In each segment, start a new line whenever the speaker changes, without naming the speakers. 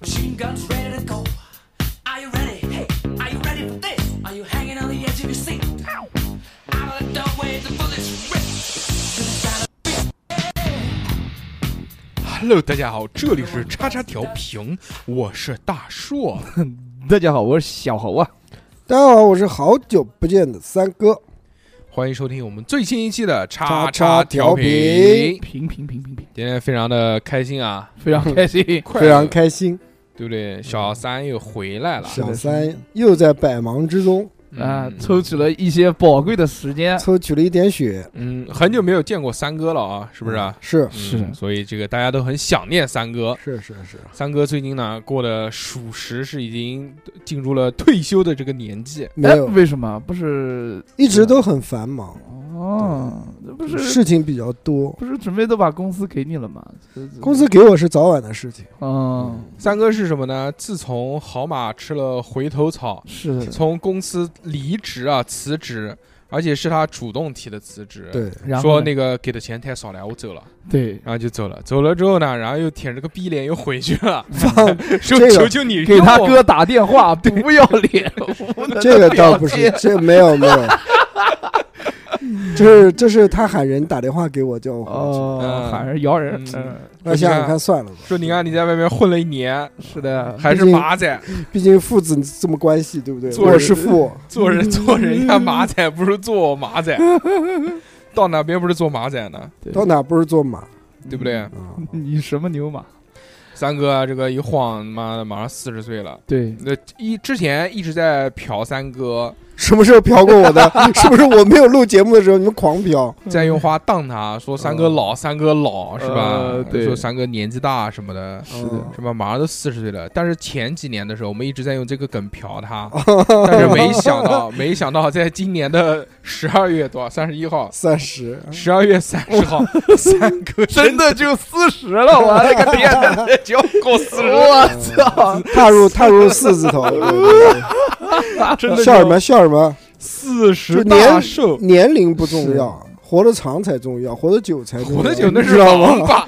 Machine guns ready to go. Are you ready? Hey, are you ready for this? Are you hanging on the edge of your seat? Ow! Out of the doorway, the bullets rip.
Hello，大家好，这里是叉叉调频，我是大硕。
大家好，我是小猴啊。
大家好，我是好久不见的三哥。
欢迎收听我们最新一期的叉
叉
叉
叉
调
调频
频。
平平平平平，
今天非常的开心啊，。
非常开心
快
非常
乐
开心，啊
对不对？小三又回来了
是的
小三又在百忙之中
啊，
嗯
抽取了一些宝贵的时间，
抽取了一点血，
嗯，很久没有见过三哥了啊，是不是啊？
是
嗯
是的
所以这个大家都很想念三哥。
是是是，
三哥最近呢，过得属实是已经进入了退休的这个年纪。
没
哎
有，
为什么？不是
一直都很繁忙，
哦，这不是
事情比较多。
不是准备都把公司给你了吗？这这
公司给我是早晚的事情，
嗯，
三哥是什么呢？自从好马吃了回头草，
是的。
从公司离职啊，辞职，而且是他主动提的辞职。，
对，
然后
说
呢
那个给的钱太少了，我走了，
对
然后就走了。走了之后呢，然后又舔着个逼脸又回去了，
放
说
这个
求求你
给他
用我
哥打电话，不要脸，无能的
这个倒
表
不嗯是
现，
这没有没有，这是这是他喊人打电话给我叫我回去，
哦
嗯，
喊人摇人，
嗯
嗯，
那想想看算了吧，
说你看你在外面混了一年，
是的，
还是
毕竟
马仔，
毕竟父子这么关系，对不对？
做人
我是父，
做人做人家马仔不如做马 仔，到哪边不是做马仔呢？
对
到哪不是做马
嗯
对不对？
啊？
你什么牛马？
三哥啊这个一晃，妈的马上四十岁了。
对，
那一之前一直在嫖三哥，
什么时候嫖过我的？是不是我没有录节目的时候你们狂嫖？
在用花当他，说三
嗯
哥老，三哥老是吧
呃？对
说三哥年纪大什么的，
是
的
什么马上都四十岁了。但是前几年的时候，我们一直在用这个梗嫖 他，但是没想到，没想到在今年的十二月多少，三十一号，
三十，
十二月三十号，三哥
真的就四十了，我的个天！
就要过四十，
我操！
踏入踏入四字头，
真的就
笑什么笑什么？
四十
就
大
年
寿，
年龄不重要，活得长才重要，活得久才重要
活得久那
你
是
知道吗？
王八。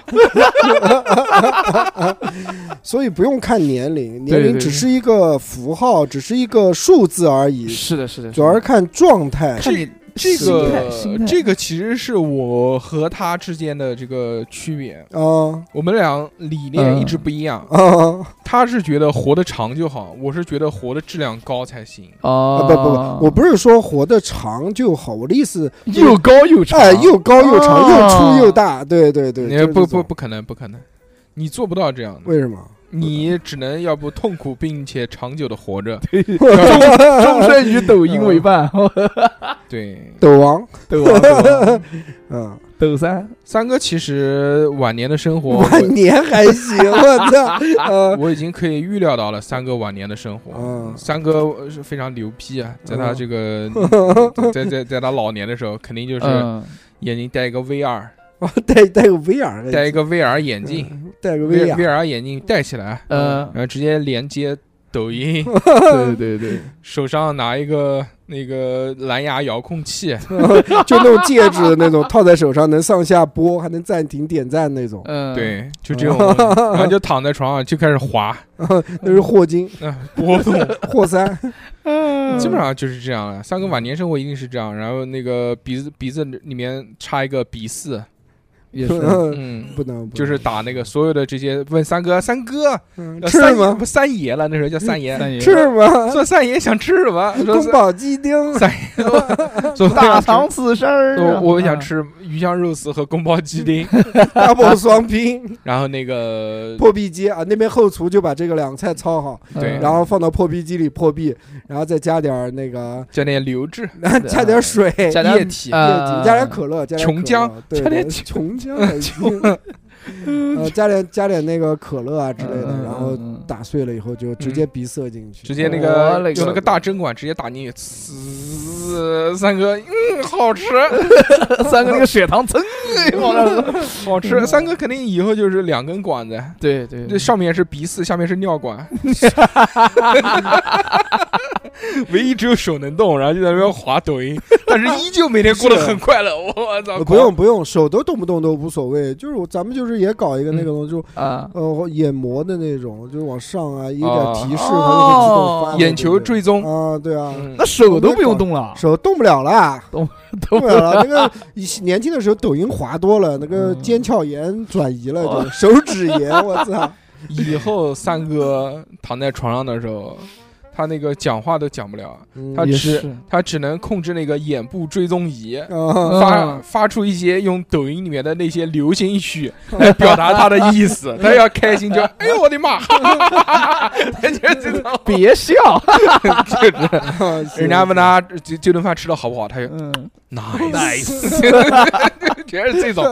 所以不用看年龄，
对
年龄
对
只是一个符号，只是一个数字而已，
是的，是的，
主要是看状态。
看你
这
心态
个
心态
这个其实是我和他之间的这个区别，
啊
我们俩理
嗯
念一直不一样。
啊
他是觉得活得长就好，我是觉得活的质量高才行。
啊！
啊
哦
不不不，我不是说活得长就好，我的意思，
又高又长，
哎， 又高又长，又
啊
粗又大，对对对，
你
就是
不
这种
不不，可能，不可能，你做不到这样的。
为什么？
你只能要不痛苦并且长久的活着。
终身与抖音 为伴，
嗯
对，
抖王，
抖啊抖啊
嗯，
抖三，
三哥其实晚年的生活，
晚年还 行，我操，嗯
我已 经可以预料到了三哥晚年的生活
嗯。
三哥是非常牛逼啊，在他
嗯
这 个在在在他老年的时候，肯定 就是
嗯，
眼睛戴一个 VR，
戴戴哦个 VR，的
戴一个 VR 眼镜
戴个
，V
VR，
VR 眼镜戴起来，
呃，
然后直接连接抖音，
对嗯对对，
手上拿一个那个蓝牙遥控器，
就那种戒指的那种，套在手上能上下播，还能暂停点赞那种，
嗯，，
对，就这种，然后就躺在床上就开始滑，
那是霍金、
嗯，波动，
霍三，
嗯，
基本上就是这样了。三哥晚年生活一定是这样，然后那个鼻子鼻子里面插一个鼻饲，
也是，
嗯，
不能，不
就是打那个所有的这些问三哥，三哥
能
呃
吃
三爷
什么
不三爷了，那时候叫三爷，
嗯三爷
吃什么，
说三爷想吃什么？说
宫
三
保 鸡丁，
三爷说
大唐此生儿
我
啊，
我想吃鱼香肉丝和宫保鸡丁，
double 双拼，
然后那 个
破壁鸡啊，那边后厨就把这个两菜焯好，
嗯，
对
然后放到破壁机里破壁，然后再加点儿那个，
加点流质，
加
啊
点儿水。
嗯加点
液体
呃
加点可乐，加点
琼
可乐
浆，
对
加点
对
琼
琼浆还行，呃，加点加点那个可乐啊之类的，然后
嗯
打碎了以后就直接鼻塞进去，
直接哦那
我
个
勒个
用那个大针管直接打进去，呲三哥，嗯，好 吃，
三个那个 血糖噌往那 儿扔，
好吃。三哥肯定以后就是两根管子，嗯
对对
这上面是鼻饲，下面是尿管， 唯一只有手能动，然后就在那边滑抖音，但是依旧每天过得很快乐。我操，
呃不用不用，手都动不动都无所谓，就是我咱们就是也搞一个那个东西，就
啊，
呃眼膜的那种，就是往上啊，有点
啊
提示它就会自动发
哦
的
眼球
那种
追踪，
啊，对啊，
嗯
那手都不用动了，
手动不了了，
动
动不了了。那个以前年轻的时候抖音滑多了，那个
嗯
腱鞘炎转移了，
哦
就手指炎，我操！
以后三哥躺在床上的时候，他那个讲话都讲不了，
嗯
他
也
只
是
他只能控制那个眼部追踪仪。
啊，
发
嗯
发出一些用抖音里面的那些流行曲来表达他的意思，他要开心就哎呦我的妈， 哈哈哈哈哈哈，他就是这种，
别笑，
就是
哦
人家问
他，
他这这顿饭吃的好不好，他就
嗯，
nice，全是这种，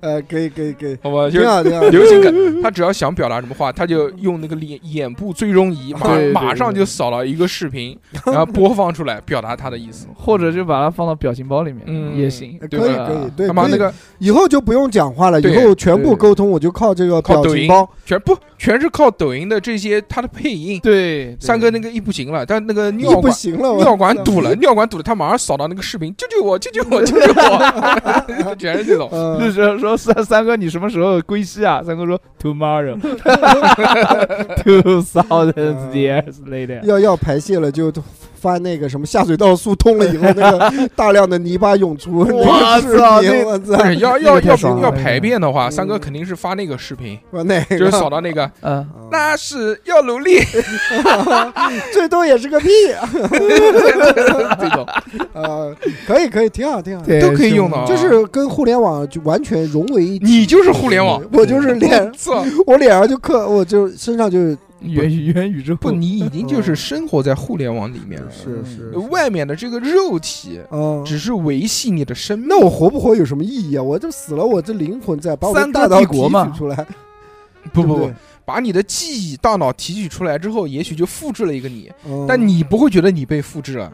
呃，可以可以可以，
好吧，就
挺好挺好。
流行梗，他只要想表达什么话，他就用那个脸眼部追踪仪，马
对对
马上就扫了一个视频，然后播放出来，表达他的意思。
或者就把它放到表情包里面，
嗯
也行。
可
对
以
吧
呃可以，对，
他妈
可以
那个
以后就不用讲话了，以
对
后全部
对
沟通我就靠这个
靠
表
抖
情
音
包，
全不全是靠抖音的这些他的配音，
对，对
三哥那个一不行了，但那个
你
尿
不
管。
行了，我
尿管
操
堵了，尿管堵了，他马上扫到那个视频，救救我，救救 我，救救我， 全是这种。
嗯
就是说三三哥，你什么时候归西啊？三哥说 tomorrow, two thousand years later。
要要排泄了就发那个什么下水道疏通了以后，那个大量的泥巴涌出，那
哇
个视
操
频
那
我操
不，是要
那
要
个太
要
爽
不
了
要排便的话，
嗯
三哥肯定是发那个视频，
我那 个
就是扫到那个，
嗯，
嗯
那是要努力
最多也是个屁
这 种，
啊，可以可以，挺好挺好，
对
都可以用的啊。
就是跟互联网就完全融为一体。
你就是互联网，
我就是脸，
操！
我脸上就刻，我就身上就
嗯元宇元宇宙
不， 嗯你已经就是生活在互联网里面了，
嗯
是是，
外面的这个肉体
嗯，
只是维系你的生命。
那我活不活有什么意义啊？我这死了，我这灵魂在，把我的
三
大
个
脑
帝
提
国嘛
取出来，
不不
对
不，把你的记忆、大脑提取出来之后，也许就复制了一个你，
对嗯
但你不会觉得你被复制了，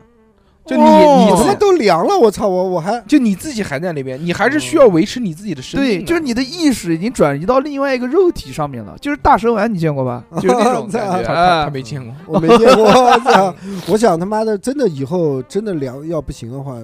就你
哦
你
我他
自
妈
己
都凉了，我操，我我还
就你自己还在那边，你还是
哦
需要维持你自己的生命
对，
的。
就是你的意识已经转移到另外一个肉体上面了，就是大蛇丸，你见过吧？
就是那种感觉，
操
啊
他他没见过。
我没见过，我操！我想他妈的，真的以后真的凉要不行的话，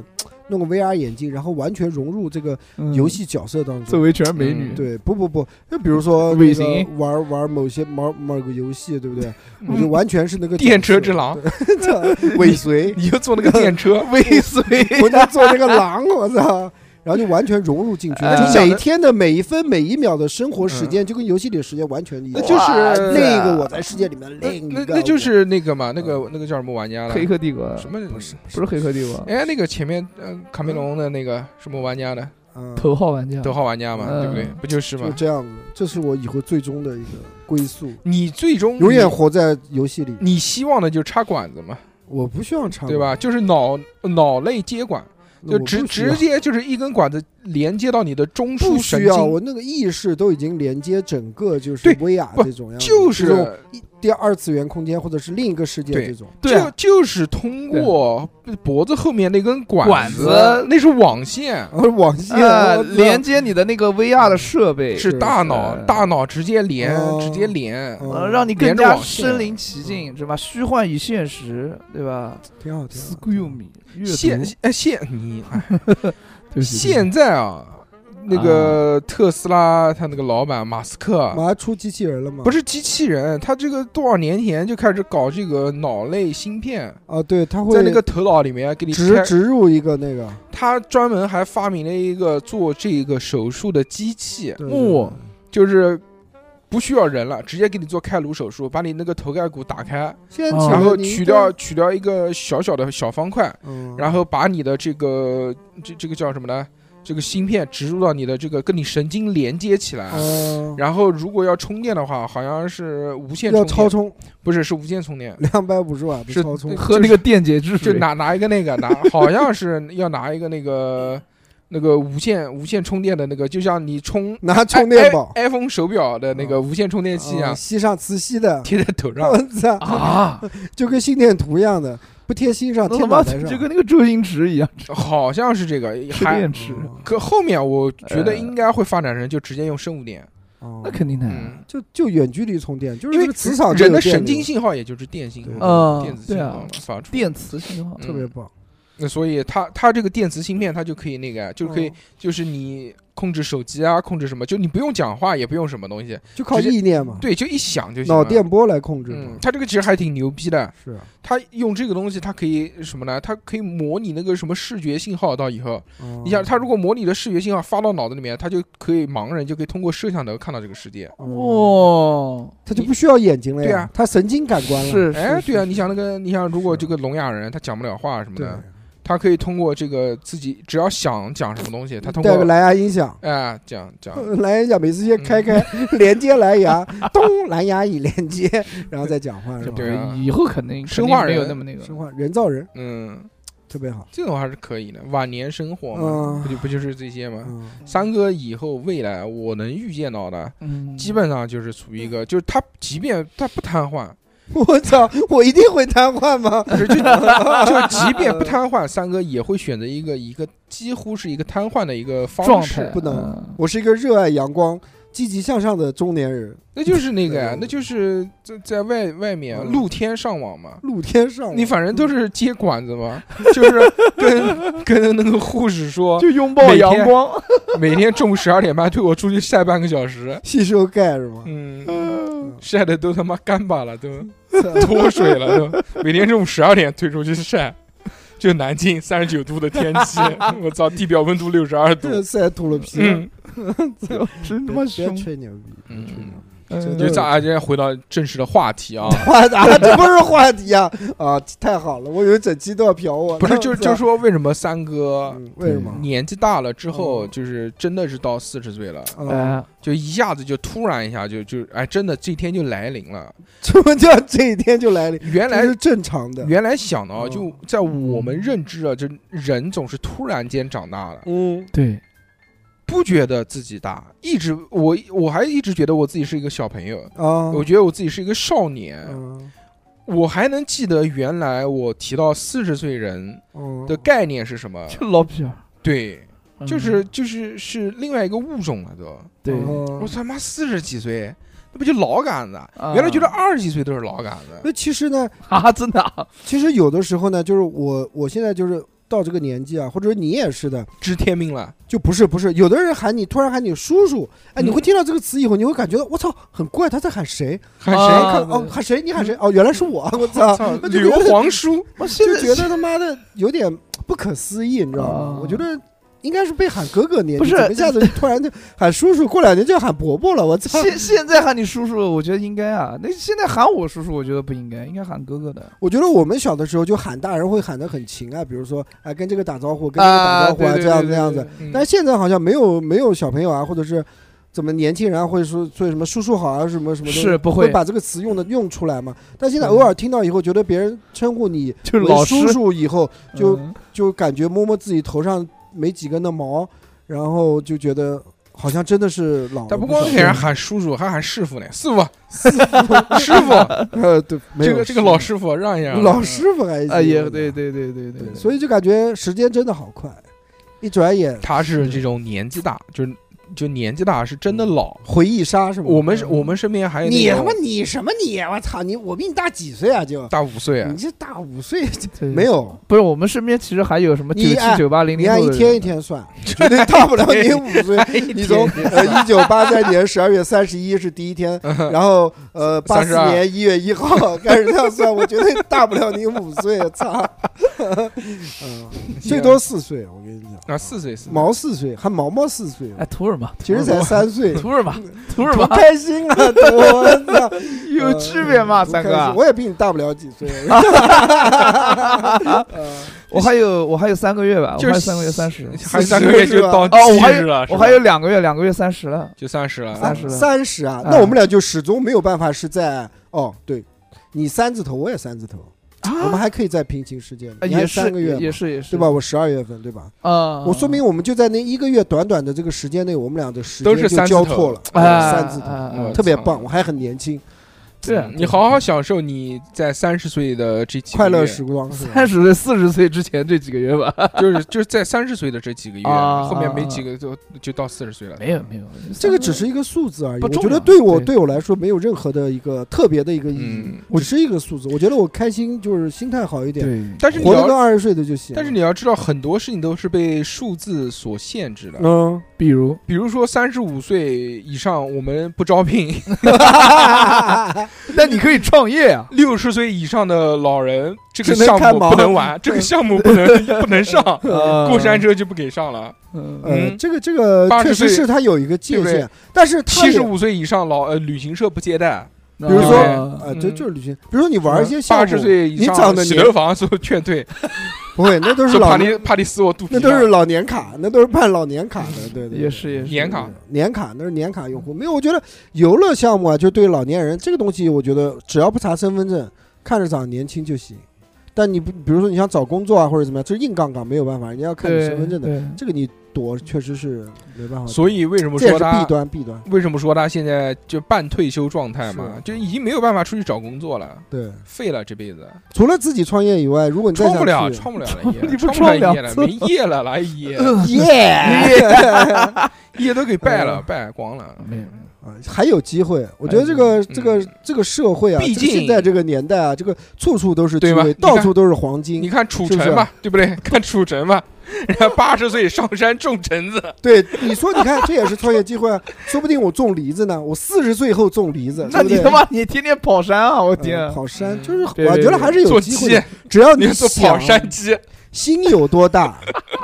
弄个 VR 眼镜，然后完全融入这个
嗯
游戏角色当
周
中。
围全是美女，
嗯
对，不不不，就比如说
嗯尾
那个
行
玩玩某些某某个游戏，对不对？
嗯
我就完全是那个
电车之狼，
角色，操 尾随，
你就坐 那个电车，
尾随，
我就做那个狼，我操！然后就完全融入进去，
哎
就每天的每一分每一秒的生活时间，就跟游戏里的时间完全一
那
样。
就是
另一个我在世界里面的
那
另一
那
个，
那就是那个嘛，那个那个叫什么玩家了？
黑客帝国
什么
嗯不是
不是黑客帝国，
哎，那个前面呃卡梅隆的那个什么玩家的
嗯
头号玩家，
头号玩家嘛，
嗯
对不对？不就是
就
嘛？
这样子，这是我以后最终的一个归宿，
你最终
永远活在游戏里。
你希望的就是插管子嘛，
我不需要唱，
对？吧？就是脑脑内接管，
那
就
嗯我
直
不需
直
要
接就是一根管子连接到你的中
不
枢神
需要，
经，
我那个意识都已经连接整个就是
对
威亚
不
这种样子，
就
这种
是
第二次元空间或者是另一个世界
对
这种。
对啊，
就就是通过脖子后面那根
管
子
子，
那是网线，
而网线
啊，
我操
连接你的那个 VR 的设备，
是大脑，
是
大脑直接连，
哦
直接连。
哦
呃，让你
连
更
着
加
网线
身临
嗯
其境，是吧？虚幻与现实，对吧
挺好，挺好。
？Squeam，阅读
现哎现 你哎
对不起
现在啊，那个特斯拉他那个老板马斯克。
啊马上出机器人了吗？
啊不
是
是机器人，他这个多少年前就开始搞这个脑类芯片，
啊，对，它会
在那个头脑里面给你
植
开。
植入一个那个，
他专门还发明了一个做这个手术的机器，
对
哦，
就是不需要人了，直接给你做开颅手术，把你那个头盖骨打开，
现在
哦
然后取掉，取掉一个小小的小方块，
嗯，
然后把你的这个这这个叫什么呢？这个芯片植入到你的这个跟你神经连接起来。
哦
然后如果要充电的话，好像是无线
要
充
超
电，
充
不是是无线充电，
两百五十瓦的
是
超充
对，
喝那个电解质
就
水，
拿拿一个那个拿， 好像是要拿一个那个那个无线无线充电的那个，就像你充
拿充电宝
i- i-，iPhone 手表的那个无线哎充电器一
啊
样，
吸上磁 吸的，
贴在头上
我。操，
啊，
就跟心电图一样的，不贴心上
那
贴
他
脑
妈
袋上，
就跟那个周星驰一样，
好像是这个，
嗯
吃
还
电池，
呃
可后面我觉得应该会发展成就直接用生物电，
哦
那肯定的呀。
嗯，
就就远距离充电，就是
因为
这个磁场就
人
有
的
电
神
流
经信号也就是电信
对啊
号、
嗯
电子信号嘛
对
发出。
电磁信号，
特别棒，
那所以它它这个电磁芯片，它就可以那个，就可以
哦
就是你控制手机啊，控制什么，就你不用讲话，也不用什么东西，
就靠
直接
意念嘛，
对，就一响就行了。
脑电波来控制
嗯
嘛，，
它这个其实还挺牛逼的。
是啊，
它用这个东西，它可以什么呢？它可以模拟那个什么视觉信号。到以后，
哦
你想，它如果模拟的视觉信号发到脑子里面，它就可以盲人就可以通过摄像头看到这个世界。
哦，
哦，
他就不需要眼睛了
对
呀
啊，
他神经感官了，
是，
哎，
是
对啊，
是
你想那个，你想如果
是啊
这个聋哑人他讲不了话什么
对，
的，他可以通过这个自己只要想讲什么东西，他通
带个
过
蓝牙嗯音响。
哎讲讲，
蓝牙音响每次先开开，
嗯
连接蓝牙，咚，蓝牙已连接， 然后再讲话是吧？
对啊
以后肯定
生化
肯定没有
人
那么那个，
生化人造人
嗯，
特别好，
这种还是可以的。晚年生活嘛
嗯，
不就不就是这些吗？
嗯，
三哥以后未来我能预见到的，
嗯，
基本上就是处于一个，就是他即便他不瘫痪，
我操，我一定会瘫痪吗？
不是 就就即便不瘫痪，三哥也会选择一个一个几乎是一个瘫痪的一个
状
方
态
式，
不能
嗯
我是一个热爱阳光、积极向上的中年人，
那就是那个呀
嗯，
那就是在在外外面
嗯
露天上网嘛。
露天上
嗯
网。
你反正都是接管子嘛， 就是跟跟那个护士说，
嗯就拥抱
每天
阳光，
每天中午十二点半对我出去晒半个小时，
吸收钙是吗？
嗯，晒的都他妈干巴了， 都
操
脱水了，都每天中午十二点推出去晒，就南京三十九度的天 气，我操，地表温度六十二度，
这晒秃噜皮了，
嗯，
真他
别
妈
别
凶，
吹牛逼，别
嗯
吹牛逼。
嗯
就咱啊，今天回到正式的话题 啊，
话啊，这不是话题啊！啊，太好了，我以为整期都要嫖我。
不是，
那
就
我
就
操
是说为什么三哥
嗯为什么？
年纪大了之后，
嗯
就是真的是到四十岁了。
啊，
哎，
就一下子就突然一下就就哎，真的这天就来临了。
什么叫这一天就来临？
原
这
来
是正常的。
原来想的啊，
嗯
就在我们认知啊，就人总是突然间长大了，
嗯，
对，
不觉得自己大，一直我我还一直觉得我自己是一个小朋友，
啊，
嗯我觉得我自己是一个少年。
嗯
我还能记得原来我提到四十岁人
嗯
的概念是什么？
就老皮儿，
对，就是
嗯
就是是另外一个物种了都。
对，
我
嗯
他妈四十几岁，那不就老杆子？
啊
原来觉得二十几岁都是老杆子。
那其实呢，
啊，真的啊，
其实有的时候呢，就是我我现在就是到这个年纪啊，或者说你也是的，
知天命了，
就不是不是，有的人喊你，突然喊你叔叔，哎，
嗯
你会听到这个词以后，你会感觉到我操，很怪，他在喊谁？
喊谁？嗯
谁
啊
啊
看哦，喊谁？你喊谁？哦，原来是我，我操，
操，
那就
刘
觉得
皇叔，
我现
就
在
觉得他妈的有点不可思议，你知道吗
啊？
我觉得。应该是被喊哥哥年纪，
不是
怎么一下子就突然就喊叔叔，过两年就喊伯伯了，我操！
现现在喊你叔叔，我觉得应该啊。那现在喊我叔叔，我觉得不应该，应该喊哥哥的。
我觉得我们小的时候就喊大人会喊得很勤啊，比如说啊跟这个打招呼，跟那个打招呼啊，
对
这样这样子。。
嗯
但是现在好像没有没有小朋友啊，或者是怎么年轻人啊，会说说什么叔叔好啊，什么什么
对对
东
对
西
是不
会
会，
把这个词用的用出来嘛？但现在
嗯
偶尔听到以后，觉得别人称呼你
就
为
是老师
叔叔以后，就
嗯
就感觉摸摸自己头上没几根的毛，然后就觉得好像真的是老了少。
但不光给人喊叔叔，还喊师傅呢。师傅，
师傅，
师傅，
呃，对，没
这
有
个这个老师啊傅让一让。
老师傅还
哎呀，
行
对对对对对
对，所以就感觉时间真的好快，一转眼
他是这种年纪大，就是就年纪大是真的老。
回忆杀是吗？
我们是我们身边还有
你
那
他妈
种
你什么你？啊我操你！我比你大几岁啊？就
大五岁啊
你，这大五岁
对
没，有？
不是我们身边其实还有什么九
你哎
七九八零
你
零
按一 天一天算，绝对大不了你五岁。你从呃一九八三年十二月三十一是第一 天，然后呃八四
32
年一月一号开始这样算，我绝对大不了你五岁。 操，嗯，最多四岁，我跟你讲，
啊四岁四岁。
毛四岁，还毛毛四岁，
嗯哎，图什么？
其实才三岁，
图什么？图 什
多
么？
开心啊！我操，
有区别吗，
我呃开
三哥啊
心？我也比你大不了 几岁。 嗯
我还有我还有三个月吧，我
就
还
是
有三个月三十。
还有三个月就到
哦，我还
七十了是
有
吧
我还有两个月，两个月三十了。
就三十了
三，十了
三十啊，
哎
那我们俩就始终没有办法是在哦，对你三字头，我也三字头，
啊
我们还可以在平行世界里，
哎
你还
也是
三个月嘛
也是也是
对吧？？我十二月份对吧？
啊，
我说明我们就在那一个月短短的这个时间内，我们俩的时
都是
间就
三字
交
头
错了，哎
啊
三字头
啊啊
嗯
特别
操
棒，我还很年轻，
对啊，
你好好享受你在三十岁的这几个
快乐
月
时光是吧
三十岁、四十岁之前这几个月吧，
就是就是在三十岁的这几个月，
啊
后面没几个就就到四十岁了。
没有没有，
这个只是一个数字而已。
不
我
重
觉得
要
对我
对
对我来说没有任何的一个特别的一个意义
嗯，
我只是一个数字。我觉得我开心就是心态好一点，
对，
但是你
活得跟
要，
二十岁的就行。
但是你要知道，很多事情都是被数字所限制的。
嗯，
比如
比如说三十五岁以上我们不招聘，
那你可以创业啊，
六十岁以上的老人这个
只能
项
看
目
毛
不能玩，这个项目不能不能 上，过
过
山，车就不给上了。
嗯
呃，
嗯
这个这个
80
确实
岁
是它有一个界
对不对
限，但是它
七
也
十五岁以上老呃旅行社不接待，
比
比如
说
呃，对，
嗯
就是旅行，比如说你玩一些项目，
八十岁以
你
上
长得
洗
年
头房说劝退，
不会，那都是
说帕
老
里帕里斯我肚皮
那
上，
都是老年卡，那都是办老年卡的，对对对，
呃
嗯
也是也是
年卡，
年卡那是年卡用户。没有，我觉得游乐项目啊，就对老年人这个东西，我觉得只要不查身份证，看着长得年轻就行。但你不，比如说你想找工作啊或者怎么样，这是硬杠杠，没有办法，人家要看你身份证的，
的，
这个你躲确实是没办法。
所以为什么
这也
说啊
是
他
弊端，弊端。
为什么说他现在就半退休状态嘛
是，
就已经没有办法出去找工作了，
对，
废了这辈子，
除了自己创业以外，如果你再
创
想
不了，
去
创不了 了，业，
你不
创
创
了
两
业了，
次
没业了，来业，
耶，
业都给败
哎
了，败光了。
没有
啊，还有机会。我觉得这
还有
个
机会
这个
嗯
这个社会啊，
毕
这个
竟
现在这个年代啊，这个处处都是机
对吧
会，
你看
到处都是黄
你
金。
看楚
是不
尘
是
吧，对不 对？看楚尘吧，人家八十岁上山种橙 子，
对，你说你看，这也是创业机会啊， 说不定我种梨子呢，我四十岁后种梨子，
那
对不对
你他妈你天天跑山啊！我
嗯
天，
跑山就是，
对对
我觉得还是有
做
机
鸡
会，的，只要
你做跑
想，啊
山鸡，
心有多大，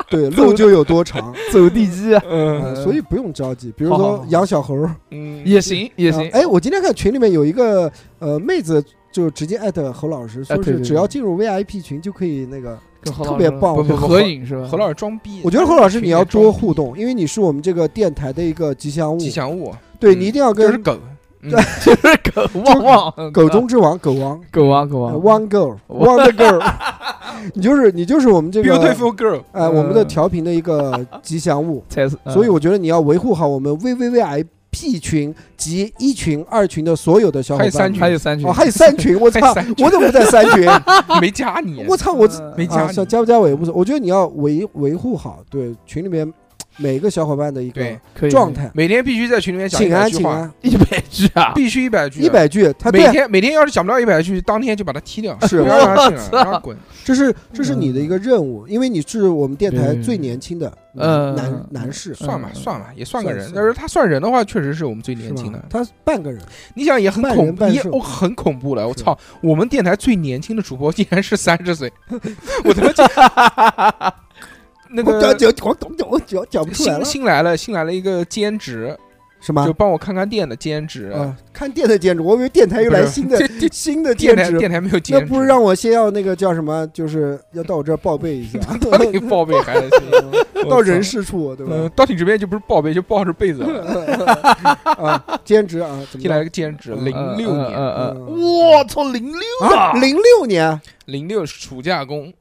对，路就有多长。
走地鸡啊
嗯
嗯所以不用着急，比如
好好
说
好
养小猴儿
嗯，
也行也行
啊。哎，我今天看群里面有一个呃妹子，就直接艾特侯老师，
啊
说
对
是
对
只要进入 VIP 群就可以那个，
跟何
特
老
别
师
棒。
不
我
不
觉
不
得
合影是吧？
何老师装逼，
我觉得侯老师你要多互
动，
动，因为你是我们这个电台的一个吉祥物，
吉祥物
对
嗯
你一定要
就是
跟
狗，嗯
就是 狗旺旺，
狗中之王狗王
狗啊狗啊
呃 ，One Girl One Girl，你就是你就是我们这个
beautiful girl，
呃我们的
嗯
调频的 一个吉祥物，
彩
嗯
色，
所以我觉得你要维护好我们 VVVIP 群及一群、二群的所有的小伙
还有
伴，
三群
还有三群
哦，还有三群，我操
还有三，群
我怎么不在三 群？
没加你，
我操，我这
嗯
没加
啊，
你
像加不加我也不是，我觉得你要维维护好对群里面每个小伙伴的一
对
个
可以
状，态，
每天必须在群里面讲一
请
百
安
句
请
话，
安，
一百句啊，
必须一百句，
一百句，他
每
对啊，
天每天要是讲不到一百句，当天就把他踢掉，
是啊嗯
不要让他进来，让他滚。
这是这是你的一个任务，因为你是我们电台
嗯对
最年轻的
嗯
男男士，
算吧，
嗯
算吧，也算个
算
人。
算
但是他算人的话，确实是我们最
是
年
吧
轻的。
他半个人，
你想也很
半
恐
人
怖，
半
也
兽
哦很恐怖了。我
是
操，我们电台最年轻的主播竟然 是三十岁， 我他妈这那
我讲
个
讲讲讲讲讲讲不出来
新
了，啊
新来了新来了一个兼职，
什么
就？帮我看看店的兼职。
啊，看电台兼职，我以为电台又来新的
这这
新的
电
兼
台
职，
电台没有兼
那
职，
不 是让我先要那个叫什么，就是要到我这儿报备 一下，
到底报备还 是
到人。事处，对
我操嗯
吧？，
到你这边就不是报备，就抱着被子了。
啊，兼职啊，怎么
进来一个兼职，
嗯
零六年，
嗯
嗯
嗯，哇，操，零六
啊，零六年，
零六暑假工，
这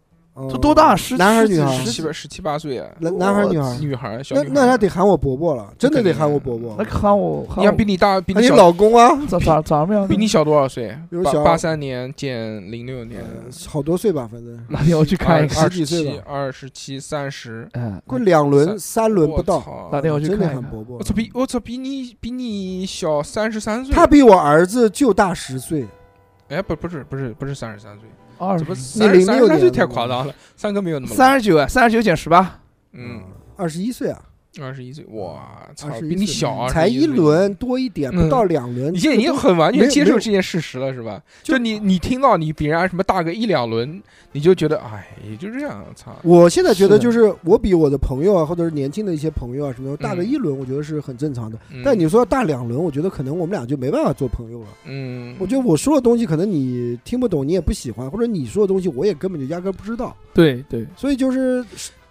这多大？？十
男孩儿女孩儿
十七八十七八岁啊，
男男孩啊儿女孩儿？
女孩儿小
那
女孩
那
儿
他得喊我伯伯了，真的得
肯定
喊我伯伯
那。看我，
你要比你大，比
那
你
你
小
老公啊，
咋咋咋么样？
比你小多少岁
比我？
八
小
八三年减零六年，
呃好多岁吧，反正
哪天我去看一看？
十几岁吧
二十七、三十，
嗯，
快两轮三轮不
我
到，
操
哪天我去
真的
看一
喊
看？
伯伯
我。操，比我操比你比你小三十三岁。
他比我儿子就大十岁，
哎，不不是不是不是三十三岁，
二
怎么
十
三
06
三十三岁
年
太
了
夸张了？三哥没有那么老，
三十九，啊三十九减十八，
嗯，，
二十一岁啊，
二十一岁，哇操，
21
比你
岁
小啊
才
一
一。轮多一点，
嗯
不到两轮。
你现在已
这
经
个
很完
没
全接
有没
受
有
这件事实了，是吧？
就
就你你听到你比人家什么大个一两轮，你就觉得哎，也就这样，操。
都我现在觉得
是的
就是我比我的朋友啊，或者是年轻的一些朋友啊什么的大个
嗯
一轮，我觉得是很正常的。
嗯
但你说大两轮，我觉得可能我们俩就没办法做朋友了。
嗯，
我觉得我说的东西可能你听不懂，你也不喜欢，或者你说的东西我也根本就压根儿不知道，
对对，
所以就是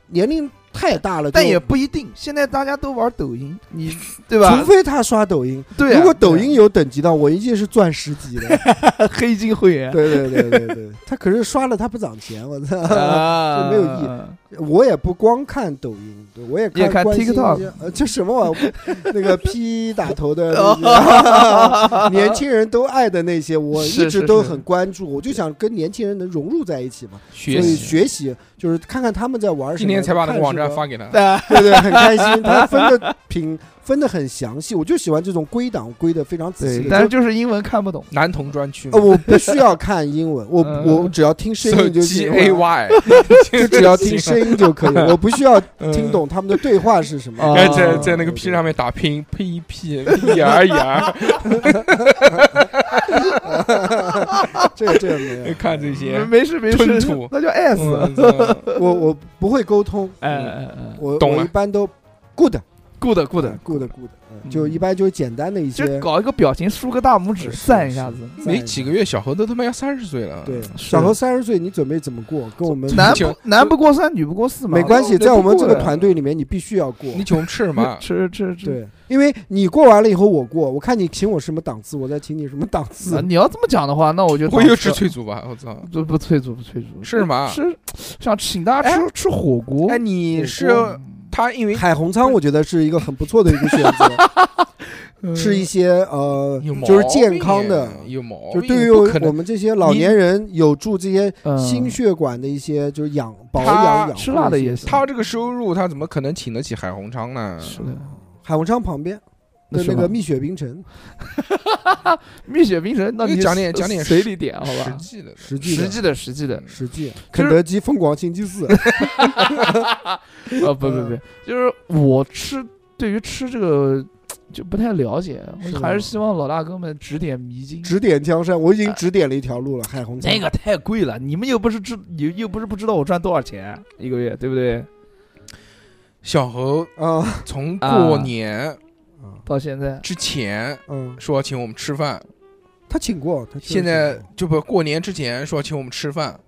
年龄太大了，
但
就
也不一定。现在大家都玩抖音， 你对
除
吧？
非他刷抖音，
对啊，
如果抖音有等级的，我一定是钻石级的。
对啊黑金会员
对对对对对，他可是刷了他不涨钱，我操，
啊
就没有意义。我也不光看抖音，对我也
你也看
关心一些
TikTok
呃，这什么玩意儿？ 那 个 P 打头的那些年轻人都爱的 那些，我
是
一直
是
都
是
很关注。我就想跟年轻人能融入在一起嘛，所
学
以
习。
学习就是看看他们在玩什
今
么。
天才把那个
看
网
什
站
么
发给他，
啊
对对，很开心。他分的品分的很详细，我就喜欢这种归档归的非常仔细
对，
的。
但是
就
就是英文看不懂，
男童专区嘛
呃，我不需要看英文，我
嗯
我只要听声
手
音就
机
行
A
了，
Y，
就只要听声音就可以了，我不需要
嗯
听懂他们的对话是什么。
嗯
然
哎
后
这
在在那个 P 上面打拼 P P E R E R，
这个这个没 有，
看这些，
没事没
吞
事
吐，
那叫 S。
嗯嗯
我我不会沟通，
哎哎哎，
我
懂了
我一般都 good
，good good，
good good，嗯就一般就是简单的一
就
些。
搞一个表情，竖个大拇指，
是是
赞一下子。
赞
没
一
几
下
个月，小啊何都他妈要三十岁了。
对，
是
小何三十岁，你准备怎么过？跟我们
男
就
不男不过三，女不过四嘛。
没关系，
对
在我们这个，团
不
队里面，你必须要过。
你请我们吃什么
过？吃吃吃。
对，因为你过完了以后我过，我看你请我什么档次，我再请你什么档
啊
次。
你要这么讲的话，那我就
不会又吃
当
催煮吧？我操！
不不催促不催促，
是吗
吃想请大家吃吃火锅。
哎，你是
哦
他因为
海红仓我觉得是一个很不错的一个选择，
嗯
吃一些呃
有毛病，啊
就是健康的，
有毛
就
病，
对于
不可
我
能
们这些老年人有助这些
嗯
心血管的一些就是养保
他
养养护
吃辣的
一些
也
东西
行
他这个收入，他怎么可能请得起海红汤呢？
是的，
海红仓旁边的
是
那
吧
个蜜雪冰城，
蜜雪冰城，那你
讲点
随
讲点
随里点好
实
吧？
际的，
实际
实
的
际的实际的，
实际
就是
肯德基疯狂星期四，
啊不不不
嗯，
就是我吃对于吃这个就不太了解，
是吗
我还是希望老大哥们指点迷津。
指点江山，我已经指点了一条路了。海红仓
那个太贵了，你们又不是知又又不是不知道我赚多少钱一个月，对不对？
小何
啊，
从过年
到现在
之前
嗯，
说请我们吃饭，
他请过，他确实
现在
请过
就不过年之前说请我们吃饭，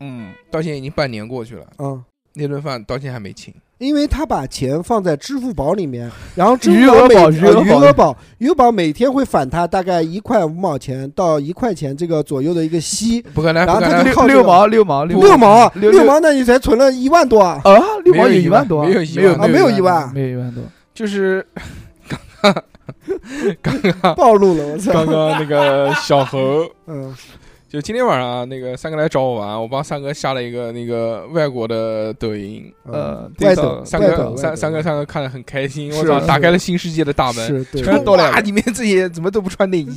嗯，到现在已经半年过去了，
嗯。
那顿饭到现在还没请。
因为他把钱放在支付宝里面，然后支
余
付
额
宝每
宝
呃
余额
余
宝
额宝余额宝每天会返他大概一块五毛钱到一块钱这个左右的一个息，
不可能，
然后
不可
他
能
就，
六六毛六毛
六毛啊
六
六毛，那你才存了一万多啊！
啊，六毛
没有
一万多啊，
没有一万
啊没有一
万
万
多，没有一万多。
就是
暴露了，我 操
刚！刚那个小何。
嗯，
就今天晚上啊，那个三哥来找我玩，我帮三哥下了一个那个外国的抖音，
呃，
外
这
头
个
三
外抖
哥
外
三
抖
三哥三哥看得很开心，
嗯是
我操，
是
打开了新世界的大门，
是对
全
对，
到了，里面这些怎么都不穿内衣，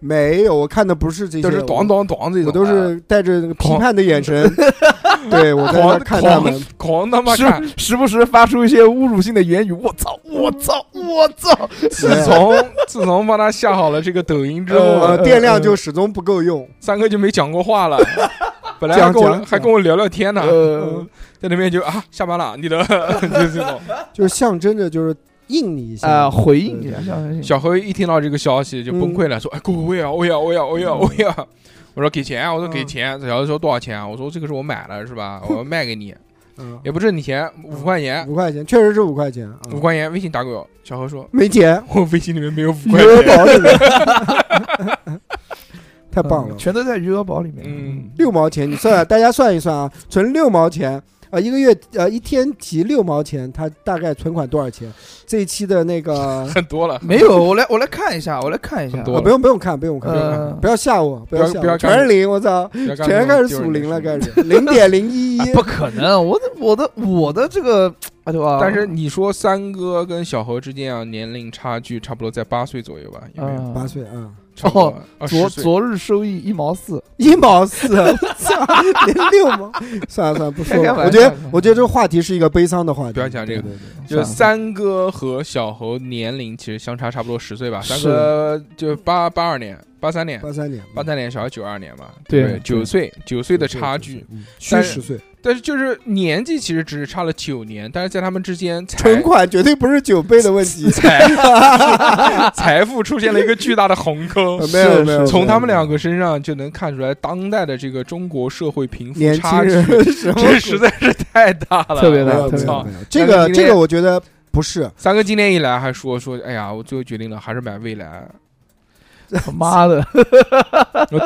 没有，我看的不是这些，
都是
我
咣咣咣这种，
我都是带着那个批判的眼神，对我在
狂
那看他们
狂，狂他妈看。
时时不时发出一些侮辱性的言语，我操，我操，我操！
自从嗯自从帮他下好了这个抖音之后
呃，，电量
呃
就始终不够用，
三哥就没讲过 话了。本来
讲
还跟我
讲
还跟我聊聊天呢，嗯
呃，
在那边就啊下班了，你的 就这种。
就是象征着就是应你一下
啊，回应一
对
下，
对
像
小何一听到这个消息就崩溃
嗯
了，说：“哎，哥，我也要，我也要，我也要，我也要，我也要。”我说：“给钱啊！”我说：“
嗯
给钱。”小何说：“多少钱啊？”我说：“这个是我买的，是吧？我卖给你，
嗯
也不挣你钱，五块钱，
五块钱，确实是五块钱，啊
五块钱，微信打给我。”小何说
没钱。：“
我微信里面没有五
余
块
额
钱。
宝里面，太棒了
嗯！全都在余额宝里面。
嗯
六毛钱，你算，大家算一算啊，存六毛钱啊、一个月呃一天提六毛钱，他大概存款多少钱？这一期的那个啊，
很多了，
没有，我来我来看一下，我来看一下啊
很。多
不用不用看，不用看，
呃
不要吓我，不要吓
不要
我，
不要
全是零，我操，
全
全开始数零了，开。始零点零一一
啊，不可能，我的我的我的这个，啊对吧？
但是你说三哥跟小何之间啊，年龄差距差不多在八岁左右吧？有没有？
嗯
八岁啊，
差不多
哦
二十
昨
岁。
昨日收益一毛四，
一 毛啊 四，我操，连六毛，算了算了，不说
开开
了，
玩
我觉得
笑
我觉得这个话题是一个悲伤的话题，
不要讲这个
对对对
就
算了
三哥和小猴年龄其实相差差不多十岁吧，
是
三哥就八八二年、八三年、
八三年，嗯
八三年，小孩九二年嘛，
对
不九岁九岁的差距，，
嗯虚
但是
十岁。
但是就是年纪其实只是差了九年，但是在他们之间财。
存款绝对不是九倍的问题
财 财 富出现了一个巨大的鸿沟
呃。
是
没有
是
没有，
从他们
没有
两个身上就能看出来，当代的这个中国社会贫富
年
差
轻
距，
人 什么
这实在是太大 了，
特别
没
大
有
我
没
特别
操
有
大！
没有，这
但
个
是今天
这个我觉得不是，
三哥今天一来还说说，哎呀，我最后决定了，还是买蔚来。
他妈的，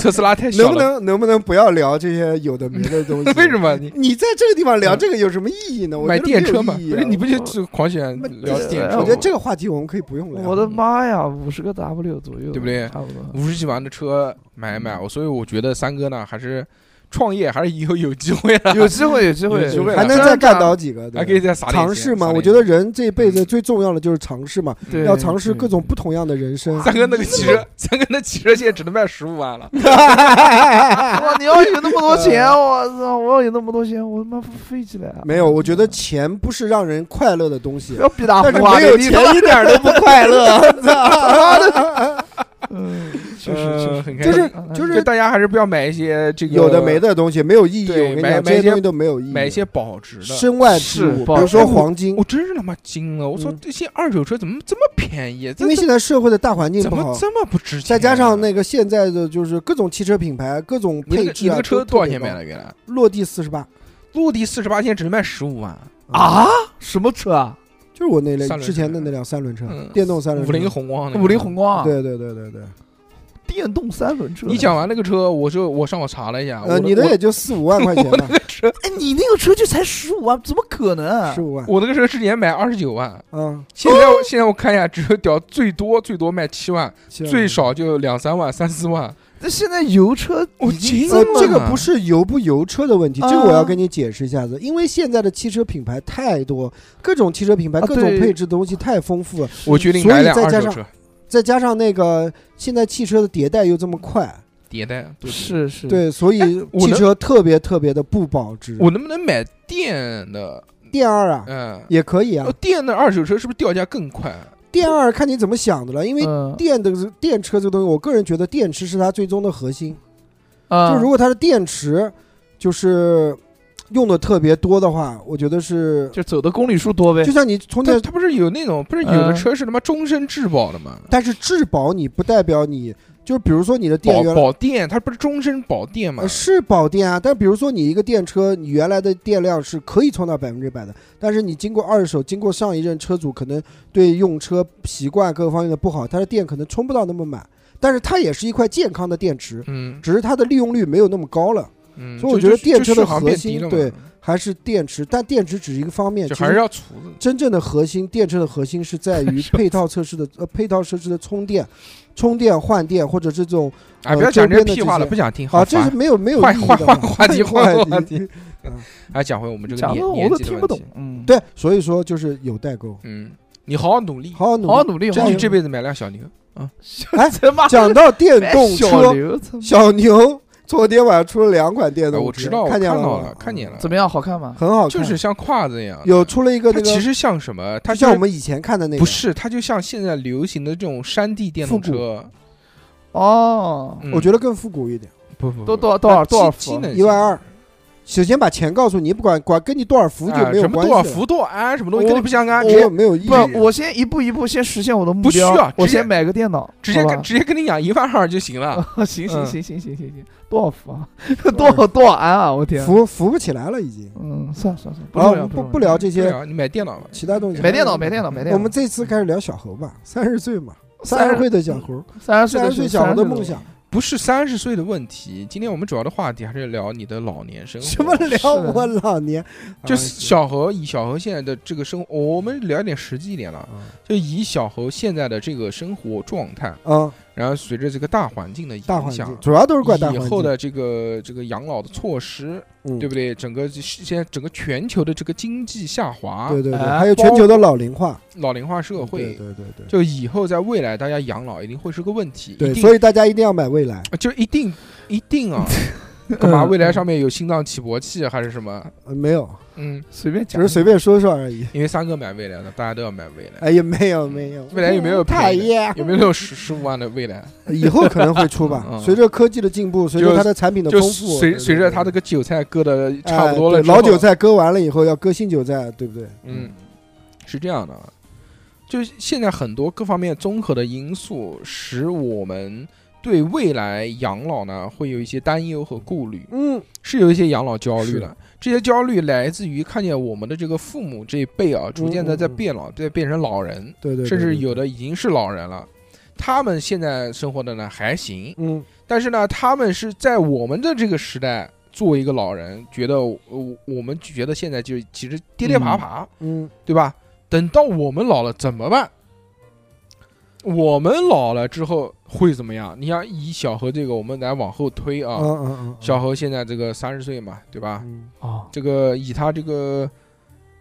特斯拉太
能
小
不
了，？
能能不能不要聊这些有的没的东西
为什？么你
你在这个地方聊这个有什么意义呢？我
买
觉得
电
没有
车嘛？
意义
不
啊
是你不就只狂喜欢聊电车
我
吗？
觉得这个话题我们可以不用聊。
我的妈呀，五十个 W 左右，
对不对
差不多。
五十几万的车买一买，我所以我觉得三哥呢还是创业还是以 后有机会了，
有机会，有机会，
有机会
还能
虽然
再干
讲
倒几个，对
还可以再撒点
尝试
钱
嘛？
撒
我
点嗯
觉
钱
得人这一辈子最重要的就是尝试嘛，
对
要尝试各种不同样的人生。
三哥那个汽车，三哥那汽车现在只能卖十五万 了。
哇，你要有那么多 钱，我操！我要有那么多钱，我他妈飞起来啊！
呃没有，我觉
嗯
得钱不是让人快乐的东西
不，要逼大啊
但是
胡话，
没有
你
钱一点都不快乐。啊
嗯，确实
呃
确
很
实，
开
就
心
是
嗯
就是
就大家还是不要买一些这个
有的没，的东西没有意义，
对
我跟你
买
讲，
买
这些
一些
东西都没有意义。
买一些保值的。
身外之物，
是
比
保
如说
哎我
黄金
我，真是他妈惊了！我操
嗯，
这些二手车怎么这么便宜？
因
这
为
这
现在社会的大环境
怎
不
么
好，
这么不值钱？啊
再加上那个现在的就是各种汽车品牌、各种
你那
配
个你
置
那
啊，
个车
都
多少钱买
特别
的？原来
高？落地四十八，
落地四十八，现在只能卖十五万。
啊，什么车啊？
就是我那类
三轮车
之前的那辆三轮车
嗯，
电动三轮
五
车。
菱宏光，
五菱宏。光啊，，
对对对对对，
电动三轮车。
你讲完那个车，我就我上网查了一下，
呃，
我
你
的
的也就四五万块钱吧，
哎，你那个车就才十五万，怎么可能啊
十？五万。
我那个车之前买二十九万，
嗯，
现在我现在我看一下，只有屌最多最多卖七万，
行
最少就两三万、三四万。
那现在油车
我
已经
惊
呃
了，
这个不是油不油车的问题，
啊
这个我要跟你解释一下子，因为现在的汽车品牌太多，各种汽车品牌、
啊
各种
对
配置的东西太丰富了，
我决定买辆
所以再
二
加
手
上
车
再加上那个现在汽车的迭代又这么快，
迭代。对，
是是，
对，所以
嗯哎我
汽
能
车特别特别的不保值。
我能不能买电的？
电二啊，
嗯，
也可以啊
呃，电的二手车是不是掉价更快？
电二看你怎么想的了，因
呃
为。
嗯
电的电车这个东西，我个人觉得电池是它最终的核心。
啊，
就如果它的电池就是用的特别多的话，我觉得是
就走的公里数多呗
就。像你从
它
那，
它不是有那种，不是有的车是他妈终身质保的吗？
但是质保你不代表你，就比如说你的电
保
源。
保电，它不是终身保电吗
呃？是保电啊，但比如说你一个电车，你原来的电量是可以创造百分之百的，但是你经过二手，经过上一任车主可能对用车习惯各个方面的不好，它的电可能充不到那么满，但是它也是一块健康的电池，
嗯
只是它的利用率没有那么高了，
嗯，
所以我
就
觉得
就
电车的
就续航变
核心
低了嘛
对还是电池，但电池只是一个方面，
就
其
还是
实
要厨子。
真正的核心，电车的核心是在于配套设施的呃配套设施的充电、充电换电或者这种
哎，
呃
不要讲这
周
些
边的
屁话
这
了，
些
不想听。好
啊，这
烦
是没有没有
换
意义
换
的
换
嘛
话题，换
换
话
题
题。哎，讲回我们这个
讲的
年
我
年
都
纪的
听
问
不懂
题。，
嗯，
对，所以说就是有代沟，
嗯，你好好努力，
好好努
好好
力。
努力，好
争
好
取
努力
这辈子买辆小牛。
哎
他妈
讲到电动
小
哎
车，
刘他妈
小牛昨天晚上出了两款电
哎
动车，
我知道，我
看见
到
吗
了，看见，了，
怎么样？好看吗？
很好看，
就是像胯子一样的。
有出了一个
它
那
其
个，
实像什么？它
就像
就是
我们以前看的那个，
不是，它就像现在流行的这种山地电动
复古
车。
哦，
嗯哎
我觉得更复古一点，
不不，
多
不
多少多少
它
多少
机
伏
机？能
一万二。首先把钱告诉你，不管管跟你多少伏就
啊
没有
什么
关
多少
系了，
伏多少安什么东西
我
跟你不相干，直
没有
接
没有意义。
不，我先一步一步先实现我的目
不需
标。
要
我
直接
先买个电脑，
直接
好
跟
吧
直接跟你讲一万二就行了。
啊， 行行
嗯
行行行行行，多少伏啊？
嗯
多少多少安啊？我天！
扶扶不起来了，已经。
嗯，算了算了，
然后
重要
不
重要
不聊这
对
些
啊，你买电脑吧。
其他东西，
买电脑买电脑买电脑。
我们这次开始聊小猴吧，三十岁嘛，
三
三
十
十岁的小猴，
三十岁
三
的
十岁
时
小
候
猴的梦。想，
不是三十岁的问题，今天我们主要的话题还是聊你的老年生活。啊
什么聊
是的
我老年，啊
就是小何以小何现在的这个生活，我们聊点实际一点了，
啊
就以小何现在的这个生活状态，
啊，
然后随着这个大环境的
大
影
环境
响，
主要都是怪大
以
环
后
境，
的这个这个养老的措施，
嗯
对不对？整个现在整个全球的这个经济下滑，
对对对，
哎
还有全球的老龄化
老龄化社
对
会，
对对对
就以后在未来大家养老一定会是个问题，
对，
一定
所以大家一定要买蔚来，
就一定一定 啊，干嘛？未来上面有心脏起搏器还是什么？
呃没有，
嗯，
随便
只
讲，
是随便说说而已，
因为三哥买未来的，大家都要买未来。
哎也没有没有，
未来有没有
讨
便宜的
厌？
有没有那种十十五万的未来？
以后可能会出吧，
嗯
随着科技的进步，随着它的产品的
就
丰富，
随
对
随着他这。个韭菜割的
对对
差不多了
哎对
之后
老韭，菜割完了以后要割新韭菜，对不对？
嗯，是这样的啊，就是现在很多各方面综合的因素，使我们对未来养老呢会有一些担忧和顾虑，
嗯，
是有一些养老焦虑
是
的。这些焦虑来自于看见我们的这个父母这一辈啊，逐渐的在
嗯嗯
变老，在变成老人，
对对，对
甚至
对
有的已经是老人了。他们现在生活的呢还行，
嗯，
但是呢，他们是在我们的这个时代作为一个老人，觉得我我我们觉得现在就其实跌跌爬爬，
嗯，
对吧？等到我们老了怎么办？我们老了之后会怎么样？你想以小何这个，我们来往后推啊。
嗯嗯嗯，
小何现在这个三十岁嘛，对吧？
嗯
哦，
这个以他这个，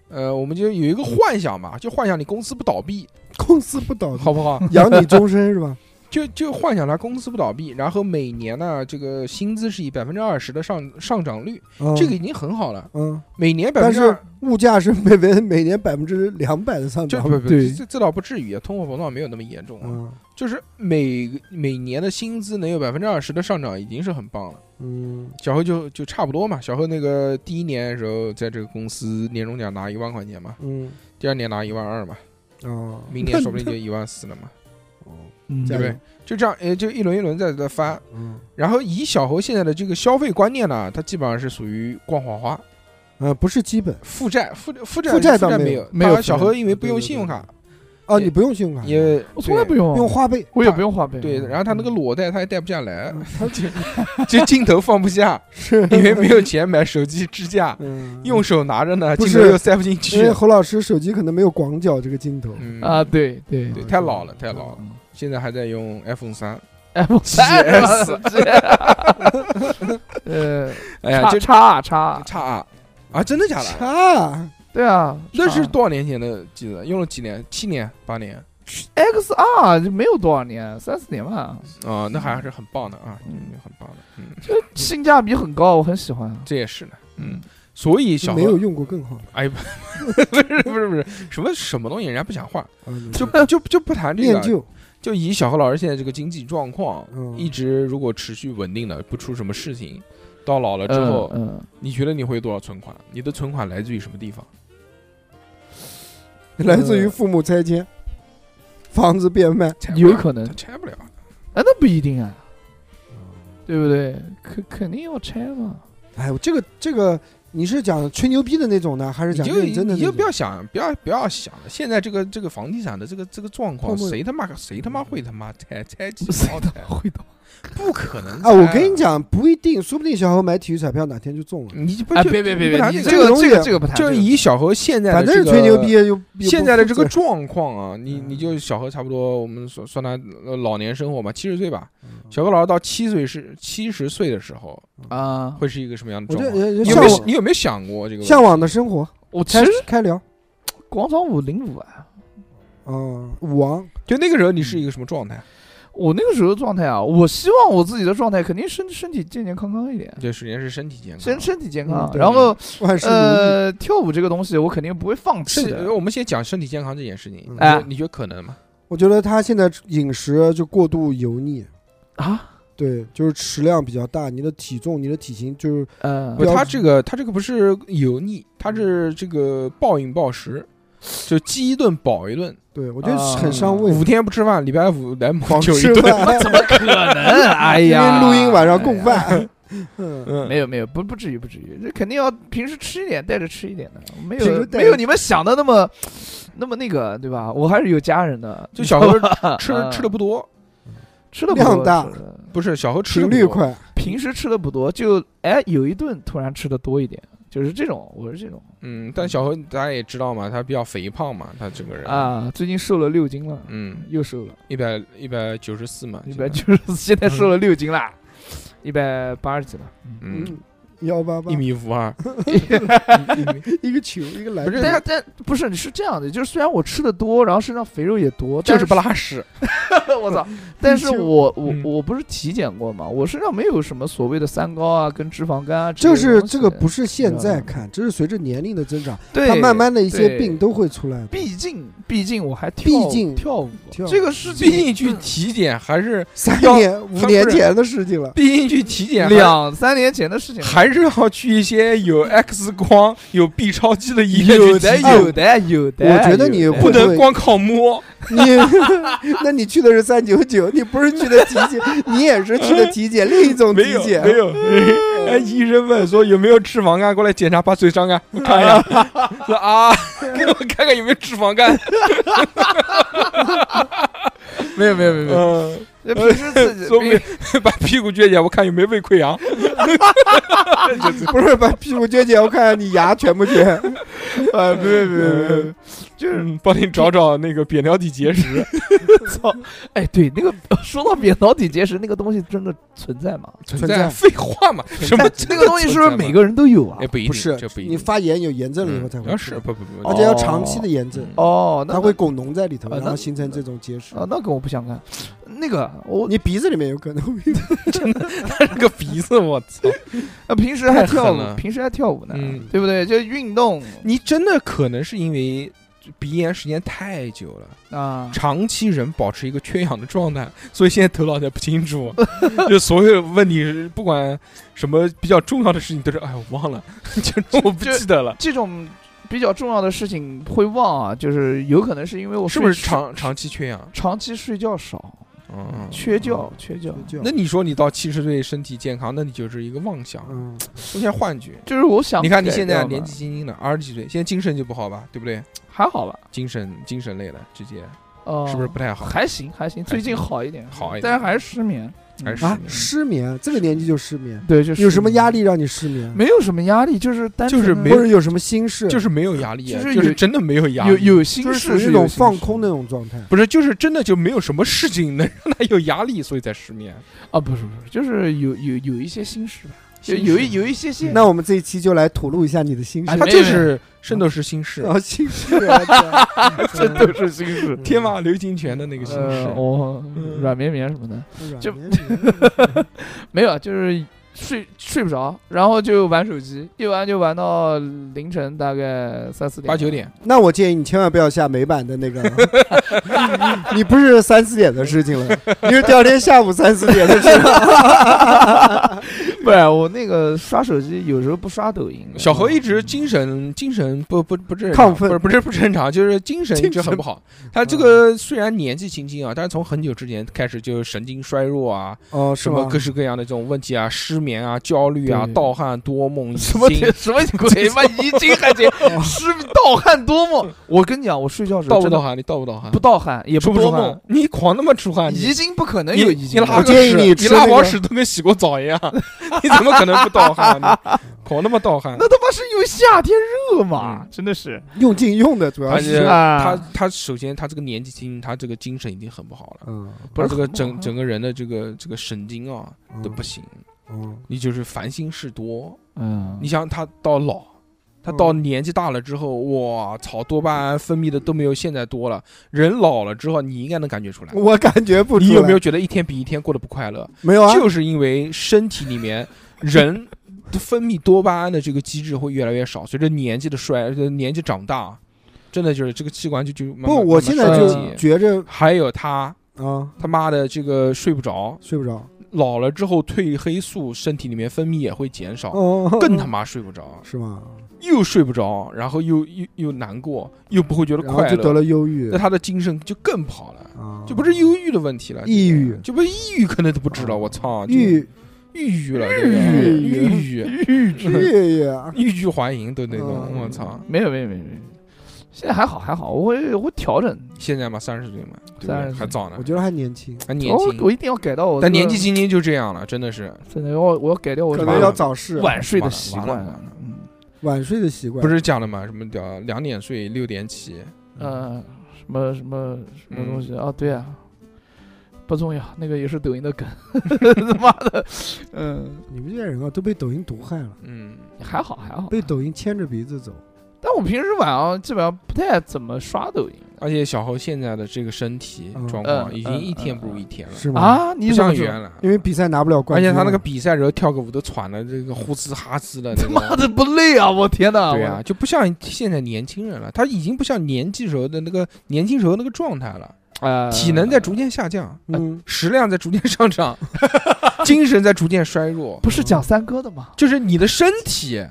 呃，我们就有一个幻想嘛，就幻想你公司不倒闭，
公司不倒，
好不好？
养你终身是吧？
就就幻想他公司不倒闭，然后每年呢，这个薪资是以百分之二十的上上涨率，
嗯
这个已经很好了。
嗯，
每年百分
但
之
是
二，
物价是每每每年百分之两百的上
这
涨
不，不
对
这这倒不至于，啊通货膨胀没有那么严重啊。
嗯
就是每每年的薪资能有百分之二十的上涨，已经是很棒了。
嗯
小何就就差不多嘛。小何那个第一年的时候，在这个公司年终奖拿一万块钱嘛，
嗯
第二年拿一万二嘛，
哦，
嗯明 年说不定就一万四了嘛，
嗯
对
加
不
油
对？就这样，哎，就一轮一轮在在翻。
嗯
然后以小侯现在的这个消费观念呢，它基本上是属于逛花花，
呃，不是基本
负债负债负债
负债倒
没
没
有
有，
没有
当然小
负债
何因为不
对
用
对
信
对
用卡，
哦，
也
你不用信用卡，
也
我从来不
对
用，
用花呗，
我也不用花呗，
对，然后他那个裸贷他也贷不下来，
他这
这镜头放不下，
是
因为没有钱买手机支架，
嗯
用手拿着呢，
不
镜
是
头又塞不进
因
去
为。侯老师手机可能没有广角这个镜头，
嗯
啊，，对对
对，太老了，太老了，现在还在用 iPhone 三。
，iPhone 三 呃，
哎呀，就
叉叉，
差啊啊，真的假的？
差
对啊，
那是
叉
多少年前的机子？用了几年？七年、八年
XR 就没有多少年，三四年吧，
啊？那还是很棒的啊，
嗯
很棒的。嗯，
性价比很高，我很喜欢。
这也是的。嗯
嗯，
所以小
没
何
有用过更好的
哎，不不是不是不是，什么什么东西人家不想换，
啊，你
就
说
就就不谈这
念
个，
旧，
就以小何老师现在这个经济状况，
嗯
一直如果持续稳定的不出什么事情，到老了之
嗯
后，
嗯，
你觉得你会有多少存款？你的存款来自于什么地方？
来自于父母拆迁，房子变卖，
拆不了
有可能
他，拆不了。
哎，那不一定啊，对不对？肯肯定要拆嘛。
哎，我这个这个，你是讲吹牛逼的那种呢，还是
你
讲
就
认真的
你
那
就不
种？
要想，不要不要想了。现在这个这个房地产的这个这个状况，
泡沫
谁他妈谁他妈会他妈拆拆几
谁
套
他
拆
妈？ 会的？
不可能
啊，我
拆
跟你，讲，不一定，说不定小侯买体育彩票哪天就中了。
你不
哎，
就
别别别
不
别，
谈
你
这
这
个
个
东
这个啊
西
这个不谈，
就
这个
以小何现在的
反正
这
是
个
吹牛逼，又又
现在的这个
不负责嗯
状况啊，你你就小何差不多，我们算算他呃老年生活嘛，七十岁吧。
嗯
小何老师到七岁是七十岁的时候，
啊，
会是一个什么样的
嗯我觉
状况？
得呃
你有
向
没有你
往
有没有想过这个问题
向往的生活，
我其
开
实
开聊。
广场舞领舞啊，
嗯，舞王，
就那个时候你
嗯
是一个什么状态？
我那个时候的状态啊，我希望我自己的状态肯定身身体健健康康一点，
这首先是身体健康
身。身体健康啊
嗯，对
然后
万事如意。
呃，跳舞这个东西我肯定不会放弃
身，
的。
我们先讲身体健康这件事情，你
嗯
觉得
哎
你觉得可能吗？
我觉得他现在饮食就过度油腻，
啊，
对，就是食量比较大，你的体重、你的体型就是
嗯
不，
标
他
志
这个他这个不是油腻，他是这个暴饮暴食，就饥一顿饱一顿，
对我觉得
啊
很伤胃。
五 天不吃饭，礼拜五来 猛酒一
吃
顿。
饭，
怎么可 能？哎
因为
呀，
录音晚上供
哎呀
饭。嗯，
嗯，
没有没有，不不至于不至于，这肯定要平时吃一点，带着吃一点的，没
平时
有
带着
没有你们想的那么那么那个，对吧？我还是有家人的，
就小何吃
吃
吃的不多，
吃的不
量
多
大
吃的
不是小何吃的
频
不
率
多
快，
平时吃的不多，就哎有一顿突然吃的多一点，就是这种，我是这种
嗯，但小何大家也知道嘛，他比较肥胖嘛，他整个人，
啊，最近瘦了六斤了，
嗯，
又瘦了
一百一百九十四嘛，
一
现
百
在
九十，现在瘦了六斤啦，
嗯
一百八十几了，
嗯，，
幺八八
一米五 二，
一个球一个篮
不是
球，
但但不是是这样的，就是虽然我吃的多，然后身上肥肉也多，
就
但
是不拉屎，
我操！但是我我
嗯
我不是体检过吗？我身上没有什么所谓的三高啊，跟脂肪肝啊之类
就
的东西，
是这个不是现在
嗯
看，这是随着年龄的增长，
对，
它慢慢的一些
对
病都会出来的。
毕竟毕竟我还跳
毕竟
跳舞
跳
这个事
毕
情，
竟去体检还是，
三
要
年五
它
年
不是
前的事 情了，
毕竟去体检还
两三年前的事情了，
还是要去一些有 X 光、有 B 超机的医院
有
去
的
体检
有的有的，
哦我觉得你
有的
不
会
能光靠摸。
你那你去的是三九九，你不是去的体检，你也是去的体检，另一种
没
体
有
检
没。有，哎，医生问说有没有脂肪肝，过来检查，把嘴张开，我看一下。说啊，给我看看有没有脂肪肝。没有没有没有没有，
呃
嗯，那平 时自己
说
平
明 把屁股撅起来，我看有没有胃溃疡。
不是把屁股撅起来，我看看你牙全不全。
啊，没有没有没有没有，就是
嗯，帮你找找那个扁桃体结石。
操，哎，对，那个 说到扁桃体结石，那个东西真的存在吗？
存
存在
废话嘛？ 什么
哎那个东西是不是每
个？
个人都有啊
哎，？不一
不
定，
是
这不一定。
你发炎有炎症了以后
嗯
才
要
会哦
是
吃，
不不不，呃
而且要长期的炎症，
哦，那
它会汞脓在里头，
啊那
然后形成这种结石。
啊，那个我不想看。那个
哦
我
你鼻子里面有可能会有，
那个鼻子，我操！
啊，平时还
太狠
跳
了
舞，平时还跳舞呢
嗯，
对不对？就运动
你真的可能是因为鼻炎时间太久了，
啊，
长期人保持一个缺氧的状态，所以现在头脑才不清楚， 就所有问题，不管什么比较重要的事情，都是哎，我忘了， 就我不
就
记得 了。
这种比较重要的事情会忘啊，就是有可能是因为我
是不是
睡
长长期缺氧？
长期睡觉少，
嗯，
缺觉缺觉，
就
那你说你到七十岁身体健康，那你就是一个妄想，
嗯，
出现幻觉。
就是我想
你看你
改
现在
掉
年
嘛
纪轻轻的，二十几岁，现在精神就不好吧，对不对？
还好吧？
精神精神类的，直接
哦，
是不是不太好？
还行还行，最近
还行
好一点，
好一点
但是还是失眠，嗯
还是
啊
失，眠
失眠，这个年纪就失眠，
对，就是
有什么压？力让你失眠？
没有什么压力，就是单
就是
纯的
没
或者有什么心事？
就是没有压力啊，
就是
就是
有
真的没有压力，
有有心
就
事
是属于
是
那
有
种
心
放
事
空那种状态。
不是就是真的就没有什么事情能让他有压力，所以才失眠。
啊，不是不是，就是有有有一些心事吧，就
心
有
事
一有一些
嗯
些。
那我们这一期就来吐露一下你的心
哎
事
他
没，哦
就是圣斗士星矢
然，后 心事，我操
这都是心事。
嗯天马流金拳的那个星
嗯呃，
矢。
我
嗯
软绵绵什么的就
软绵
没有，就是睡睡不着，然后就玩手机，一玩就玩到凌晨大概三四点，
八九点，
那我建议你千万不要下美版的那个， 你不是三四点的事情了，你是第二天下午三四点的事了。
不是我那个刷手机，有时候不刷抖音的。
小何一直精神精神不不不正
亢
常，不
奋
是不是不正常，就是精神一直很不好。他
嗯
这个虽然年纪轻轻啊，但是从很久之前开始就神经衰弱啊，
哦，是
什么
吗？
各式各样的这种问题啊，失眠啊、焦虑啊
对、
盗汗、多梦、遗
什么
精
什么鬼妈遗精还 结失盗汗多梦。我跟你讲，我睡觉时候
盗不
真的
盗汗？你盗不盗汗？
不盗汗，也
出
不
多
多
梦
梦。，
你狂他妈出汗，
遗
你
精不可能
你
有遗
你
精吧，
拉
我
个
建议
屎
你吃
拉
那
泡
个
屎都跟洗过澡一样， 你怎么可能不盗汗 呢？狂他妈盗汗。
那他妈是因为夏天热嘛？
嗯
真的是
用劲用的主要
而
是，
且
啊
他他首先他这个年纪轻，他这个精神已经很不好了，
嗯，
不是
他这个
很不
整
好啊
整个人的这个这个神经啊
嗯
都不，行，
嗯，
你就是烦心事多。
嗯
你想他到老，他
嗯
到年纪大了之后，哇操，多巴胺分泌的都没有现在多了。人老了之后，你应该能感觉出来。
嗯我感觉不出来。
你有没有觉得一天比一天过得不快乐？
没有啊？
就是因为身体里面人分泌多巴胺的这个机制会越来越少，随着年纪的衰，呃年纪长大，真的就是这个器官就就慢慢
不，我
慢慢
现在
衰
睡
就
竭
觉着
还有他
啊，
他妈的这个睡不着，
睡不着，
老了之后褪黑素身体里面分泌也会减少，
哦，
更他妈睡不着，
是吗？
又睡不着，然后又又又难过，又不会觉得
然后
快
哦就得
乐，
了忧郁
那，他的精神就更不好了。
啊，
就不是忧郁的问题了，
抑郁哦
就不是抑郁可能都不知道，我操，就
郁
抑郁了，抑
郁
抑郁，
豫剧
郁 呀，
欲拒还迎的那种，
嗯
我操！
没有没有没有没有，现在还好还好，我会我会调整。
现在嘛，三十岁嘛，对不
30
对？
岁
还早呢
我，觉得还年轻，
还年轻
我，我一定要改到我
但
这个
年纪轻轻就这样了，真的是
真的我我要改掉我
可
这
能
完
要啊
了
个
早睡，
晚睡的
完了
习
完
惯
了完了。
嗯
晚睡的习惯
不是讲的嘛？什么叫两点睡，六点起？
呃，什么什么什
嗯
么东西啊？对啊，不重要，那个也是抖音的梗。 他妈的，嗯，
你们这些人啊，都被抖音毒害了，
嗯，
还好还好。
被抖音牵着鼻子走。
但我平时晚上基本上不太怎么刷抖音
而且小侯现在的这个身体
嗯
状
嗯
况已经
嗯
一天
嗯
不如一天了，
是吗？，
啊。你
不
怎么
像
知道
原来。
因为比赛拿不了冠
而
军
且
了，
他那个比赛时候跳个舞都喘的，这个呼哧哈哧的，
他妈
的，
的不累啊！我天哪！
对
我
啊，就不像现在年轻人了，他已经不像年纪时候的那个年轻时候那个状态了，
呃，
体能在逐渐下降，
嗯，
食量在逐渐上涨，精神在逐渐衰弱，
不是讲三哥的吗？
就是你的身体，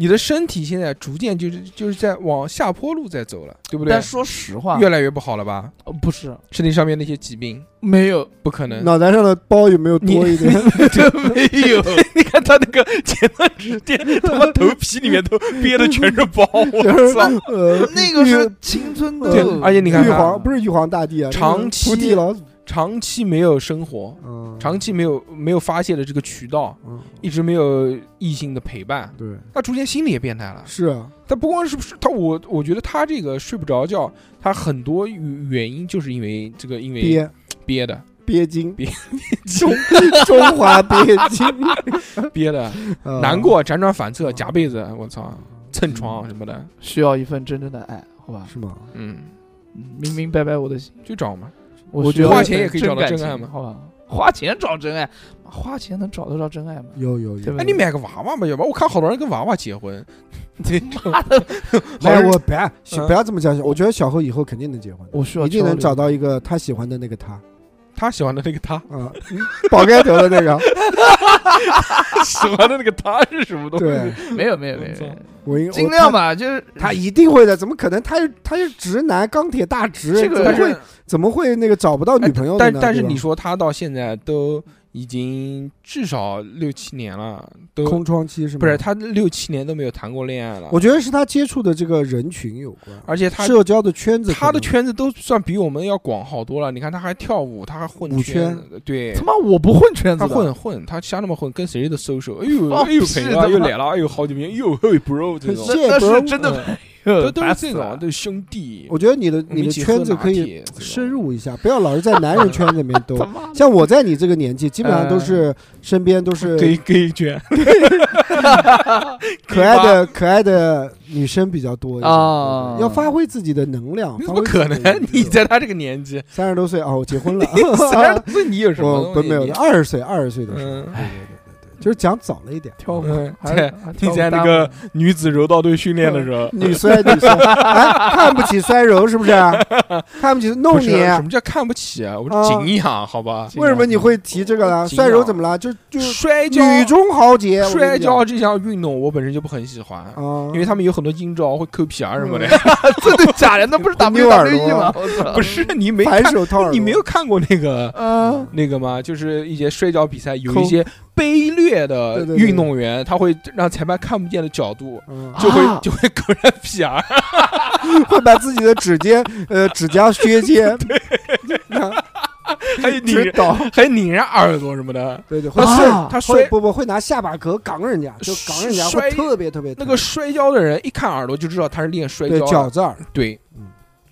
你的身体现在逐渐就是就是在往下坡路在走了，对不对
但？啊说实话，
越来越不好了吧？
呃不是
身体上面那些疾病
没 有
不可能。
脑袋上的包有没有多一点？
真没 有，
你看他那个前段时间，他妈头皮里面都憋的全是包，
啊
就是！呃，
那个是青春痘
对。而且你看
玉
他
皇不是玉皇大帝啊，
长期
地老祖
长期没有生活，
嗯，
长期没有没有发泄的这个渠道，
嗯，
一直没有异性的陪伴，
对，
他逐渐心理也变态了。
是啊，
他不光是不是他，我我觉得他这个睡不着觉，他很多原因就是因为这个因为
憋
憋的
憋精，
憋
中中华憋 精，
憋的
嗯
难过，辗转反侧，夹被子，我操，蹭床什么的，
需要一份真正的爱，好吧？
是吗？
嗯，
嗯明明白白我的心，
去找嘛。
我
觉得
需要
花
一
钱
份
也可以找到
感
真
情
爱嘛
好吧？花钱找真爱，花钱能找得到真爱吗？
有有
对
有
吧，
哎，你买个娃娃吧，要不然我看好多人跟娃娃结婚，
哎，我别
嗯
不要这么讲，我觉得小何以后肯定能结婚，
我需要
一定能找
到
到一个他喜欢的那个他
他喜欢的那个他
啊，宝盖头的那个。
喜欢的那个他是什么东西？
对，
没有没有没
我操
有，
我应
尽
我
量吧，就是
他，他一定会的，怎么可能？他是他是直男，钢铁大直，
这个
怎么
但
会
是哎
怎么会那个找不到女朋友的
但
呢？
但是
对吧
你说他到现在都已经至少六七年了，都
空窗期是吗？
不是，他六七年都没有谈过恋爱了。
我觉得是他接触的这个人群有关，
而且他
社交的圈子可能，
他的圈子都算比我们要广好多了。你看他还跳舞，他还混
舞
子对
他。妈我不混圈
他
子的，
混混，他瞎那么混，跟谁都 social。哎呦，
放
哎呦，
屁
朋友啊
他妈
又来了，哎呦，好久没见，哟嘿，bro，这种
这
那那
不是
是 真的
嗯
没有，
都都是
烦呃死啊
这
了
种，都是兄弟。
我觉得你的
我
你
们一
的
起喝
圈子
拿
可以
铁这种
深入一下，不要老是在男人圈 子里面
他
兜。
妈的
像我在你这个年纪，基本上都是身边都
呃给
是
给 圈，
可爱的可爱的女生比较多一些
啊
对要发挥自己的能量。
哦你
发
怎
挥
么
自己
可
的
能
能？
你
量
在他这个年 纪，
三十多岁啊，我结 婚了。
三十多岁，你有什么
我
东
不
西？
没有哎
你
二十岁，二十岁的时候，
嗯，
就是讲早了 一点。
跳舞
嗯，
还
对
还
你
跳舞
在那
搭
个
舞
女子柔道队训练的时候，
女摔女摔，哎，看不起摔柔是不是？啊看不起 弄
不是
你，
什么叫看不起啊？我是
啊
敬仰，好吧？
为什么你会提这个呢？
紧
摔柔
张
怎么了？就就
啊摔跤，
女中豪杰，我跟你
摔跤
讲
这项运动我本身就不很喜欢，
啊，嗯
因为他们有很多阴招会抠皮啊儿什么的。
真的假的？那 不是
扭耳朵
WWE 吗？我 操！
不是你没
嗯反
看，
手套耳朵，
你没有看啊过那个
嗯，
那个吗？就是一些摔跤比赛有
抠
一些卑劣的
对对对
运动员，他会让裁判看不见的角度。
嗯，
就会、
啊
就会抠人皮 儿，
会把自己的指尖呃指甲削 尖，
还有拧
指 导，
还有拧人家耳朵什么的。
对对，会
他
啊
摔、
是
他
会
摔
不不会拿下巴壳扛人家，就扛人家会
摔
特别特别
那
疼
个摔跤的人一看耳朵就知道他是练摔
对
跤
饺
的，
子耳，
对，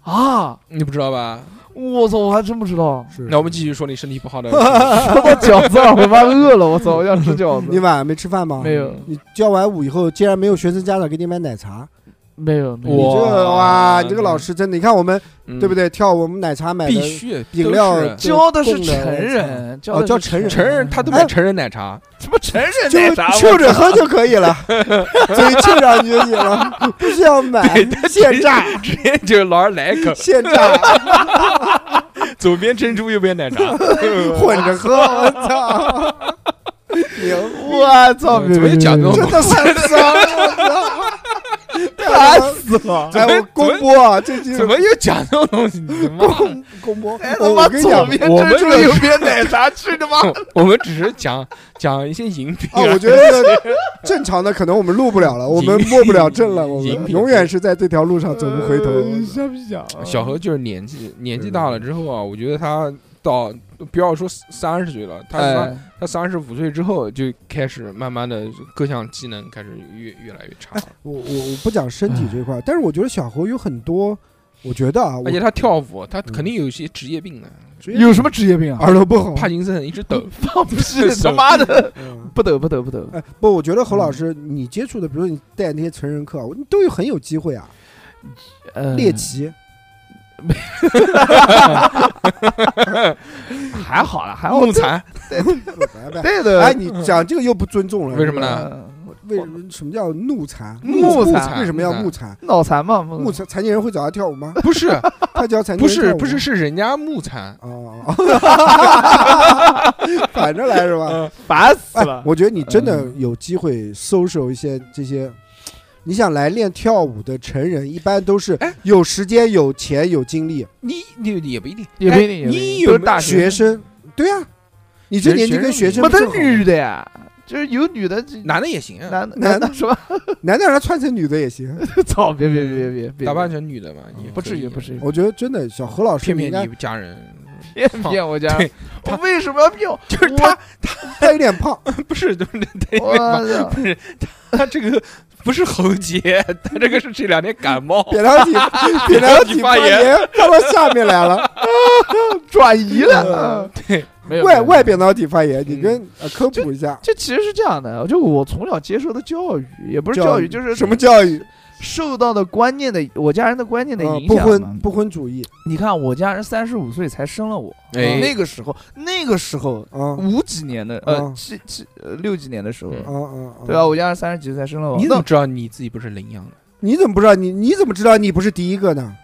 啊！
你不知道吧？
我操！我还真不知 道
是
那我们继续说你身体不 好的
说到饺子，我妈饿了，我操！我想 吃饺
你
子。
晚上没吃饭吗？
没有，
你教完舞以后，竟然没有学生家长给你买奶茶，
没有，没
你
有
我
这个
哇
哇，你这个老师真的，你看我们
嗯
对不对？跳舞我们奶茶买的
必须
饮料
都是
教的是
供的
成人，啊
哦
教
教
的是
成人
成人，他都
哎
买成人奶茶，
什么成人
就
奶茶？
就着喝就可以 了，嘴凑上去就行了，不需要买
对他
现榨
直接就是老二来一口，
现榨
左边珍珠，右边奶 茶，
混着喝，我操！ 牛逼，
我操！
怎么又讲这种
真的太骚了， 我操！太他
烦
妈
死了！
哎，我公播啊这句
怎么又讲这种东西？你妈！
公 公播？
哎他
我
妈
我跟你讲
左
啊，
边
我们
珍珠，
这
右边奶茶，去 他妈！
我们只是讲讲一些饮品
啊
啊
啊
我觉得 这个正常的可能我们录不了了，我们
饮
摸 不了正了，我
饮
们
品
永远是在这条路上走不回 头。
呃瞎逼讲。
小何就是年纪
嗯
年纪大了之后啊，我觉得他到不要说三十岁了，他三、
哎，
他三十五岁之后就开始慢慢的各项技能开始越越来越差了，
我我我不讲身体这块，但是我觉得小猴有很多，我觉得啊，我
而且他跳舞，他肯定有一些职业病的，
有什么职业病 啊？
耳朵不好。
帕金森一直抖，
放屁！他妈的，
嗯
不抖不抖不抖。
哎，不，我觉得侯老师，你接触的，比如你带那些成人课，啊你都有很有机会啊。
呃
嗯
猎奇，
还好了，还好。
木残，
拜拜。
对的，
哎，你讲这个又不尊重了，
为什么呢
呃
为什么叫怒残？
木
残
残
为什么要
木
木残？
脑残嘛，木
木残残疾人会找他跳舞吗？
不 是
他教残疾
不
人跳
是
舞
不是
吗
是人家木残，
哦， 反着来是吧？
烦死
哎
了，。
我觉得你真的有机会收拾一些这些。你想来练跳舞的成人，一般都是
哎
有时间、有钱、有精力，
你你也不一定，
也不一定
哎
也不一定
你有
都是大
学
学
生，对呀、你这年纪跟学生
不，
不
他
正好
女的呀，就是有女的，这
男的也行啊，
男的
男的
的是吧？
男的让他穿成女的也 行。
操！别别别别别，
打扮成女的嘛，也
不至
可以
于
啊
不至于。
我觉得真的，小何老师
骗
你应
骗
该
你家人，
骗骗我家
对，
我为什么要骗我？
就是他
他有点胖，
不是 就是对
我操！
不是他这个不是喉结， 他这个是这两天感冒，
扁桃体扁桃体发炎发到下面来 了，
转移了。
对，
没有
外。
没有
外扁桃体发炎，你
嗯
跟呃科普一下
这其实是这样的，就我从小接受的教育，也不是
教
教
育
育，就是
什么教育，
受到的观念的，我家人的观念的
呃
影
不
响嘛。
婚不婚主义
你看，我家人三十五岁才生了我，呃
哎
那个时候，那个时候
啊
五几年的，呃
嗯，
七七呃六几年的时候，
啊啊！
对吧？？我家人三十几岁才生了我，
你怎
那
么知道你自己不是领养的？
你怎么不知道？你你怎么知道你不是第一个呢？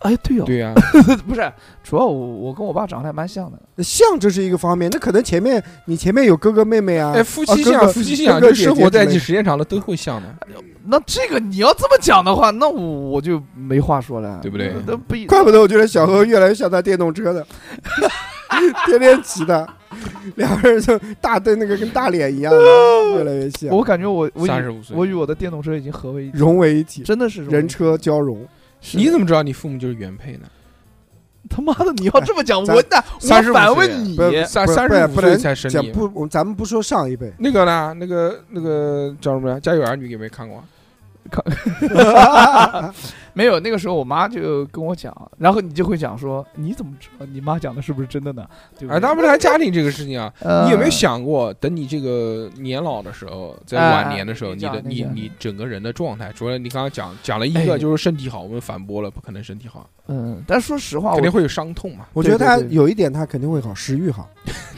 哎，对哦，
对
啊
呀，
不是，主要我我跟我爸长得还蛮像的，
像这是一个方面，那可能前面你前面有哥哥妹妹啊，
哎，夫
啊
妻
哥
相
哥
夫妻相，
哥
就
哥姐
生
姐
活在一
之类
起
的
时间长了都会像的。
那这个你要这么讲的话，那我我就没话说了，
对不对
那不一
怪不得我觉得小何越来越像他电动车的， 天天骑的，两个人就大灯那个跟大脸一 样的，越来越像，
我感觉我我与
35岁
我与我的电动车已经合为一体，
融为一体，
真的是
人车交融。
你怎
么
么知道你父母就是原配呢？
他妈的你要这么讲，
咱
我那
35
我反问你
不，是
三
不
三
不
十五
不
岁
能
才生
讲
你。，
不，我们咱们不说上一辈
那个呢？那个那个叫什么来？家有儿女有没有看过啊？
没有那个时候我妈就跟我讲，然后你就会讲说，你怎么知道你妈讲的是不是真的呢？对不
哎，
对？
当不谈家庭这个事情啊，
呃
你有没有想过，等你这个年老的时候，在
哎
晚年的时候，
你
你
讲
的
你
你
讲
你整个人的状态，除了你刚刚讲讲了一个
哎
就是身体好，我们反驳了，不可能身体好，
嗯，但说实话，
肯定
我
会有伤痛嘛。
我觉得
对
他
对对
有一点，他肯定会好，食欲好。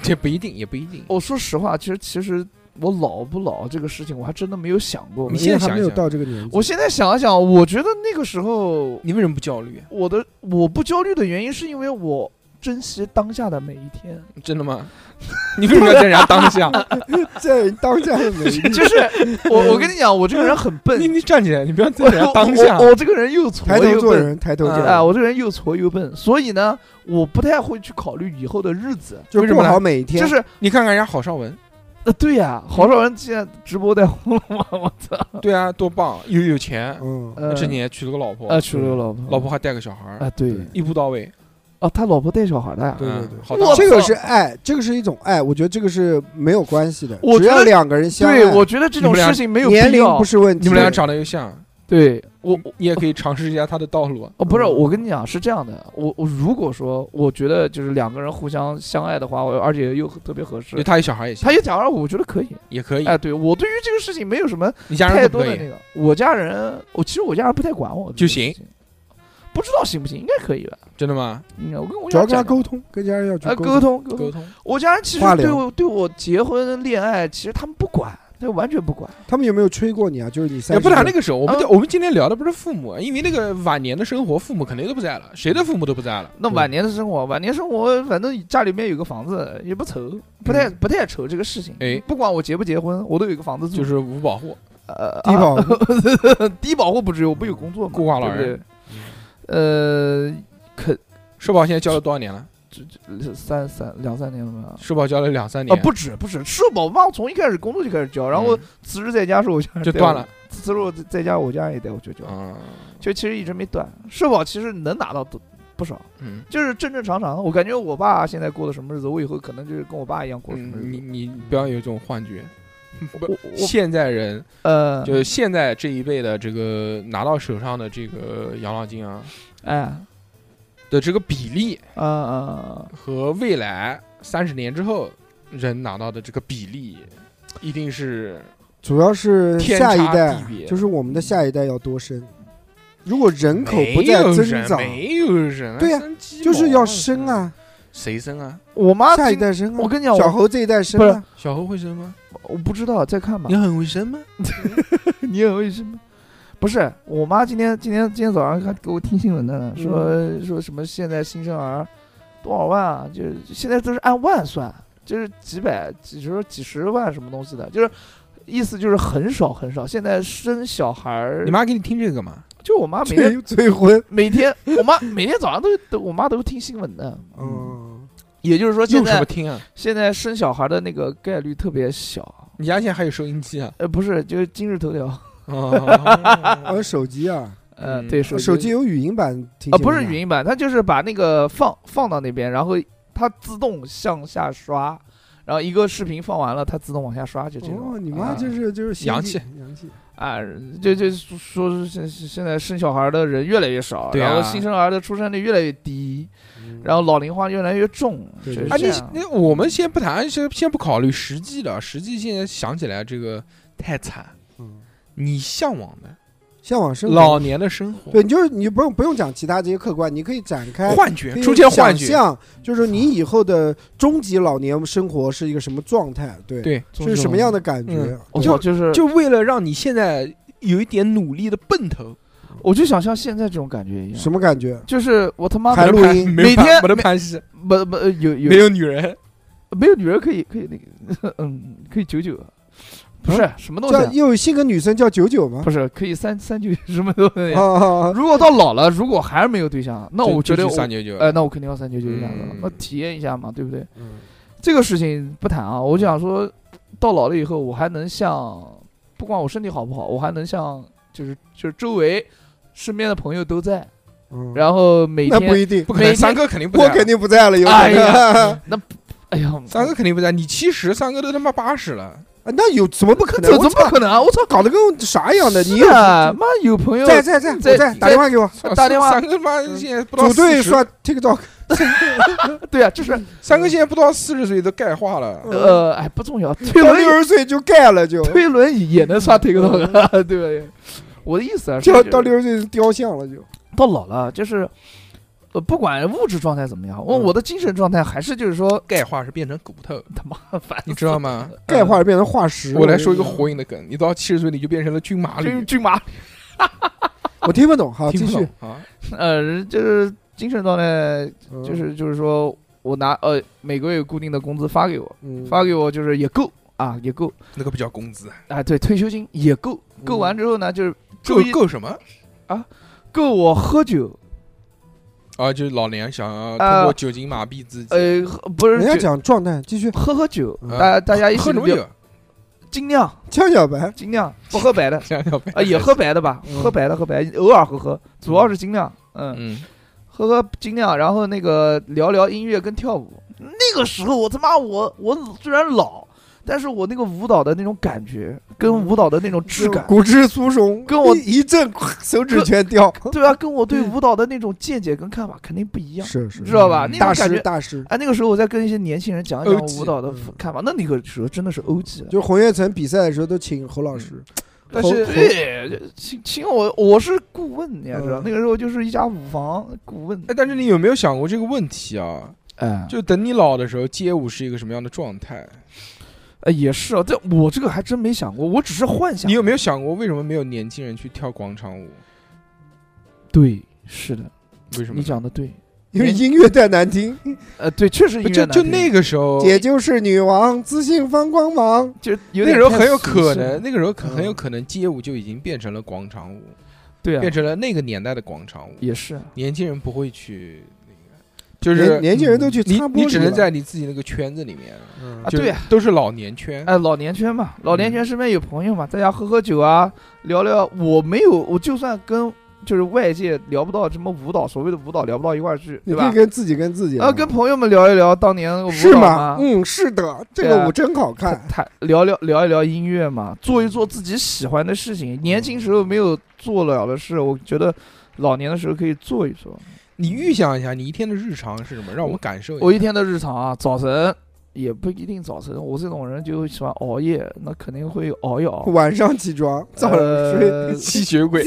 这不一定，也不一定。
我说实话，其实其实我老不老这个事情，我还真的没有想过
你。
因
现
为
在
还
想
没有
想
到这个年纪，
我现在想一想，我觉得那个时候
你为什么不焦虑？
我的我不焦虑的原因，是因为我珍惜当下的每一 天，
真的吗？你为什么要在人家当下？
在当下的美 丽，
就是我我跟你讲，我这个人很笨
你，你站起来，你不要在
我
人家当下
我。我这个人又
抬
挫
头
又
做
笨，
人，抬头做
呃
哎，
人，
我这个人又挫又笨，所以呢，我不太会去考虑以后的日子，
就
为什
过
么呢
好每一天嗯
就。是
你看看人家郝邵文，
呃，对呀，郝邵文现在直播带红了吗？我操，
对啊，多棒，又有钱，
嗯，
呃
这年娶了个老婆
啊，，娶了个老婆，
老婆还带个小孩儿，
啊，对，
对
一步到位。
哦，他老婆带小孩的呀，
对对
嗯
对
好大
这
我
个
操
是爱，这个是一种爱，我觉得这个是没有关系的，
我
只
觉
要
得
两个人相爱，
对，我觉得这
你
种
们俩
事情没有
年
必
龄
要
不，是嗯问题。
你们俩长得又像，
对我我
你也可以尝试一下他的道路。
哦，不
嗯
是，我跟你讲是这样的，我我如果说我觉得就是两个人互相相爱的话，我而且又特别合适
对，，他有小孩也行
他，有讲二我觉得可以。
也可以。
哎，对我对于这个事情没有什么
你家人
太
可不
多
可
的
以
那？个，我家人，我其实我家人不太管我
就
这个
行
事情，不知道行不行，应该可以吧？
真的吗？
嗯，我跟我
主
家
要跟他
人
沟通，跟家人要去
啊
沟
沟
通。
通沟
呃沟
通，
通
我家人其
话
实对
聊
我对我结婚恋爱，其实他们不管，他完全不管。
他们有没有吹过你啊？就是你三
也
十
不
岁，
谈那个时候，我们
啊
就我们今天聊的不是父母，因为那个晚年的生活，父母肯定都不在了，谁的父母都不在了。
那
对
晚年的生活，晚年生活，反正家里面有个房子，也不愁，不太、不太愁这个事情。
哎
不管我结不结婚，我都有个房子住。
就是无保护，
呃，
低保户
啊、低保户不只有，我不有工作嘛，
孤寡老
对不对
人？
呃，可
社保现在交了多少年了？
三三两三年了吧？
社保交了两三
啊，
年，
不止不止，社保妈从一开始工作就开始交，然后
嗯
辞职在家时候我家人
就
带我
断了，
辞职我在家我家人也带我去交，
嗯
就其实一直没断。社保其实能拿到多不少，
嗯
就是正正常常。我感觉我爸现在过的什么日子，我以后可能就是跟我爸一样过什么
嗯，
日
你
子。
你不要有这种幻觉。不
我我
现在人
呃，
就是现在这一辈的这个拿到手上的这个养老金啊
哎啊
的这个比例
啊啊，
和未来三十年之后人拿到的这个比例，一定是
主要 是
天
下一
差
代
地，别
就是我们的下一代要多生。如果人口不
没
再
有
增
人
长，
没有人
对呀
生鸡
就是
毛
要生啊，
谁生啊？
我妈
下一
今
代生啊。
哦我跟你讲，
小
我
猴这一代生啊，
小猴会生吗？
我不知道，再看吧。
很会生吗？
你很会生吗？不是，我妈今天今天今天早上还给我听新闻的呢，说、
嗯
说什么现在新生儿多少万啊，就是现在都是按万算，就是几百、几十、几十万什么东西的，就是意思就是很少很少。现在生小孩儿
你，妈给你听这个嘛？
就我妈每天
催催婚，
每天，我妈每天早上都都我妈都听新闻的，
嗯，
也就是说现
用什么
在
听啊？
现在生小孩的那个概率特别小。
你家现在还有收音机啊？
呃，不是，就是今日头条，
哦
还有手机啊，
呃，
嗯
对手
手机有语音版听
啊
节目
不是
吗
语音版，它就是把那个放放到那边，然后它自动向下刷，然后一个视频放完了，它自动往下刷，就这种。
哦，你
啊
妈就是就是
洋
气洋气，
啊，就就说是现现在生小孩的人越来越少，
对啊
然后新生儿的出生率越来越低，然后老龄化越来越重，就
对
是
啊，
这
你
样。
那我们先不谈，先先不考虑实际的，实际现在想起来这个太惨。
嗯
你向往的
向往生活
老年的生活，
对，你就是你不用不用讲其他这些客观，你可以展开。
幻
可
觉
以
出现幻觉
想，象就是你以后的终极老年生活是一个什么状态？对，
对，
是什么样的感觉
嗯？
我
就
操就是
就为了让你现在有一点努力的奔头，
我就想像现在这种感觉一样，
什么感觉？
就是我他妈
还录音
没有
每天
没得拍戏，
不不呃有有
没有女人，
没有女人可以可以那个 嗯可以九九，
啊
不是什么东西
叫
啊，
又有性格女生叫九九吗
不？是可以三三九 什么东西
啊
啊。
啊，啊
如果到老了，如果还是没有对象，那我觉得我
三九九，
哎，那我肯定要三九九一下子
嗯，
那体验一下嘛，对不对？
嗯
这个事情不谈啊，我就想说，到老了以后，我还能像，不管我身体好不好，我还能像，就是就是周围身边的朋友都在，
嗯
然后每
那不
天，
一定，
不可能，
每天
三哥肯定不
我
在，啊
肯定不在了，有可
哎
能
呀。，那哎呀，
三哥肯定不在，你七十，三哥都他妈八十了，
啊 那有怎么不可
这
能？
怎
我
么
操，
可能啊？我操，
搞得跟啥一样的？你
是啊，妈有朋友
在在在，我
在
在，打电话给我。
操
呃打电话嗯
三哥他妈现在不到
组队
40，
刷 TikTok，
对啊，就是
三哥现在不到四十岁都钙化了，
呃，哎，不 重要，推
到
轮椅
六十岁就盖了，
哦
就
推轮椅也能刷 TikTok，对啊 吧？我的意思啊，是
就
就是
到六十岁是雕像了，就
到老了，就是呃，不管物质状态怎么样，我
嗯
我的精神状态还是就是说，
钙化是变成骨头，
他妈烦，
你知道吗？
嗯
钙 化变成化石。
我来说一个火影的梗，你到七十岁你就变成了军马
军
吕，
军马，
我听不懂，好
听
继
不
续
懂。啊？
呃，就是精神状态，
嗯
就是就是说我拿呃每个月有固定的工资发给我，
嗯
发给我就是也够啊，也够
那个不叫工资，
啊，对，退休金也够，够完之后呢，就是
够
周一
够什么
够我喝酒，
啊？就是老年想要通过酒精麻痹自己，啊
呃，不是
人家
酒
讲状态，继续
喝喝酒，
嗯
大家大家一起
喝什么
聊
酒？
尽量
江小白，
尽量不喝 白的
想想呗
啊，也喝白的吧，
嗯
喝白的喝白，偶尔喝喝，主要是尽量，嗯。
嗯，
喝喝精酿，然后那个聊聊音乐跟跳舞。那个时候我他妈我我虽然老，但是我那个舞蹈的那种感觉，跟舞蹈的那种质感，
骨质疏松，
跟我
一一阵手指全掉，
对啊，跟我对舞蹈的那种见解跟看法肯定不一样，
是是嗯
知道吧？那
大
种感
师
觉，
大师，
哎，那个时候我在跟一些年轻人讲一讲
OG
舞蹈的
嗯
看法，那那个时候真的是 O G 啊了。
就红叶城比赛的时候都请侯老师，
嗯
但
侯
是
侯
对，就请请我，我是顾问，你也知道，
嗯
那个时候就是一家舞房顾问。
哎，但是你有没有想过这个问题啊？
哎，
就等你老的时候，街舞是一个什么样的状态？
哎，也是啊，这我这个还真没想过，我只是幻想
你。有没有想过，为什么没有年轻人去跳广场舞？
对，是的，
为什么
你？讲的对。
因为音乐太难听，
呃，对，确实音乐
就
难
就
听
那个时候，
姐就是女王，自信放光芒。
就有
那
点
时候
太
很有
俗
可
气
能，
了，
那个时候可很有
嗯
可能街舞就已经变成了广场舞，
对
变
啊，
成了那个年代的广场舞。
也是啊，
年轻人不会去那个，就是
年年轻人都去
你
擦玻璃
你只能
了
在你自己那个圈子里面，
嗯
啊
就是
对呀
都是老年圈。
哎，老年圈嘛，老年
嗯
圈身边有朋友嘛，大家喝喝酒啊，聊聊。我没有，我就算跟就是外界聊不到什么舞蹈，所谓的舞蹈聊不到一块儿去，
你
对
可以
吧？
跟自己跟自己
啊，跟朋友们聊一聊当年舞蹈
是吗
嘛？
嗯，是的，这
对
个
啊
舞真好看。
谈聊聊聊一聊音乐嘛，做一做自己喜欢的事情。年轻时候没有做了的事，我觉得老年的时候可以做一做。
你预想一下，你一天的日常是什么？让我们感受
我
一下。
一天的日常啊，早晨也不一定早晨，我这种人就喜欢熬夜，那肯定会熬一熬。
晚上起床，早上 睡，
呃
吸血鬼，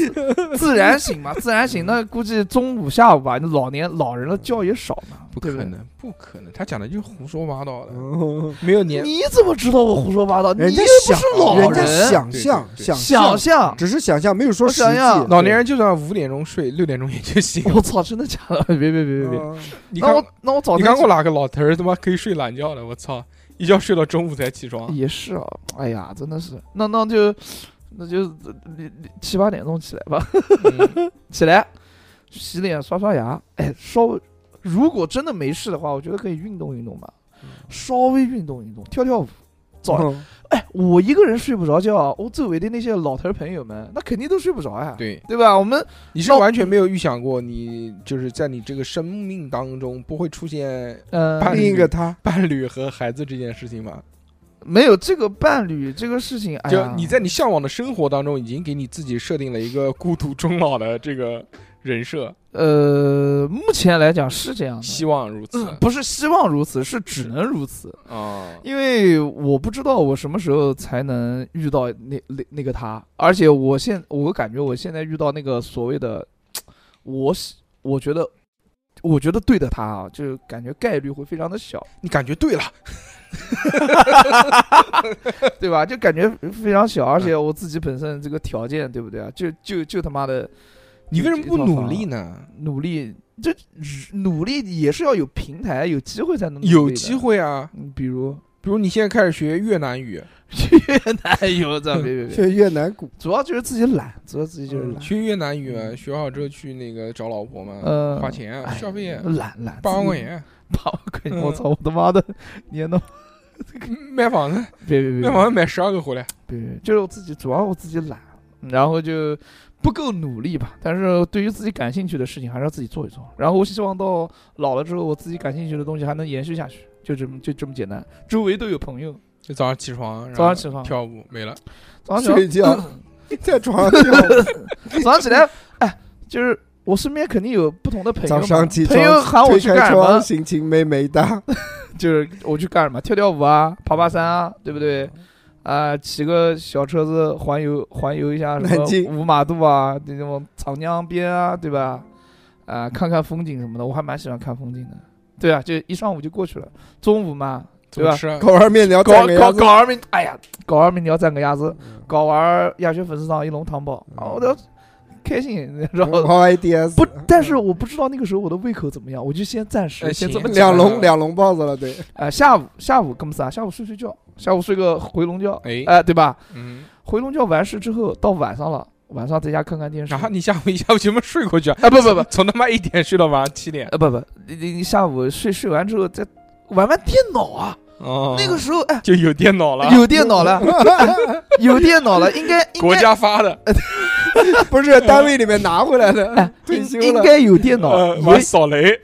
自然醒嘛，自然醒。那估计中午、下午吧，那老年老人的觉也少嘛，
不
对
可
不对。
能，不可能，他讲的就是胡说八道的，
嗯
没有年。
你怎么知道我胡说八道？你又
人家
不
想
是老
人家
人
想
对
象
对对
想
想
象，
象。
只是想象，没有说
我
实
想
际嗯
象。
老年人就算五点钟睡，六点钟也就醒。
我操，真的假的？别别别别别！
嗯
你
那
看
我，那我早
你
晨
看过哪个老头儿他妈可以睡懒觉的？我操，一觉睡到中午才起床。
也是啊，哎呀，真的是，那那就那就呃七八点钟起来吧。
嗯
起来，洗脸刷刷牙，哎，稍微如果真的没
嗯
事的话，我觉得可以运动运动吧，稍微运动运动，跳跳舞。早，
嗯
哎，我一个人睡不着觉啊，我周围的那些老头儿朋友们，那肯定都睡不着呀，
对，
对吧？我们
你是
那
完全没有预想过，你就是在你这个生命当中不会出 现
呃
伴
另一
侣
个他，
伴侣和孩子这件事情吗？
没有这个伴侣这个事情，哎
就
呀，
你在你向往的生活当中，已经给你自己设定了一个孤独终老的这个人设，
呃，目前来讲是这样的，
希望如此
嗯不是希望如此，是只能如此，
啊。
因为我不知道我什么时候才能遇到那那那个他，而且我现我感觉我现在遇到那个所谓的，我喜我觉得我觉得对的他啊，就感觉概率会非常 的小，
你感觉对了，
对吧？就感觉非常小，
嗯
而且我自己本身这个条件对不对啊？就就就他妈的
你为什么不努力
呢？
呢？
努力这努力也是要有平台、有机会才能努力的
有机，会啊，
嗯 比如
比如你现在开始学越南语，
越南有这别别别，
去越南鼓，
主要就是自己懒，主要自己就是嗯懒。
学越南语啊，学好之后去那个找老婆嘛，
呃，
花钱啊
哎
消费啊
懒懒，
八万块
自己，
钱
八万块钱，
嗯
我操，我他妈的年都
买房子，
别别别
买
别
房子买十二个回来，
别别，就是我自己，主要我自己懒，然后就不够努力吧。但是对于自己感兴趣的事情，还是要自己做一做。然后我希望到老了之后，我自己感兴趣的东西还能延续下去，就这么就这么简单。周围都有朋友，
就早上起床，然后
早 上起床
跳舞没了，
早上起来
睡觉， 在床上跳舞，
早上起来，哎，就是我身边肯定有不同的朋友嘛，
早上起
朋友
床，
喊我
推
去
开
干什
窗，
么，
心情美美 哒。
就是我去干什么，跳跳舞啊，爬爬山啊，对不对？啊、骑个小车子环游环游一下什
南京
么五马渡啊，这种长江边啊，对吧？啊、看看风景什么的，我还蛮喜欢看风景的。对啊，就一上午就过去了。中午嘛，
怎么
对吧
吃啊？
狗儿面条蘸
搞
个鸭
搞
子，嗯
搞二面，哎呀，搞二面条蘸个鸭子，搞完鸭血粉丝汤一笼汤包啊，我都开心。然后
好 ideas，
不，但是我不知道那个时候我的胃口怎么样，我就先暂时
哎
先这
行
么
两笼两笼包子了， 对，
啊，下午下午干么事啊？下午睡睡觉，下午睡个回笼觉，
哎
哎，对吧？
嗯，
回笼觉完事之后，到晚上了，晚上在家看看电视。
然后你下午一 下午全部睡过去啊？
啊，不不不，
从他妈一点睡到晚上七点
呃，不不，你你你下午睡睡完之后再玩玩电脑啊。
哦，
那个时候哎，
就有电脑了，
有电脑 了，有电脑了，应该应
国
该
家发的，
不是单位里面拿回来的，
哎，
退
应
休
应
了
该有电脑，
呃，玩
也
扫雷，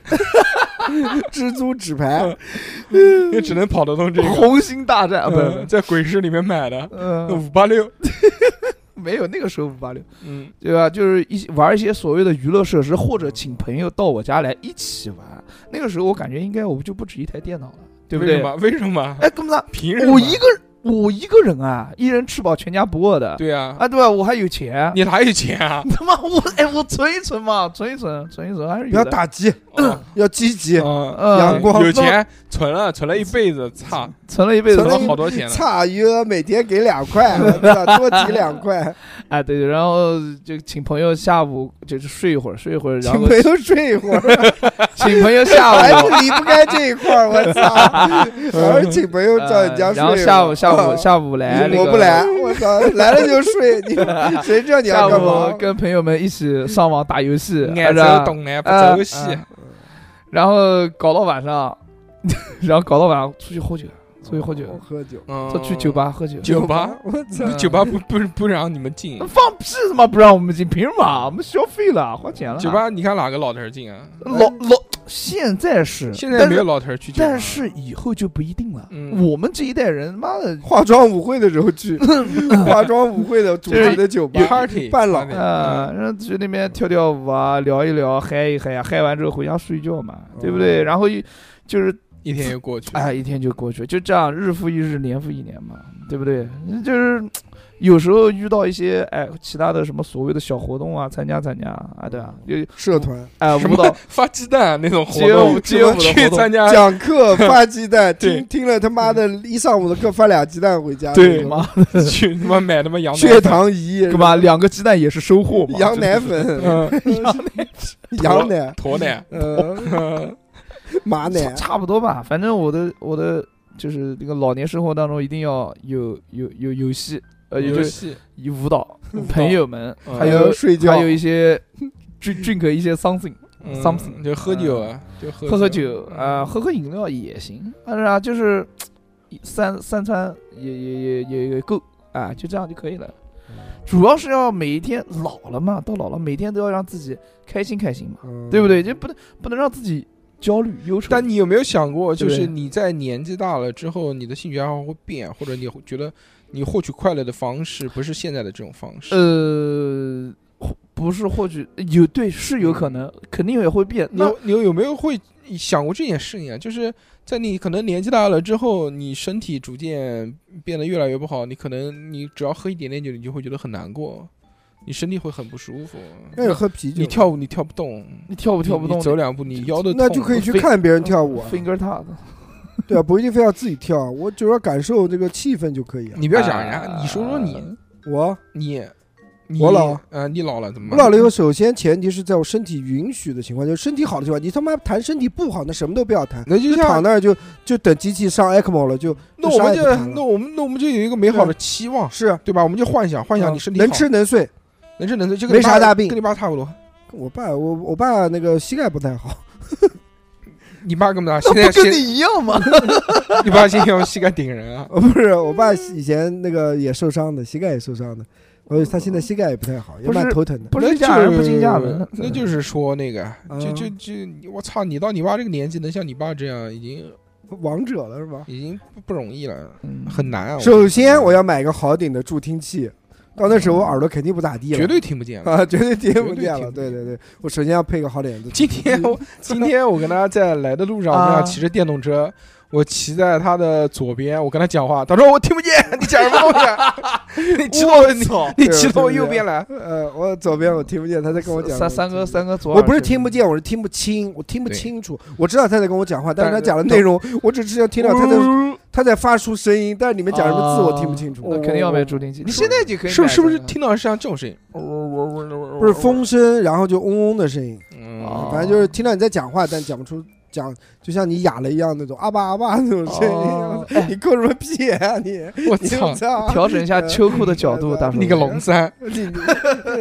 蜘蛛纸
嗯
牌，
也只能跑得动这个。
红星大嗯战啊，不
呃
不，
在鬼市里面买的
不嗯，
五八六，
没有那个时候五八六，
嗯，
对吧？就是一起玩一些所谓的娱乐设施，或者请朋友到我家来一起玩。那个时候我感觉应该我就不止一台电脑了，对不
为
对
什？么？为什么？
哎，哥们子，
凭什么？
我一个我一个人啊，一人吃饱全家不饿的，
对啊，
啊，对吧？我还有钱，
你哪有钱啊？
他妈我哎，我存一存嘛，存一存，存一存还是
不要
有的。
打击，
嗯
要积极，
呃
阳光
有钱存了，存了一辈子，操，
存了一辈子
存
存
了
了
一
好多钱了。
差余额每天给两 块，我操多提两块，
哎，对，然后就请朋友下午就是睡一会儿，睡一会儿，
请
然后
朋友哎睡一 会儿，
请朋友下
还
午嗯
是离不开这一块儿，我 操，还是请朋友找
呃，
人家睡一会儿，
然后下午 下午
啊
下午来那
我
个
不来，我操，来了就睡， 你谁知道你
下
要干
午
嘛？
跟朋友们一起上网打 游戏，
爱
是吧
走动来不走西，
啊然后搞到晚上， 然后搞到晚上出去喝酒，出去喝酒，
我喝酒，
嗯
他去酒吧喝酒。
酒吧，
我操
不，
嗯
酒吧不不不让你们进
放屁他妈不让我们进，凭什么？我们消费了，花钱了。
酒吧，你看哪个老头儿进啊？
老老现在是
现在没有，老头儿去酒吧，
但是但是以后就不一定了。
嗯
我们这一代人，妈的，
化妆舞会的时候 去，化妆舞会的主题的酒吧
有 party
半老
party
呃，然后去那边跳跳舞啊，聊一聊，嗨一嗨呀、嗨完之后回家睡觉嘛，对不
哦
对？然后一就是
一天又过去了，
哎，一天就过去，就这样日复一日，年复一年嘛，对不对？就是有时候遇到一些哎其他的什么所谓的小活动啊，参加参加啊，对吧？就
社团
哎
什
舞
么
蹈
发鸡蛋啊那种活
街
动
舞，街舞的
去
活动
参加
讲课发鸡蛋，
对
听听了他妈的一上午的课发俩鸡蛋回 家，
对
那种
妈
去他妈买他妈 羊奶
血
粉，
糖仪
干嘛？两个鸡蛋也是收获嘛，
羊奶
嗯
粉、羊
羊
奶、
鸵奶，
呃
嗯
马
差
奶，
差不多吧。反正我的我的就是那个老年生活当中一定要有有有游戏， 呃，也
游
就是
戏
有舞蹈
舞蹈、
朋友们，
嗯
还
有
有
睡觉
还，有一些 drink drink 一些 something。
嗯
something 嗯
就喝酒啊，就喝
喝喝酒啊、
嗯
喝喝饮料也行。但是啊，就是三三餐也也也也也够啊，就这样就可以了。
嗯
主要是要每一天老了嘛，到老了每天都要让自己开心开心嘛，
嗯
对不对？就不能不能让自己焦虑忧愁。
但你有没有想过，就
对
是你在年纪大了之后，你的兴趣爱好会变，或者你会觉得你获取快乐的方式不是现在的这种方式？
呃，或不是或许有对是有可能，肯定也会变。
你
那
有你有没有会想过这件事情啊？就是在你可能年纪大了之后，你身体逐渐变得越来越不好，你可能你只要喝一点点酒，你就会觉得很难过，你身体会很不舒服。
那也喝啤酒，
你跳舞你跳不动，
你跳不跳不
你
动？
走两步你腰都
那
痛
就可以去
飞
看别人跳舞啊，
finger tap，
对啊，不一定非要自己跳啊，我主要感受这个气氛就可以啊。
你不要讲人家，
啊
你说说你
我
你你
我老
呃你老了怎么
我
办？
老了以后，首先前提是在我身体允许的情况，就是身体好的情况，你他妈谈身体不好，那什么都不要谈，
那就
就躺
像
那儿就就等机器上 ECMO 了，就
那我们就
啥也不谈了
那我们那我们就有一个美好的期望，
是
对吧？我们就幻想幻嗯想你身体
哦能
好
吃能睡。
能吃能睡，就跟你
没啥
爸
大病
跟你爸差不多。
我爸我我爸那个膝盖不太好，
你爸干嘛？
那
现在
不
现
跟你一样吗？
你爸现在用膝盖顶人啊？
呃不是我爸以前那个也受伤的，膝盖也受伤的，所以他现在膝盖也 不太好，也
不是
蛮头疼的。
不
那
是一
就
家人不进一家门，
那就是说那个，就
嗯
就就你我操，你到你爸这个年纪能像你爸这样，已经
王者了是吧？
已经不不容易了，
嗯
很难啊。
首先我要买个好点的助听器，到那时候我耳朵肯定不咋地了，
绝对听不见了。
啊，绝对听不见
绝对
了。
听不见
对对对，我首先要配个好点的。
今天我今天我跟他在来的路上，我们俩
啊
骑着电动车，我骑在他的左边，我跟他讲话，他说我听不见，你讲什么东西啊？
嗯
你骑到我你
操！
你骑到我右边来，
呃，我左边我听不见，他在跟我讲
三三
个
哥，三哥左耳
我
是，
不是听不见，我是听不清，我听不
对
清楚。我知道他在跟我讲话，但是他
但是
讲的内容，我只是要听到他在
呜
他在发出声音，但是里面讲什么字我听不清
哦
楚。
哦那肯定要买助听器。你现在就可以买
是
这
不
个，
是不是听到像这种声音？
不是风声，然后就嗡嗡的声音，
嗯
哦，
反正就是听到你在讲话，但讲不出讲，就像你哑了一样那种啊吧啊吧那种声
哦
音。 你够什么屁啊你！
我
你
操，
操
调整一下秋裤的角度，大叔。
你个龙三，
你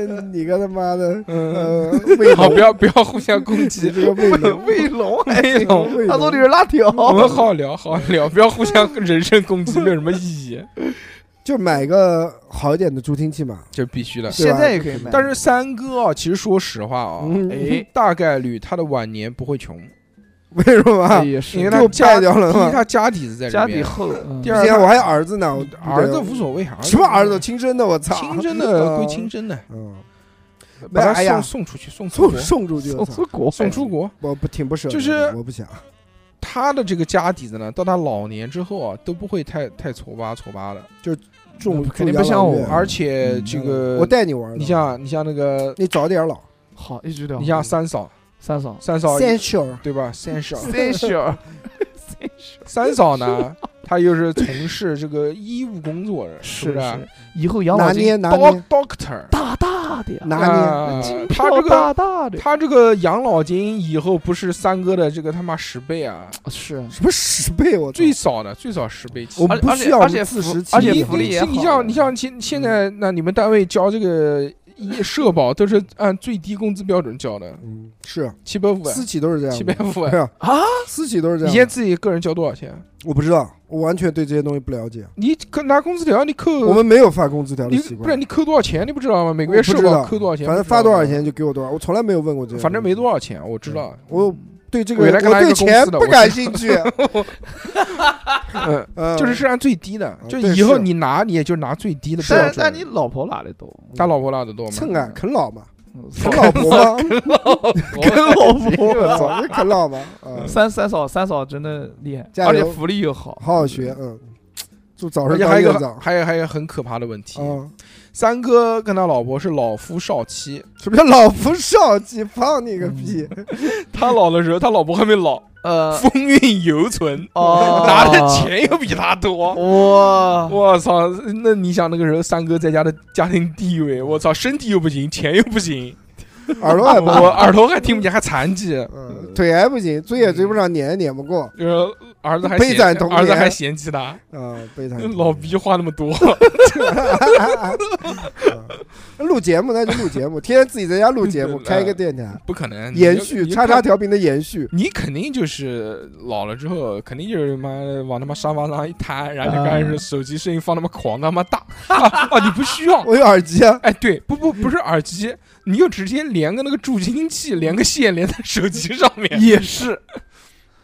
你你个他妈的，
嗯，
呃，喂
好，不要不要互相攻
你
击，
这个喂
卫
龙，
卫 龙，哎
卫龙
卫
他说
龙
你是辣条。
我们好好聊，好好聊，不要互相人身攻击，没有什么意义，
就买个好一点的助听器嘛。
这必须的。
现在也可以买，
但是三哥啊，其实说实话啊，
嗯，
哎，
大概率他的晚年不会穷，
为什么啊？
也
因
是
为
给
他
我败
家
掉了
第一
嘛
他家底子在
家
这
底
边，
厚。嗯
第
之
二
前
他
啊我还有儿子呢，我
儿子无所谓，啊儿子
什么儿子亲生的，我操！
亲生的归亲生的，
嗯，
把他
哎呀
送送出去，送出
送
国，
送出去，我
送
操
出国，
送出国。
我不挺不舍得的，
就是
我不想。
他的这个家底子呢，到他老年之后啊，都不会太太挫吧挫吧的，
重
肯定不像我
而且
嗯
这个
我带你玩儿的，
你像你像那个，
你早点老。
好，一直聊。
你像三嫂，
三嫂
三嫂
Sensual，
对吧？三嫂，
，special，
三嫂 呢，她又是从事这个医务工作的，
是
不
是
是，
以后养
拿
老金
捏拿捏
Doc-？Doctor，
大大的呀，
拿
啊
金
他
票
这个
大大的，
他这个养老金以后不是三哥的这个他妈十倍啊，
是
捏什么十倍？我操
最少的最少十倍起。
我们
而
不
而
需
且
要
而且
自
福
食其
而且
力
你
的
福利也
你你
好
像你像现现在
嗯
那你们单位交这个医社保都是按最低工资标准交的，
嗯，是
七百五啊，
私企都是这样的，
七百五啊
哎。呀
啊，
私企都是这
你
样
现在
的。
自己个人交多少钱？
我不知道，我完全对这些东西不了解。
你可拿工资条，你扣
我们没有发工资条的
呃你
习
不是
惯，
你扣多少钱？你不知道吗？每个
我
月
不
社
知
保
道
扣多少钱？
反正
不知道
发多少
吗
钱就给我多少，我从来没有问过这些。
反正没多少钱，我知道。
嗯
嗯
我对这个
我原来跟他
我
一
对
个公
钱
司的
不
我
感兴 趣，
嗯，
嗯
就是是按最低的，
嗯
就
对
以后
是
你拿你也就拿最低的标
但是
准。
但你老婆哪里懂？
他老婆拿的多吗？嗯
蹭啊，啃 老嘛，啃
老
老婆嘛，
跟 老
我
婆，
操，就啃老嘛，啊，
三三嫂三嫂真的厉害，
加
而且
油
福利又好，
好好学，嗯，祝早
而
上
且还
当
有一
院
个
长。
还有还有很可怕的问题，
啊，
三哥跟他老婆是老夫少妻，
什么叫老夫少妻？放你个屁！
嗯他老的时候他老婆还没老，
呃，
风韵犹存，
哦，
拿的钱又比他多。
哇，。
我操！ 那你想那个时候三哥在家的家庭地位，我操，身体又不行，钱又不行，
耳朵也不
我耳朵还听不见，还残疾，
嗯，腿还不行，追也追不上，撵也撵不
嗯
过，
就是儿子还
悲惨
嫌
童年
儿子还嫌弃他，
啊，悲惨。
老 逼话那么多，
嗯录节目那就 录节目，天天自己在家录节目，
嗯
开一个电台，
不可能。你
延
就
续
嗯你就
叉
看
叉调频的延续，
你肯定就是老了之后，肯定就是妈的往他妈沙发上一摊，然后就开始手机声音放他妈狂他妈 大啊啊！你不需要，
我有耳机啊，
哎，对，不不不是耳机，你就直接连个那个助听器，连个线连在手机上面
也是，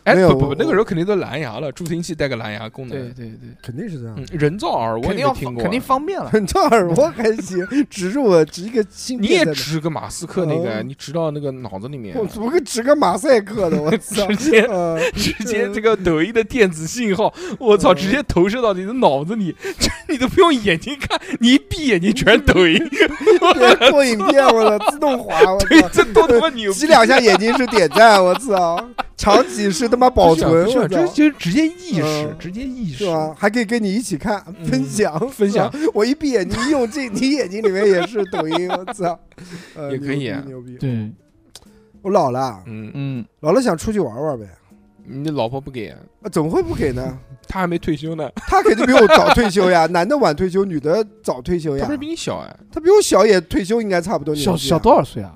哎，
没有
不不，
我
那个时候肯定都蓝牙了，助听器带个蓝牙功
对
能，
对对，
肯定是这样
嗯，。人造耳嗯我也
肯定
没
要
听
方
过，啊
肯定方便了。
很照耳蜗还行，植入我植一个芯
嗯你也
片在
植个马斯克那个，
哦
你植到那个脑子里面
那，我，怎么个植个马赛克的？我操！
直接
呃，
直接这个抖音的电子信号，我操，
嗯
直接投射到你的脑子里， 这你都不用眼睛看，你一闭眼睛全是抖 音，
对， 做影片，我操，自动滑，我
对，
操，
这多他妈牛逼！
挤两下眼睛是点赞，我操，场景是他妈保存，
不是
我
啊，这
操。
就是直接意识
嗯，
直接意
是
识。
吧？还可以跟你一起看
嗯
分享
分享，
是吧我一闭眼睛一用劲，你眼睛里面也是抖音，我操！呃
也可以啊
牛逼！牛逼
对，
我老了，啊
嗯，
嗯，
老了想出去玩玩呗，
你老婆不给，
啊怎么会不给呢？
她还没退休呢，
他肯定比我早退休呀，男的晚退休，女的早退休
她
呀
不是。比你小哎，
他比我小也退休，应该差不多年纪
小
啊。
小多少岁啊？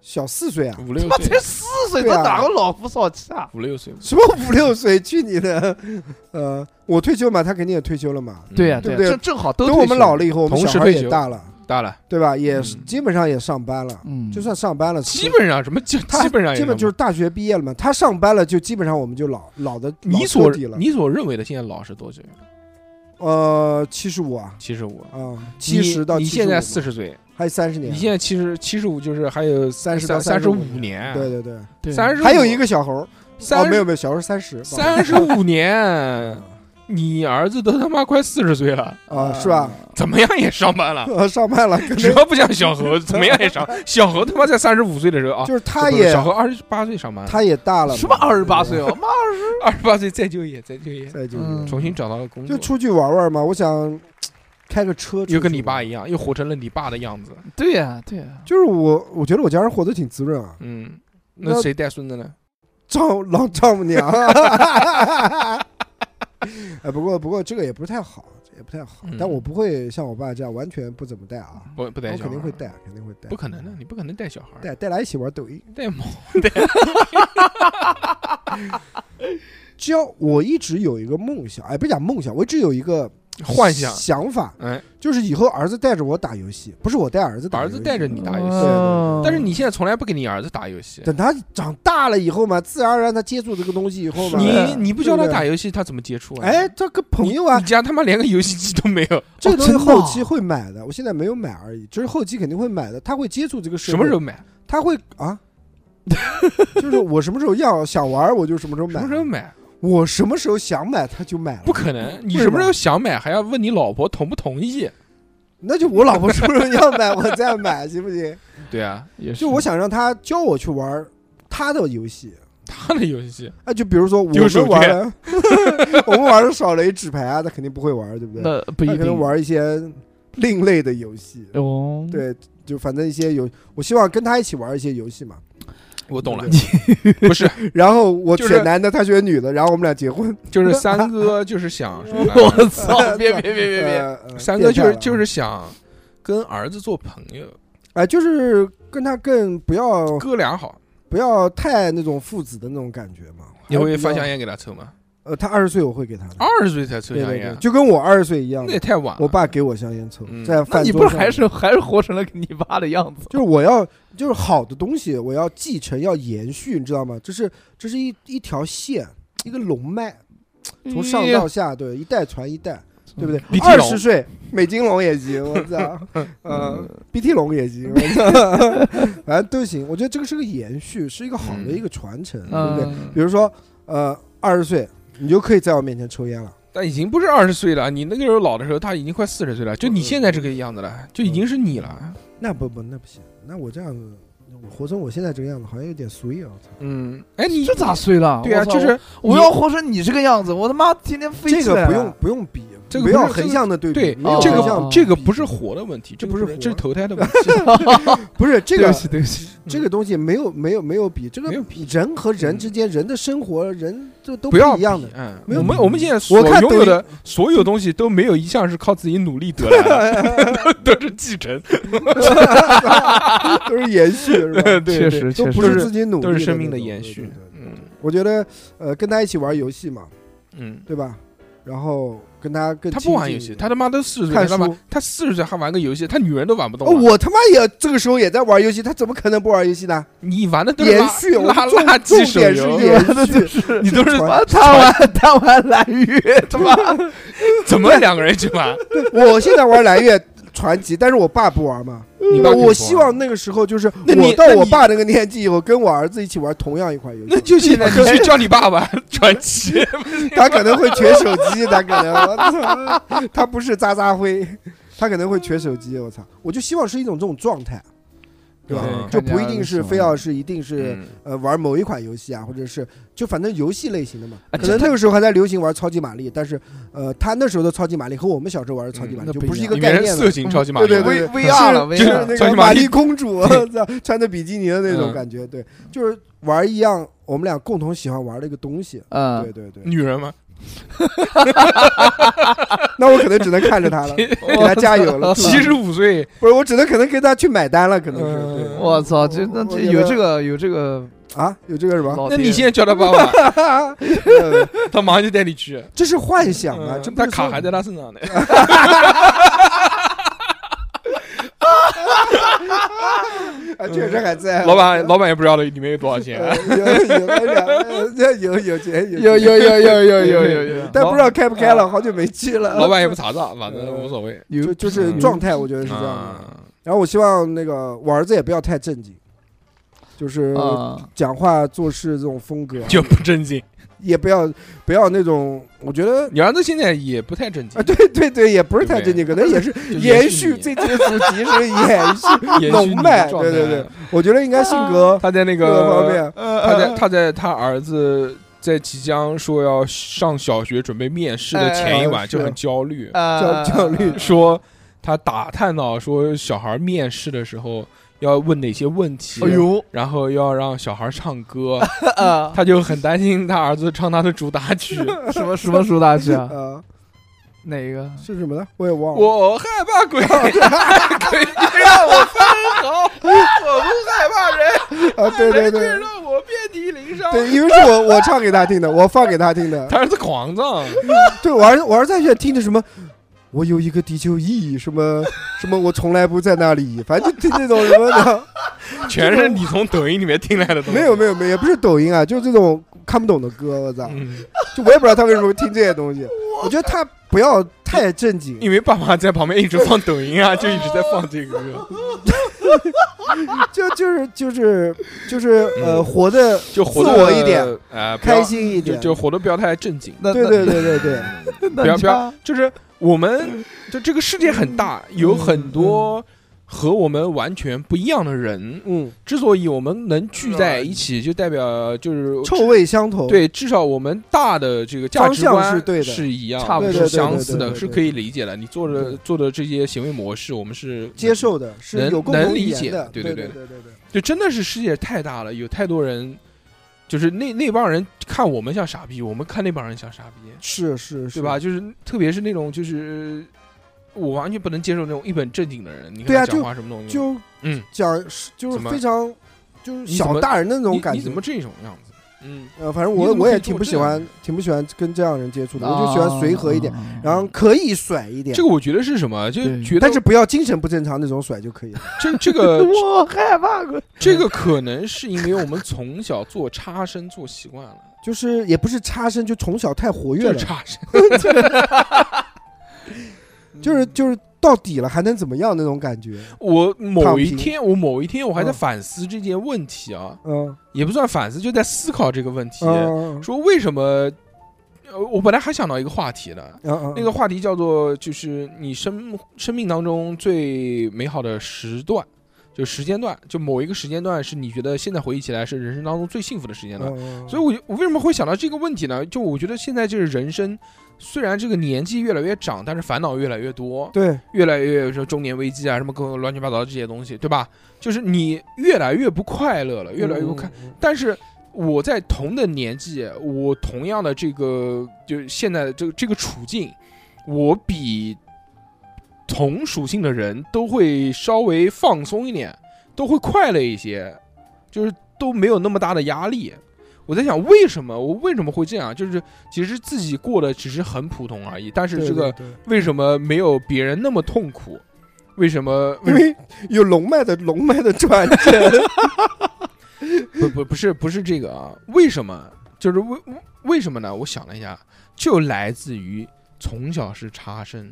小四岁啊？
五六
他才
岁，
四岁，
对啊
他哪个老夫少妻啊？
五六岁，嗯
什么五六岁？去你的！ 呃，我退休嘛，他肯定也退休了嘛。
嗯
对呀、
对
呀、
不对
正正好都
等
退
我
休
们老了，以后，我们
同时
小孩
退
也
休
大了，
大了，
对吧？也是
嗯
基本上也上班了。
嗯，
就算上班了，
基本上什么就
他
基本上也
基本就是大学毕业了嘛。他上班了，就基本上我们就老老的
你所
底了。
你所认为的现在老是多久？
呃，七十五啊，
七十五。
啊，七十到
你你现在四
十，
十岁，
还有三十年
你。现在七十七十五，就是还有
30到
三三十
35
五年，
对，对对，
对
三十
还有一个小猴儿，哦，
三
没有
十
没有，小猴三 十，
三十五年，你儿子都他妈快四十岁了，
啊，是吧？？
怎么样也上班 了。
呃，上班了，可
只
能
要不像小何，怎么样也 上。小何他妈在三十五岁的时候啊，
就是他
不是
也
小何二十八岁上班，
他也大了嘛，
什么二十八岁
对
哦？妈，
二十八岁再就业，再就业，
再就
嗯
重新找到了工
就
作，
出去玩玩嘛。我想开个车出去玩，
又跟你爸一样，又活成了你爸的样子。
对呀、对呀、
就是我，我觉得我家人活得挺滋润啊，
嗯，那
那
谁带孙子呢？
丈 老丈母娘。哎，不过不过这个也不是太好，也不太好
嗯。
但我不会像我爸这样完全不怎么带啊，
不不
我
带小孩，
肯定会，带，肯定会带
不。可能的，啊你不可能带小孩，
带带来一起玩抖音，
带毛
只要我一直有一个梦想，哎，不是讲梦想，我一直有一个
幻 想。
想法，
哎，
就是以后儿子带着我打游戏，不是我带儿子打游
儿
戏，嗯
子带着你打游戏，
哦
但是你现在从来不给你儿子打游戏，
等他长大了以后嘛，自然而然他接触这个东西以后嘛，
你你不教他
对不对
打游戏，他怎么接触啊？
哎，，这个朋友
你哦
啊，
家他妈连个游戏机都没有，
这个东西
真的啊
后期会买的，我现在没有买而已，就是后期肯定会买的，他会接触这个
什
设备，
么时候买？
他会啊？ 就是我什么时候要想玩，我就什么时 候
什
买
么时。候买？
我什么时候想买，他就买
不
了。
可能，你
为
什
什
么
么
时候想买还要问你老婆同不同意？
那就我老婆什么时候要买，我再买，行不 行？
对啊，
也是
就我想让他教我去玩他的游戏，
他的游戏
啊，就比如说我
丢手
们玩的， 我们玩的少了一纸牌啊，他肯定不会玩，对不对？
那不
他
一
可能
定
玩一些另类的游戏，
嗯
哦，
对，就反正一些游，我希望跟他一起玩一些游戏嘛。
我懂了，
对
不是，
然后我
就是
选男的，他选女的，然后我们俩结婚。
就是 三哥就是想什么呢？
我操！别别别别别！
呃 呃
三哥就
变态
是
了
就是想跟儿子做朋友，
哎、就是跟他更不要
哥俩好，
不要太那种父子的那种感觉嘛。
你会哦
还
翻
是比较
香烟给他抽吗？
呃，他二十岁我会给他的，
二十岁才抽
对
香
对对，
烟，啊
就跟我二十岁一样
那也。太晚了。
我爸给我香烟抽，
嗯
在
那
饭
你
桌
不是
上
还是还是活成了你爸的样子？
就是我要就是好的东西，我要继承，要延续，你知道吗？这是这是一一条线，一个龙脉，
嗯
从上到下，对，一代传一代，对不对
嗯？BT
二
龙嗯
十岁美金龙也行，我 操，呃，BT 龙也行，我操 反正都行。我觉得这个是个延续，是一个好的
嗯
一个传承，对不对？
嗯，
比如说，呃，二十岁你就可以在我面前抽烟了，
但已经不是二十岁了，你那个时候老的时候，他已经快四十岁
嗯
了，就你现在这个样子了，就已经是你了。
那不不那不行，那我这样子，我活成我现在这个样子，好像有点俗意啊，我操。
嗯，哎，你
这咋碎了？
对啊，
我操
就是
我
你
要活成你这个样子，我他妈天天飞
这
起来啊
个不
了
用不用比，
这个
没
不
有
是
横。向的对比，
对
没有，
这
横
哦
向
个
的
这个
比
不是活的问题，这
这
不
不
是
是
活
活
这是投胎的 问题。
不是这
对
个
不起，对不起，
这个东西没有没有没有比这个
嗯没有
人和人
嗯
之间人的生活人就都
要
一 样的。
嗯，
没有
我们
比
我们现在所
看
拥
抖
有
音
的所有东西都没有一项是靠自己努力得来的， 都都是继承，
都是延续，是吧？
对对
确实
都
确
不
都
实
是
是自己努力的那种，
都是生命的延
对
续
对对。
嗯
我觉得，呃，跟他一起玩游戏嘛，
嗯，
对吧？然后跟他更
他
亲
不玩
近
游
一
戏，
点
他他妈都四十岁
看
了，他妈
书
他四十岁还玩个游戏，他女人都玩不动
哦，
了。
我他妈也这个时候也在玩游戏，他怎么可能不玩游戏呢？
你玩的都是
延
垃
续，我
垃
重
垃圾
重
手
点是
游，
延续，
你都是
传
他玩他玩蓝月， 他妈
怎么两个人去玩？
我现在玩蓝月传奇，但是我爸不玩嘛。
你爸可
那
以
嗯我
不
希
玩
望那个时候就是
啊那你
我到
那
我
你
爸那个年纪以后，跟我儿子一起玩同样一款游
那
戏，
就现在你去叫你爸玩 传奇，
他可能会瘸手机， 他可能我操，他不是渣渣灰，他可能会瘸手机。我操，我就希望是一种这种状态，对吧？
嗯
就不一定是非要是一定是、
嗯
呃玩某一款游戏啊，或者是就反正游戏类型的嘛。可
啊这
能
他
那个时候还在流行玩超级玛丽，但是呃，他那时候的超级玛丽和我们小时候玩的超级玛丽
嗯
就
那不
不是
一
一个
里面
概
是
念了
色。情超级玛丽，啊
对对对
V V R 了
就是
V
那
超
R，
级
个
玛
玛
丽
丽公主，穿着比基尼的那种
嗯
感觉，对，就是玩一样我们俩共同喜欢玩的一个东西，对
嗯，
对对。
女人吗？
那我可能只能看着他了， 给他加油了。
七十五岁，
不是，我只能可能跟他去买单了，可能是。对
嗯我操，这那这有这个有这个
啊，有这个是吧？
老
那
爹，
你现 在叫他爸爸，
呃
他马上就带你去。
这是幻想啊，
嗯
这不
他
是
卡
说
还在他身上呢。
啊，
嗯
确实还在。
老板，老板也不知道里面有多少钱。
呃有有有呃有有钱有钱，
有有有有有有有有，
但不知道开不开了，好久没去了。
老板也不查账，反正无所谓。
就
有
哎就是状态，我觉得是这样的。
啊，
然后我希望那个我儿子也不要太正经，就是
啊，
讲话做事这种风格，
就不正经。
也不要不要那种，我觉得
你儿子现在也不太正经
啊，，对对对，也不是太正经，可能也是
就
延
续
续这期的主题是延续。
延续
浓
你的
脉
状
对对
态啊
对。我觉得应该性格
他在那
各
个
方面，
他在他在他儿子在即将说要上小学准备面试的前一
哎
晚
是
就很焦虑，嗯
啊
焦焦虑
说他打探到说小孩面试的时候要问哪些问题，
哎呦
然后要让小孩唱歌，
啊，
他就很担心他儿子唱他的主打 曲。
什么什么苏大师啊？
呃，
哪一个？
是什么呢？我也忘了。
我害怕 鬼，鬼让我分毫，我不害怕人，
啊，对对
鬼
对。
让我遍体鳞伤。
对，因为是我我唱给他听的，我放给他听 的。
他儿子狂唱，
对我儿子，我儿子在学听的什么？我有一个地球仪，什么什么，我从来不在那里，反正就听这种什么的。
全是你从抖音里面听来的东西。
没有没有没有，也不是抖音啊，就是这种看不懂的歌，我操！
嗯，
就我也不知道他为什么会听这些东西。我觉得他不要太正经，
因为爸妈在旁边一直放抖音啊，就一直在放这个歌，
就就是就是就是呃，
嗯
活的
就活得
自我一点，
呃，不要
开，心一
就
点。
就活得不要太正经。
那
对对对对 对，
那
不要不要，就是我们就这个世界很大，
嗯
有很多和我们完全不一样的人。
嗯，
之所以我们能聚在一起，就代表就是
臭味相投。
对，至少我们大的这个价值
方
观
向是对的
是一样的，
差不多
是相似
对对对对
的，
对
是可以理解的。你做的
对
做的这些行为模式，我们是
接，受的，是
能
有共同
能理
语言
解
的，
对
对
对
对对
就
对。
真的是世界太大了，有太多人，就是那那帮人看我们像傻逼，我们看那帮人像傻逼，
是是是
对吧？？就是特别是那种就是。我完全不能接受那种一本正经的人，你看
对啊
他
就
讲话什么东西，
就
嗯，
讲是就是
怎么
非常就是
你怎么
小大人的那种
你
感觉。
你怎么这种样子？嗯，
呃，反正
你
我
怎么
我
可以
也
做
挺不
这
喜
样
欢，挺不喜欢跟这样人接触的，我就喜欢随和一点，
啊，
然后可以甩一点
这，个我觉得是什么？就
对
觉得，
但是不要精神不正常那种甩就可以了。
这这 个
我害怕鬼，
这个可能是因为我们从小做差生做习惯 了，
就是也不是差生，就从小太活跃
就
了
是，差生，
就是就是到底了还能怎么样那种感觉。
我某
躺
一
平
天，我某一天我还在
嗯
反思这件问题啊，
嗯
也不算反思，就在思考这个问题，
嗯
说为什么？呃，我本来还想到一个话题呢，
嗯嗯，
那个话题叫做就是你生生命当中最美好的时段，就时间段，就某一个时间段是你觉得现在回忆起来是人生当中最幸福的时间段。
嗯
所以我就，我为什么会想到这个问题呢？就我觉得现在这个人生，虽然这个年纪越来越长，但是烦恼越来越多，
对
越来越说中年危机啊，什么各种乱七八糟的这些东西，对吧？就是你越来越不快乐了，越来越不快。，
嗯嗯
但是我在同的年纪，我同样的这个就现在的这个这个处境，我比同属性的人都会稍微放松一点，都会快乐一些，就是都没有那么大的压力。我在想，为什么我为什么会这样？就是其实自己过得只是很普通而已，但是
对
这个
对对
为什么没有别人那么痛苦？为什么？为什
因
么
为有龙脉的龙脉的传承，
不不不是不是这个啊，为什么？就是为为为什么呢？我想了一下，就来自于从小是差生，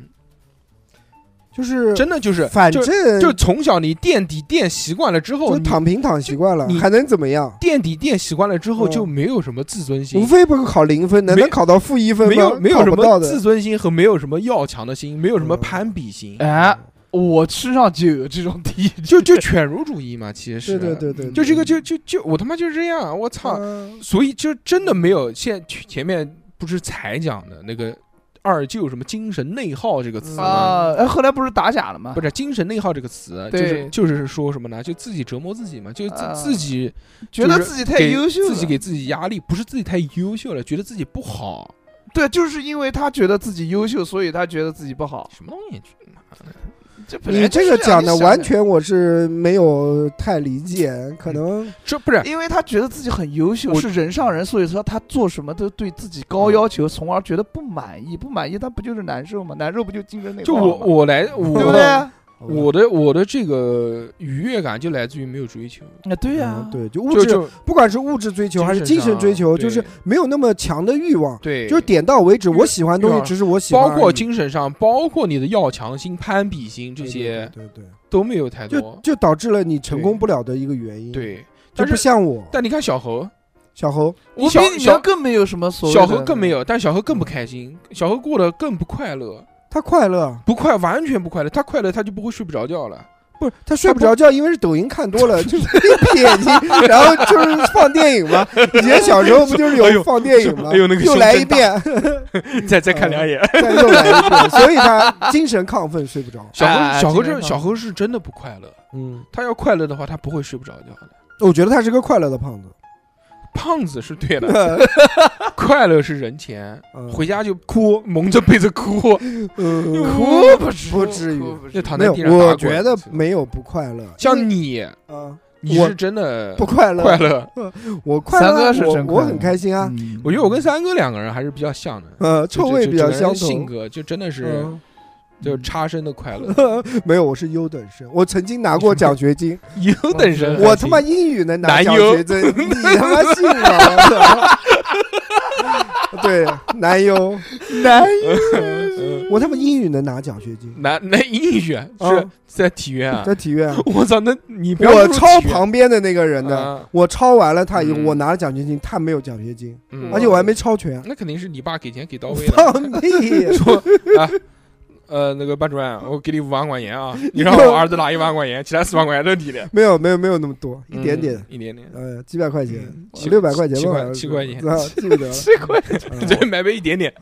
就是
真的就是，
反
就
正
就从小你垫底垫习惯了之后，
就
你
躺平躺习惯了
你，
还能怎么样？
垫底垫习惯了之后
嗯
就没有什么自尊
无
心，
非不是考零分，能
没
能考到负一分吗？
没有没有
考
什
不到
么
的
自尊心和没有什么要强的心，没有什么
嗯
攀比心，
哎，我身上就有这种体质，
就就犬儒主义嘛，其实是
对对对对，
就这个就就就我他妈就是这样，啊我操！
嗯
所以就真的没有现前面不是才讲的那个二舅什么精神内耗这个词吗？
啊，哎，后来不是打假了吗
不？是啊精神内耗这个词，啊就
对
是就是说什么呢？就自己折磨自己嘛，就自
啊
自己
觉得
就是
自己太
给
优秀了，
自己给自己压力，不是自己太优秀了，觉得自己不好，
对，就是因为他觉得自己优秀，所以他觉得自己不好。
什么东西？
这本来
你
就
这个
是样
讲的
想
完，全我是没有太理解，
嗯
可能
这不是
因为他觉得自己很优秀，
我
是人上人，所以说他做什么都对自己高要求，从而觉得不满意，不满意他不就是难受吗？难受不就精神内耗
就我
吗
我来
对不
我
对？啊，
嗯
我的我的这个愉悦感就来自于没有追求，
对啊呀、
嗯对，就物
就
质，
就
不管是物质追求还是
精
精
神上
神追求，就是
对
没有那么强的欲望，
对，
就是点到为止。
欲
我喜欢的东
欲望
西只是我喜欢而
包
已，
括精神上，包括你的要强心、攀比心这
对
些
对对对，
都没有太
对就
多。
就导致了你成
对
功不了的一个原因。，
对，
就
但
不
是
像我，
但你看小猴，
小猴，
我比
小
你
小
们更没有什么所谓的。
小猴更没有，但小猴更不开心，小猴过得更不快乐，
他快乐，
不快完全不快乐，他快乐他就不会睡不着觉了。
不是他睡不着觉，因为是抖音看多 了，就是一闭眼睛，然后就是放电影 嘛。以前小时候不就是
哎呦
有放电影吗？
哎呦那个
又
胸
来
真
一遍，嗯
再再看两眼，
再又来一遍，所以他精神亢奋，睡不着。
小猴
哎
小猴
这
是
个
小猴是真的不快乐，
嗯，
他要快乐的话，他不会睡不着觉的。
我觉得他是个快乐的胖子。
胖子是对 的，快乐是人前，
嗯
回家就哭，蒙着被子哭，
嗯
哭不至于，
不至于
哭不至
就
于
躺
没
在
有
地上，打
我
滚
觉得没有不快乐，
像你，
啊，
你
我
是真的
不快乐，
快乐。
我快乐
三
啊，
哥是真快
我我
乐
很开心啊，
嗯
我觉得我跟三哥两个人还是比较像的，
呃，
就
臭味
就
比较
就整个
相
人性
同。
格就真的是
嗯
就是差生的快 乐，
没有，我是优等生，我曾经拿过奖 学金，
优等生。
我他妈英语能拿
男
奖
优
学金，你他妈信吗？ 对，男优，
男
我他妈英语能拿奖学金，
男男英语是
嗯
在体院啊，
在体院啊，
我操，那你不要
我
入
抄
体院
旁边的那个人的，
啊
我抄完了他以后，
嗯
我拿了奖学金，他没有奖学金，
嗯
而且我还没抄 全，
那肯定是你爸给钱给到位了。
放 屁！
说啊，呃，那个班主任，我给你五万块钱啊，你让我儿子拿一万块钱，其他四万块钱都是你的，
没有没有没有那么多，一点点，
嗯，一点点，
呃，几百块钱，
嗯
五六百块钱
七
吧，好
块
像是
七块钱，
啊，记 不得了。啊
奇怪，
嗯
对，买杯一点点。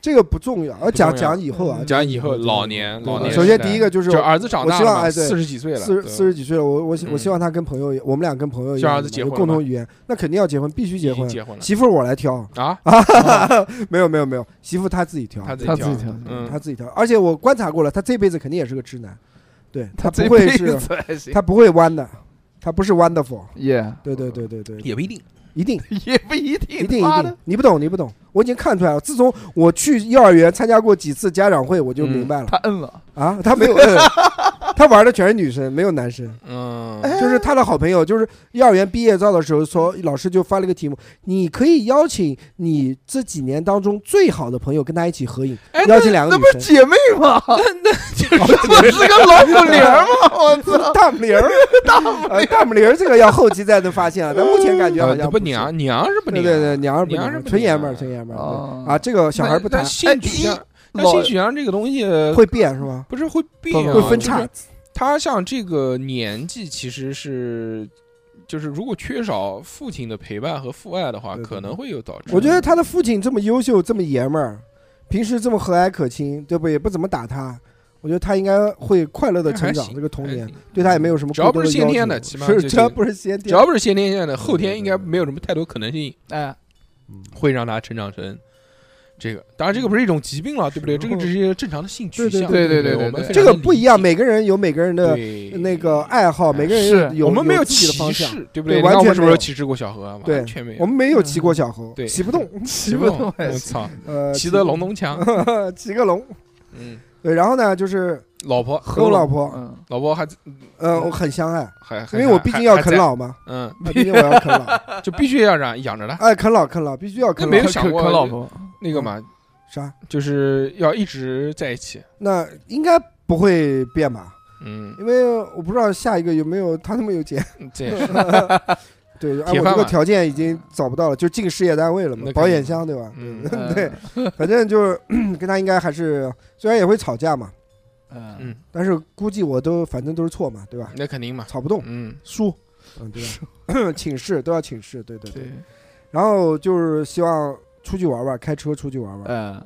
这个不重要，啊，讲讲以后啊，
讲以后老年
对
老年时代，
嗯首先第一个就是
就儿子长大
我希望
了，
哎对
四十几岁了，
四
嗯对
四十几岁了，我我希
嗯
我希望他跟朋友一，我们俩跟朋友一样
叫儿子结婚
有共同语言，那肯定要结婚，必须结
已经。
婚
结婚了
媳妇儿我来挑，
啊，
没有没有没有，媳妇他自己挑，
他自
他
己
自
挑
己挑
嗯，
他自己挑，而且我观察过了，他这辈子肯定也是个直男，对他
这
不会
辈
是，
子还行，
他不会弯的，他不是 wonderful，
也
对对对对对，
也不一定。
一定。
也不一定，
一定一
妈
定
的，，
你不懂，你不懂，我已经看出来了。自从我去幼儿园参加过几次家长会，我就
嗯
明白了、
他摁了，
啊，他 没有摁，他玩的全是女生，没有男生。
嗯，
就是他的好朋友，就是幼儿园毕业照的时候说，老师就发了一个题目，你可以邀请你这几年当中最好的朋友跟他一起合影，
哎
邀请两个
那
女
不是
生，
姐妹 吗？不是个老虎铃儿吗？我 操！
大母 铃儿，呃大母铃儿这个要后期才能发现啊，但目前感觉好
呃
像
不
是
娘，娘是不
对
娘，
对对，娘儿不
娘是
娘，
不
纯爷
娘
们儿，纯爷 们儿
哦
对啊，这个小孩不
但
谈
但性取
哎
向，但
老
性取向这个东西
会变是吧？
不是会变啊，
会分
就是
叉，
它他像这个年纪，其实是就是如果缺少父亲的陪伴和父爱的话，
对对
可能会有导致。
我觉得他的父亲这么优秀，这么爷们儿，平时这么和蔼可亲，对不？也不怎么打他，我觉得他应该会快乐的成
还
长。
行
这个童年
还行嗯
对他也没有什么
只要
过
不
多
是
的
先天的
要求
起码
是
就
只要
是
不是先
只
天
要
的，
不是先天性的，后
对
天
对
应该
对
没有什么太多可能性
哎，
会让他成长成这个。当然，这个不是一种疾病了，对不对？这个只是一个正常的性取
哦对对
向，
对对对
对
对
我们
对
非常
这个
能
不
理
一样，
解
每个人有每个人的
对
那个爱好，每个人
是
有有
我们没
有
有
自己
歧
的方向，
视，对不对？
对完
那我
全
们是不
没
是
有
歧视过小何啊？
对
完全没
我
有，
们没有骑过小猴，
对
骑不 动，
骑
不
不
动
动，哎
我，操，
呃，
骑得龙咚 强。
骑个龙。
嗯，
对，然后呢，就是
老婆，
和我老婆，
嗯，
老婆还嗯
呃，我很相爱，
还，还
因为我毕竟要啃，
还还
老嘛，
在嗯，
毕竟我要啃老，
就必须要让养着 他。
哎，啃老啃老，必须要啃
那
老。
没有想过
可老婆，
那个
嗯
嘛，
啥？
就是要一直在一起。
那应该不会变吧？
嗯，
因为我不知道下一个有没有他那么有钱。
这也是
对，按
铁
我
饭
这个
碗
条件已经找不到了，就进事业单位了
那
嘛，
肯
保险
定
箱对吧？
嗯
对，反正就是 跟他应该还是虽然也会吵架嘛，
嗯
嗯
嗯，
但是估计我都反正都是错嘛，对吧？
那肯定 嘛。
吵不动，
嗯，
输，嗯，对吧？ 请示都要请示，对对
对，
然后就是希望出去玩玩，开车出去玩玩，
嗯，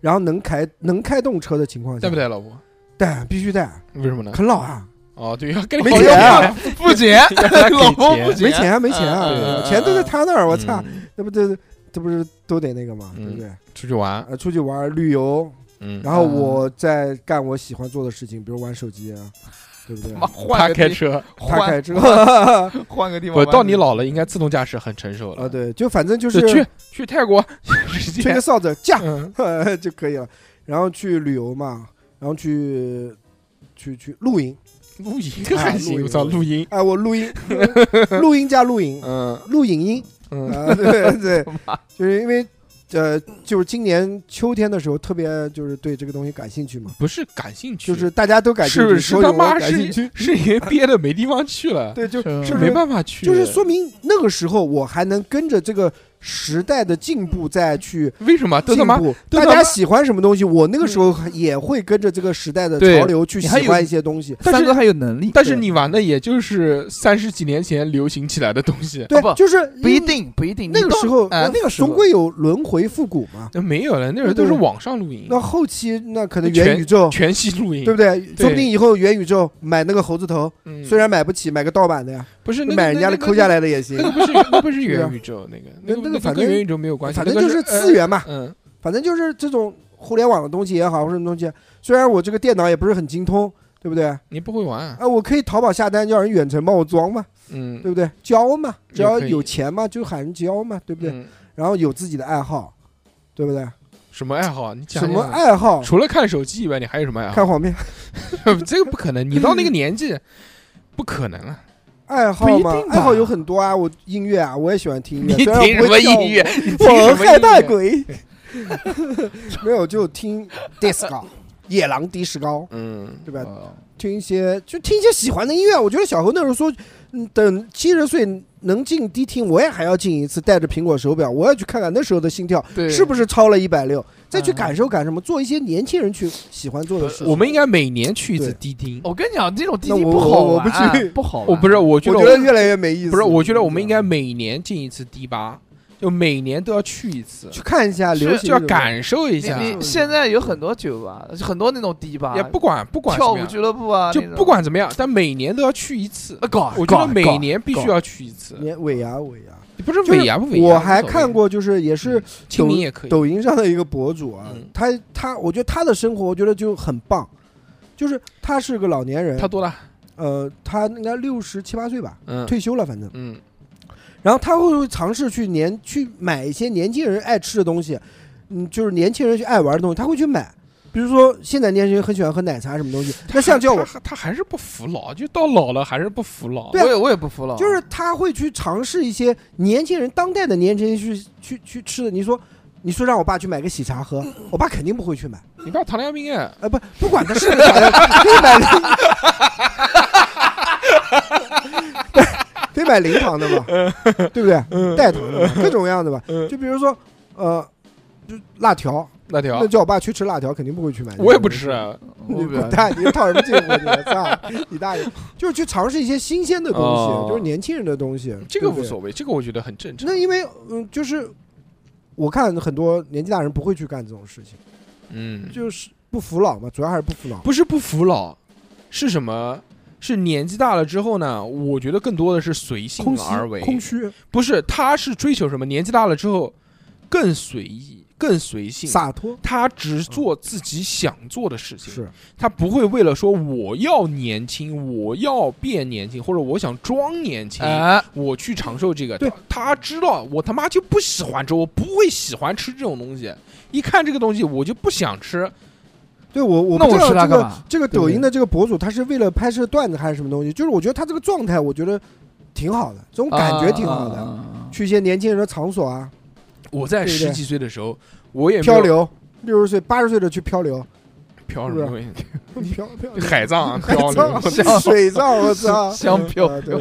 然后能开能开动车的情况下，
带不带老婆？
带？必须带，
为什么呢？
啃老啊，
哦，对，要跟你
没
好
钱啊
要
不解，
给钱
老婆不解，
没钱啊，没钱
嗯
啊，
嗯
钱都在他那儿，我操，
嗯
那不这这不是都得那个嘛，
嗯
对不对？
出去玩。
呃，出去玩旅游，
嗯，
然后我再干我喜欢做的事情，比如玩手机啊，对 不对？
妈
他
换个
开
地
车，
他开
换
车，
换个地方
不
玩，
到你老了应该自动驾驶很成熟了。
啊，，对，就反正就
就是去去泰国， 直接
吹个哨子，驾
嗯，
就可以了。然后去旅游嘛，然后去去去露营。
录音
啊
还行，
录
我操，
音
录音，
哎，我录音， 录音加录音，
嗯
录影音
嗯
啊，对对，就是因为呃，就是今年秋天的时候，特别就是对这个东西感兴趣嘛，
不是感兴趣，
就是大家都感兴趣，
是是
所以
他
我
妈
感兴趣，
是是爷憋的没地方去了，嗯
对，就是是
没办法去，
就是说明那个时候我还能跟着这个时代的进步再去。
为什么都
进
他妈
步，
都
大
他妈
家喜欢什么东西，我那个时候也会跟着这个时代的
对
潮流去
你还
喜
有
欢一些东西。
但
三
是
哥还有能力，
但是你玩的也就是三十几年前流行起来的东西，
对
不，
就是
不一定不一定，
那个时候，
啊，那个时候
总归有轮回复古嘛。
那没有了，那时候都是
对对
网上录音，
那后期那可能
全
元宇宙，
全息录音
对，不对？说不定以后元宇宙买那个猴子头，
嗯
虽然买不起，买个盗版的呀，
不是那个
买人家的抠下，来的也行
那。个那个那个不是那不是
对啊
元宇宙，那个
那
个
那个
那
反
跟
正
元宇宙没有关系，
反正
那个
就是
呃
次元嘛，
嗯，
反正就是这种互联网的东西也好，或者什么东西，虽然我这个电脑也不是很精通，对不对？啊，
你不会玩，
我可以淘宝下单，叫人远程帮我装嘛，
嗯，
对不对？教嘛，只要
也可以
有钱嘛，就喊人教嘛，对不对？
嗯，
然后有自己的爱好，对不对？
什么爱好？啊你讲
什么
讲？
爱好？
除了看手机以外，你还有什么爱好
看？黄片，
这个不可能，你到那个年纪，不可能啊！
爱好嘛
不一定，吧
爱好有很多啊，我音乐啊，我也喜欢听音乐。
你
虽然我
听
不
什么
会跳舞
音乐？你听
我
什么
害
音
怕
乐？
鬼。 没有，就听 disco，野狼迪士高，
嗯，
对吧？
哦
听一些就听一些喜欢的音乐。我觉得小侯那时候说，嗯，等七十岁能进迪厅，我也还要进一次，带着苹果手表，我要去看看那时候的心跳
对，
是不是超了一百六，再去
嗯
感受感什么，做一些年轻人去喜欢做的事情。
我们应该每年去一次
对
迪厅。
我跟你讲，这种滴
那
滴
我
不好
我我不
玩
去
不好玩。
我不是，我觉
我
得
觉得越来越没意思。
不是，我觉得我们应该每年进一次迪吧，就每年都要去一次，
去看一下流行
就要
什么
感受一
你
下。
你现在有很多酒吧，很多那种迪吧，
啊
也不管不管怎
跳舞
么
俱
样
乐部啊，
就
那种
不管怎么样，但每年都要去一
哎
次。
啊搞，
我觉得
搞
每
搞
年必须要去一次，
年尾牙尾牙。
不是
就是
尾牙不尾牙。
我
无
还
所谓啊
看过，就是也是
嗯清明也可以，
抖音上的一个博主啊
嗯，
他他，我觉得他的生活，我觉得就很棒，就是他是个老年人，
他多大？
呃，他应该六十七八岁吧，
嗯
退休了反正。
嗯，
然后他会尝试去年去买一些年轻人爱吃的东西，嗯，就是年轻人去爱玩的东西，他会去买。比如说，现在年轻人很喜欢喝奶茶什么东西，那像叫我，
他他还是不服老，就到老了还是不服老。
对啊
我也我也不服了，
就是他会去尝试一些年轻人当代的年轻人去去去吃的。你说，你说让我爸去买个喜茶
嗯
喝，我爸肯定不会去买。
你爸糖尿病哎，
啊，不，不管他是不是假的，得买零，得买零糖的嘛，
嗯
对不对？代糖的嘛，各种样的吧。就比如说，呃，就辣条，
辣条
那，叫我爸去吃辣条，肯定不会去买。
啊我也不吃，啊
你
我不
滚蛋！你套什么近乎？你操你大爷！就是去尝试一些新鲜的东
哦
西，就是年轻人的东西，
这个
对不
无
对
所谓，这个我觉得很正常
那。因为嗯，就是我看很多年纪大人不会去干这种事情，
嗯，
就是不服老嘛，主要还是不服老。
不是不服老，是什么？是年纪大了之后呢？我觉得更多的是随性
空虚
而为，
空虚、
不是，他是追求什么？年纪大了之后更随意、更随性，
洒脱，
他只做自己想做的事情，
是
他不会为了说我要年轻，我要变年轻，或者我想装年轻。
哎，
我去长寿这个，
对
他他知道我他妈就不喜欢吃，我不会喜欢吃这种东西。一看这个东西，我就不想吃。
对我，我
那
不
我
知道
吃它
这
干
个
嘛？
这个
对不
抖音
对
的这个博主，他是为了拍摄段子还是什么东西？就是我觉得他这个状态，我觉得挺好的，这种感觉挺好
啊
的。
的。
去一些年轻人的场所啊，
我在
对不对
十几岁的时候，我也没有
漂流，六十岁、八十岁的去 漂流，
漂什么东西？
漂漂
海 葬啊，漂流。
流，水上，我操，
香飘
啊对，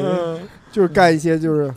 就是干一些就是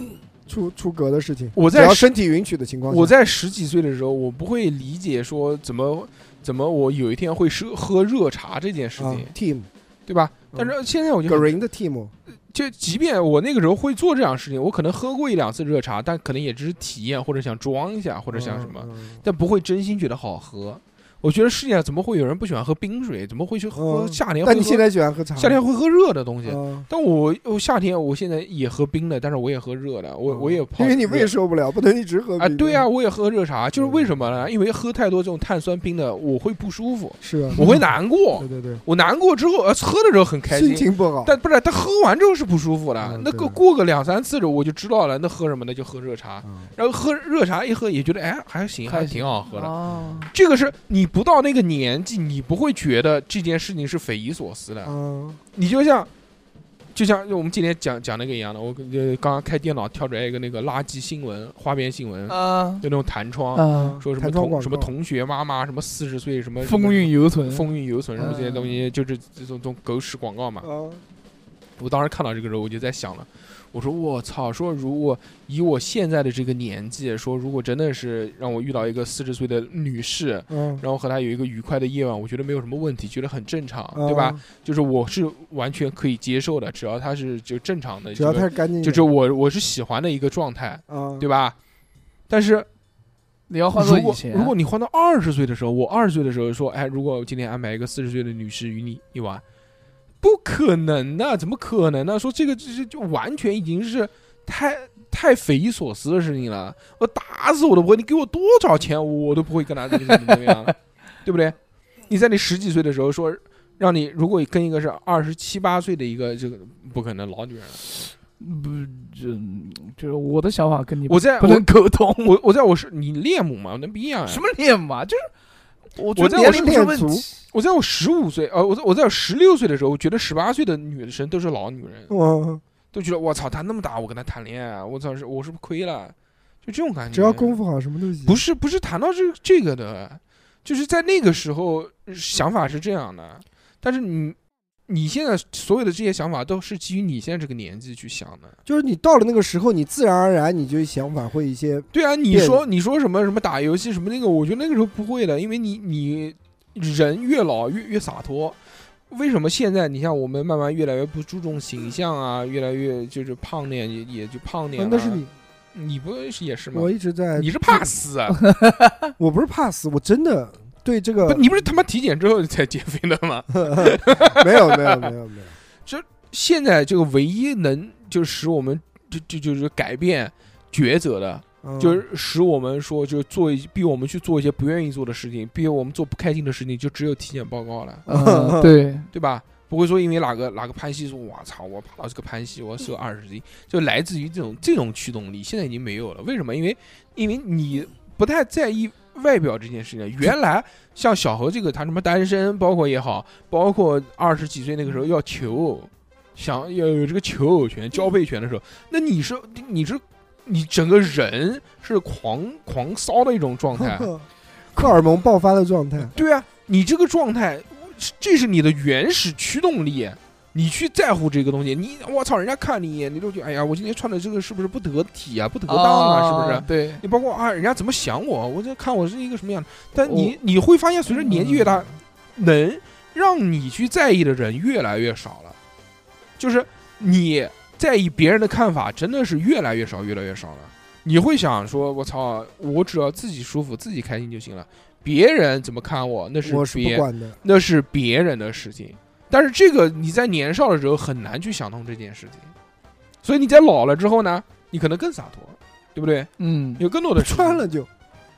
出出格的事情。
我
只
在
要
十
身体允许的情况下，啊
我在十几岁的时候，我不会理解说怎么怎么我有一天会是喝热茶这件事
啊
情，
team
对吧？
嗯
但是现在我就
green 的 team，
就即便我那个时候会做这样的事情，我可能喝过一两次热茶，但可能也只是体验或者想装一下或
或
者想什么，？
嗯
但不会真心觉得好喝。我觉得世界上怎么会有人不喜欢喝冰水？怎么会去喝
嗯
夏天会喝？
但你现在喜欢喝茶？
夏天会喝热的东西。
嗯，
但我我夏天我现在也喝冰的，但是我也喝热的，我我也泡
嗯因为你
热
胃嗯受不了，不能一直喝
啊，
冰
对
的
啊，，我也喝热茶，就是为什么呢？因为喝太多这种碳酸冰的，我会不舒服，
是啊，
我会难过
对，对对，
我难过之后，呃，喝的时候很开
心
心。
情不好。
但不是，他喝完之后是不舒服的
嗯，
那
对
个
的
过个两三次之后我就知道了，那喝什么呢？就喝热茶，
嗯
然后喝热茶一喝也觉得哎还行，
开
还
心
挺好
啊
喝的。
哦，
这个是你不到那个年纪，你不会觉得这件事情是匪夷所思的。
嗯，
你就像，就像我们今天讲讲那个一样的，我呃刚刚开电脑跳出来一个那个垃圾新闻、花边新闻，就
啊
那种弹窗，
啊，
说什么
嗯弹窗
同
广
什么
告
同学妈妈，什么四十岁什么
风韵犹存，
风韵犹存什么这些东西，就是这种这种狗屎广告嘛。
嗯
我当时看到这个时候，我就在想了，我说我操，说如果以我现在的这个年纪，说如果真的是让我遇到一个四十岁的女士。
嗯，
然后和她有一个愉快的夜晚，我觉得没有什么问题，觉得很正常，
嗯
对吧？就是我是完全可以接受的，只要她是就正常的，
嗯？只要
就
它是干净一点，
就是我我是喜欢的一个状态，
啊，
对吧？但是
你要换做
如
以
果
前，
如果你换到二十岁的时候，我二十岁的时候说，哎，如果我今天安排一个四十岁的女士与你一晚，不可能的，怎么可能呢？说这个这这就完全已经是太太匪夷所思的事情了，我打死我都不会，你给我多少钱我都不会跟她怎么怎么样了，对不对？你在你十几岁的时候说。让你如果跟一个是二十七八岁的一个这个不可能老女人了，
不这就是我的想法跟你
我在
不
我
能沟通，
我我在我是你恋母嘛，我能不一样啊？
什么恋嘛，就是我觉
我
得
在
年
我
龄
是
不是
恋
问
足
题，
我在我十五岁，呃，我在我在我十六岁的时候，我觉得十八岁的女生都是老女人，
嗯，
都觉得我操，她那么大，我跟她谈恋爱，我操，是我是不是亏了？就这种感觉。
只要功夫好，什么都
嗯
行。
不是不是谈到这这个的，就是在那个时候呃想法是这样的，但是你你现在所有的这些想法都是基于你现在这个年纪去想的。
就是你到了那个时候，你自然而然你就想法会一些，
对啊，你
变
说你说什么什么打游戏什么那个，我觉得那个时候不会的，因为你你人越老越越洒脱。为什么现在你像我们慢慢越来越不注重形象啊，越来越就是胖点也也就胖点、
啊那是你，，
你不是也是吗
我？一直在，
你是怕死 啊？
我不是怕死，我真的对这个
不，你不是他妈体检之后才减肥的吗？
没有没有没有没有，
现在这个唯一能就使我们就就就是改变抉择的，
嗯
就是使我们说，就是做一逼我们去做一些不愿意做的事情，逼我们做不开心的事情，就只有体检报告了，
嗯，对，
对吧？不会说因为哪个哪个潘西说，我操，我爬到这个潘西，我瘦二十斤，就来自于这种这种驱动力，现在已经没有了。为什么？因为因为你不太在意外表这件事情了。原来像小何这个，他什么单身，包括也好，包括二十几岁那个时候要求偶，想要有这个求偶权、交配权的时候，那你是你是你整个人是狂狂骚的一种状态，
荷尔蒙 爆发的状态，
对啊，你这个状态，这是你的原始驱动力。你去在乎这个东西，你我操，人家看你一眼，你都觉得哎呀，我今天穿的这个是不是不得体啊，不得当啊，是不是？
哦对，
你包括啊，人家怎么想我，我这看我是一个什么样的。但你、你会发现，随着年纪越大，
嗯
能让你去在意的人越来越少了，就是你在意别人的看法，真的是越来越少，越来越少了。你会想说，我操，我只要自己舒服、自己开心就行了，别人怎么看我那是
我是不
别
管的。
那是别人的事情。但是这个你在年少的时候很难去想通这件事情，所以你在老了之后呢，你可能更洒脱，对不对？
嗯，
有更多的事情
穿了就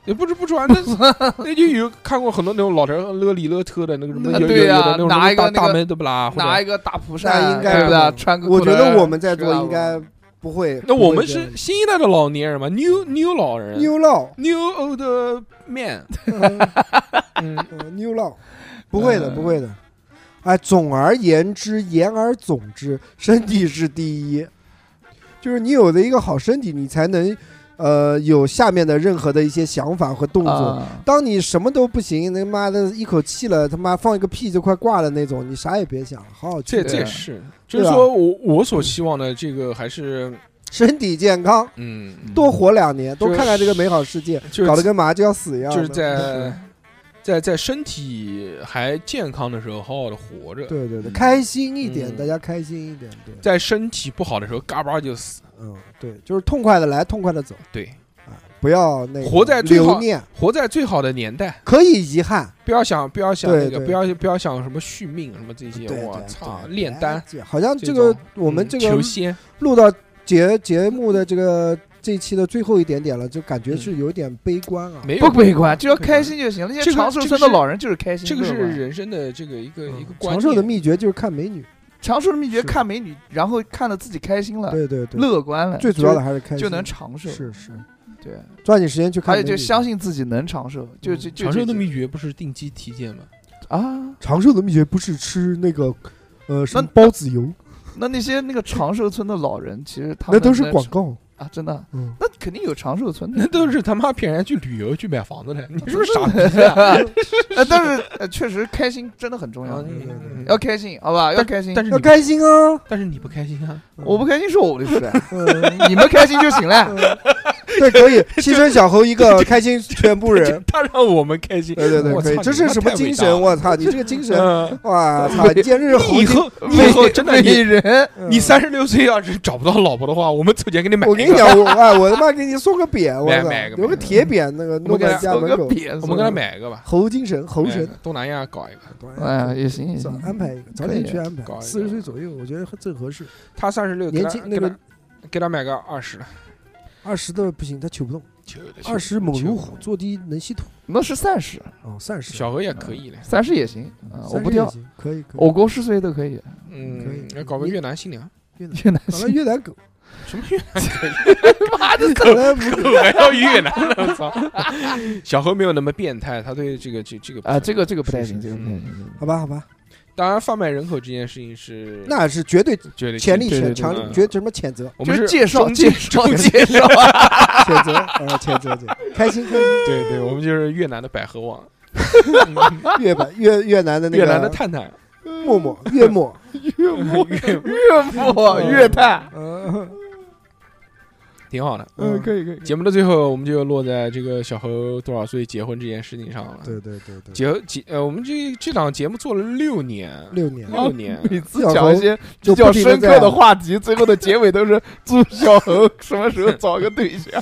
也不是不 穿，那那就有看过很多那种老头儿勒里勒特的那个什么，
那
有有
啊对
有
呀
的那种
拿
什么
一个
大
那个
大门都不拉，或者
拿一个大蒲
那
扇，
应
对
该
不对？
不
穿个
我
裤
觉
头
得我们在座
是吧
应该不会。
那我们
不会这
是
样
新一代的老年人嘛，new new 老人
new law，
new old man，
嗯
嗯，
嗯 new law，不会的，
嗯
不会的。哎，总而言之，言而总之，身体是第一，就是你有了一个好身体，你才能呃有下面的任何的一些想法和动作。
啊
当你什么都不行，他妈的一口气了，他妈放一个屁就快挂了那种，你啥也别想，好好
这
去
这
对
也
啊
是，就是
对啊
说我我所希望的这个还是，
身体健康，
嗯，
多活两年，多
就是
看看这个美好世界，
就是
搞得跟麻就要死一样的。
就是在
嗯
在在身体还健康的时候好好的活着，
对对对，
嗯
开心一点，
嗯
大家开心一点，对，
在身体不好的时候嘎巴就死，
嗯，对，就是痛快的来，痛快的走
对，
啊，不要那个
活在最好
留念，
活在最好的年代。
可以遗憾，
不要想，不要想
对
那个，
对
不要不要想什么续命什么这些
对，对
哎我
对
操，
对
炼丹
哎，这好像这
这
个
种
我们
嗯
这
求
个
仙，
录到节节目的这个这期的最后一点点了，就感觉是有点悲观啊。
嗯没有
不悲观，只要
不悲
开心就行了。那
这
些
个
长寿
这个
村的
是
老人就是开心，
这个是
知道吗
人生的这个一个一个
嗯
观
长寿的
念
秘诀就是看美女，
长寿的秘诀：
是
看美女，然后看得自己开心了，
对对对，
乐观了，
最主要的还是开
就
心，
就能长寿。
是是，
对，
抓紧时间去看
而且
美女。
就相信自己能长寿，就
嗯
就就
长寿的
就
秘诀不是定期体检吗？
啊。
长寿的秘诀不是吃那个呃什么
那
包子油，
那那些那个长寿村的老人，其实他
那
们
都是
能
广告。
啊，真的，
嗯，
那肯定有长寿村 的，
那都是他妈骗人去旅游去买房子 的，你是不是 傻逼啊？
呃，但是呃确实开心真的很重要
啊，你嗯
要开心，好吧，要开心。
但是
要
你不
开心啊！
但是你哦不开心 啊？
我不开心是我的事，啊
嗯
你们开心就行了。
对，
。
可以牺牲小猴一个，开心全部人
他让我们开心，
对对对，
我
可以
操，
这
你
是
妈
什么
太伟
精
大
神？
了？
我操，你这个精神，
嗯
哇操，你简直是
你
猴
以
精。
后你以后
为
真的
为
你
人，
你
嗯
三十六岁要是找不到老婆的话，我们凑钱给你买一个。
我跟你讲，我哎，我他妈给你送个匾，我
买
操
买个，嗯
有个铁匾，那个弄
们给
在
他
家
有
门
个
口。
匾，
我们给他。买一个吧。
猴精神，猴神
哎，东南亚搞一个，
哎，也行，也
早
行
安排一个，早
可
点
以
去安排
搞。一
四
个
十岁左右，我觉得很正合适。
他三十六，
年轻那
给他
个
给他买个二十的，
二十的不行，他求不动。
求的
二十猛如虎，坐低能吸土。
那是三十，
哦，三十，
小何也可以的，
三十也行啊，我不
30
挑
也，行，可以可以。
我国十岁都可以。
可
嗯
以，
要搞个越南新 娘，
越南
搞了越南狗，
什么越南
妈的，
搞了母狗。
还要越南的？我操！ 小何没有那么变态，他对这个这这个不
啊，这个这个不太
是
行，
是
这个不太行。
好吧，好吧，
当然贩卖人口这件事情是
那是绝对
绝对
潜力
对
谴
对对
强
对，嗯
绝什么谴责，
我
就
们是
是介绍
中
介
间
绍
中间
介绍，啊
谴责，呃，谴责，谴责开心开心。
对对，我们就是越南的百合网，
越南越越南的那
越南的
个
探探，
默默月 默，
岳母岳母岳太，
嗯
挺好的。
嗯，
嗯，
呃可以可以。
节目的最后，我们就落在这个小何多少岁结婚这件事情上了。
对对对对，
结结呃，我们这这档节目做了六年，
六年
哦
六 年，
每次讲一些比
就
较
不停地
深刻
在
的话题，最后的结尾都是祝小猴什么时候找个对象。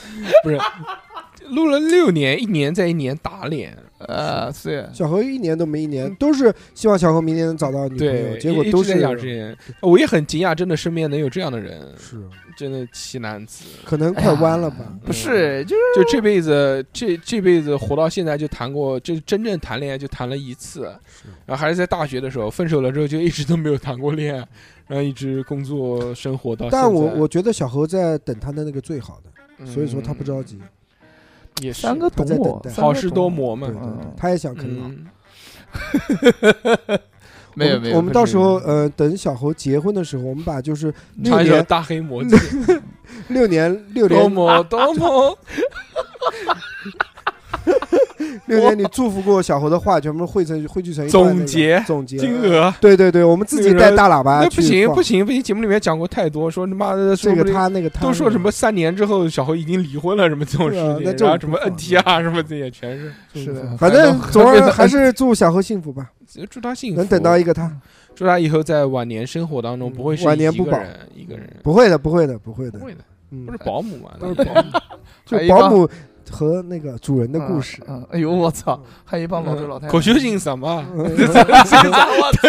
录了六年，一年再一年打脸，
啊，是
小何一年都没一年，都是希望小何明年能找到女朋友，
对，
结果
一
都
一直
是
在讲这些。我也很惊讶，真的身边能有这样的人，
是
真的奇男子。
可能
哎
快弯了
嗯
吧？
不是就是
就这辈子，这这辈子活到现在就谈过，就真正谈恋爱就谈了一次，然后还是在大学的时候，分手了之后就一直都没有谈过恋爱，然后一直工作生活到现在。
嗯但我我觉得小何在等他的那个最好的，
嗯
所以说他不着急，
也是
三哥
他
懂
在
我
等，待
三哥
好事
懂
多
我。
磨嘛
对。对对
嗯，
他也想啃老。
嗯，
没有
我们
没有，
我们到时候呃，等小猴结婚的时候，我们把就是六
唱一首《
年
大黑 魔记》，
六年六
多
年
么多么
六年你祝福过小猴的话，全部汇成汇聚成一段那
总
个
结
总结
金。额。
对对对，我们自己带大喇叭
那
去
不行
放
不行不行，节目里面讲过太多，说他妈的
这
说不
个
定
他那个他
都说什么三年之后小侯已经离婚了什么这种事
对啊
情，
那这种
然后什么
不好
NTR 啊什么这也全是。
是
是
的，
的
反正
哎
总而还是祝小何幸福吧，
祝他幸福，嗯
能等到一个他，
祝他以后在晚年生活当中不会是
晚年
一
不
个
保
人一个人，
不会的，不会的，不会
不
的，
会的，
嗯
不是，保姆啊嘛，
都是
那
保姆，就
还哎有一
保
帮
姆和那个主人的故事。
嗯，嗯哎呦我操，还有一帮老头老 太太，
可 修行什 么？啊
我操，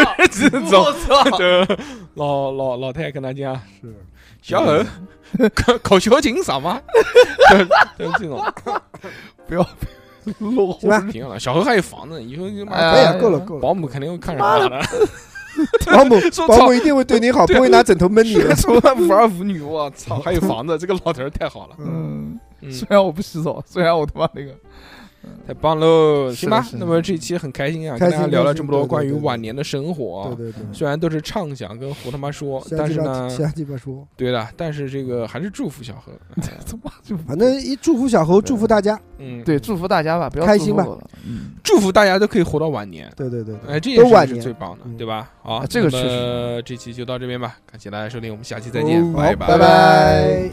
这种
我操，
的老老老太太跟他讲，
是，
小侯可可修行什么？ 都这种
行
落
吧，
挺好的。小侯还有房子，以后就妈
可以啊，
哎
够了够了，
保姆肯定会看上他的，
保姆
说
保
操
姆一定会对你好，不
对
会拿枕头闷你的。
说他无儿无女，我操，还有房子，这个老头儿太好了，
嗯，
嗯
虽然我不洗澡，虽然我他妈那个，
太棒喽，
是
行吧
的是？的
那么这一期很开心啊，
开
跟
心
大家聊了这么
开
多
心
关于
对对对
晚年的生活
对
啊，
对对，
虽然都是畅想跟胡他妈说，但
瞎鸡
是
巴
呢，
瞎鸡巴说，
对的，但是这个还是祝福小何，
他妈就
反正一祝福小猴，祝福大家。
嗯，，
对，祝福大家吧，不要
开心吧
祝福我了，嗯，
祝福大家都可以活到晚年，
对对对对，
哎，这件
都晚
事是
年
最棒的，
嗯
对吧？好
啊，这个
那
确实
么这期就到这边吧，感谢大家收听，我们下期再见，
哦好，
拜
拜。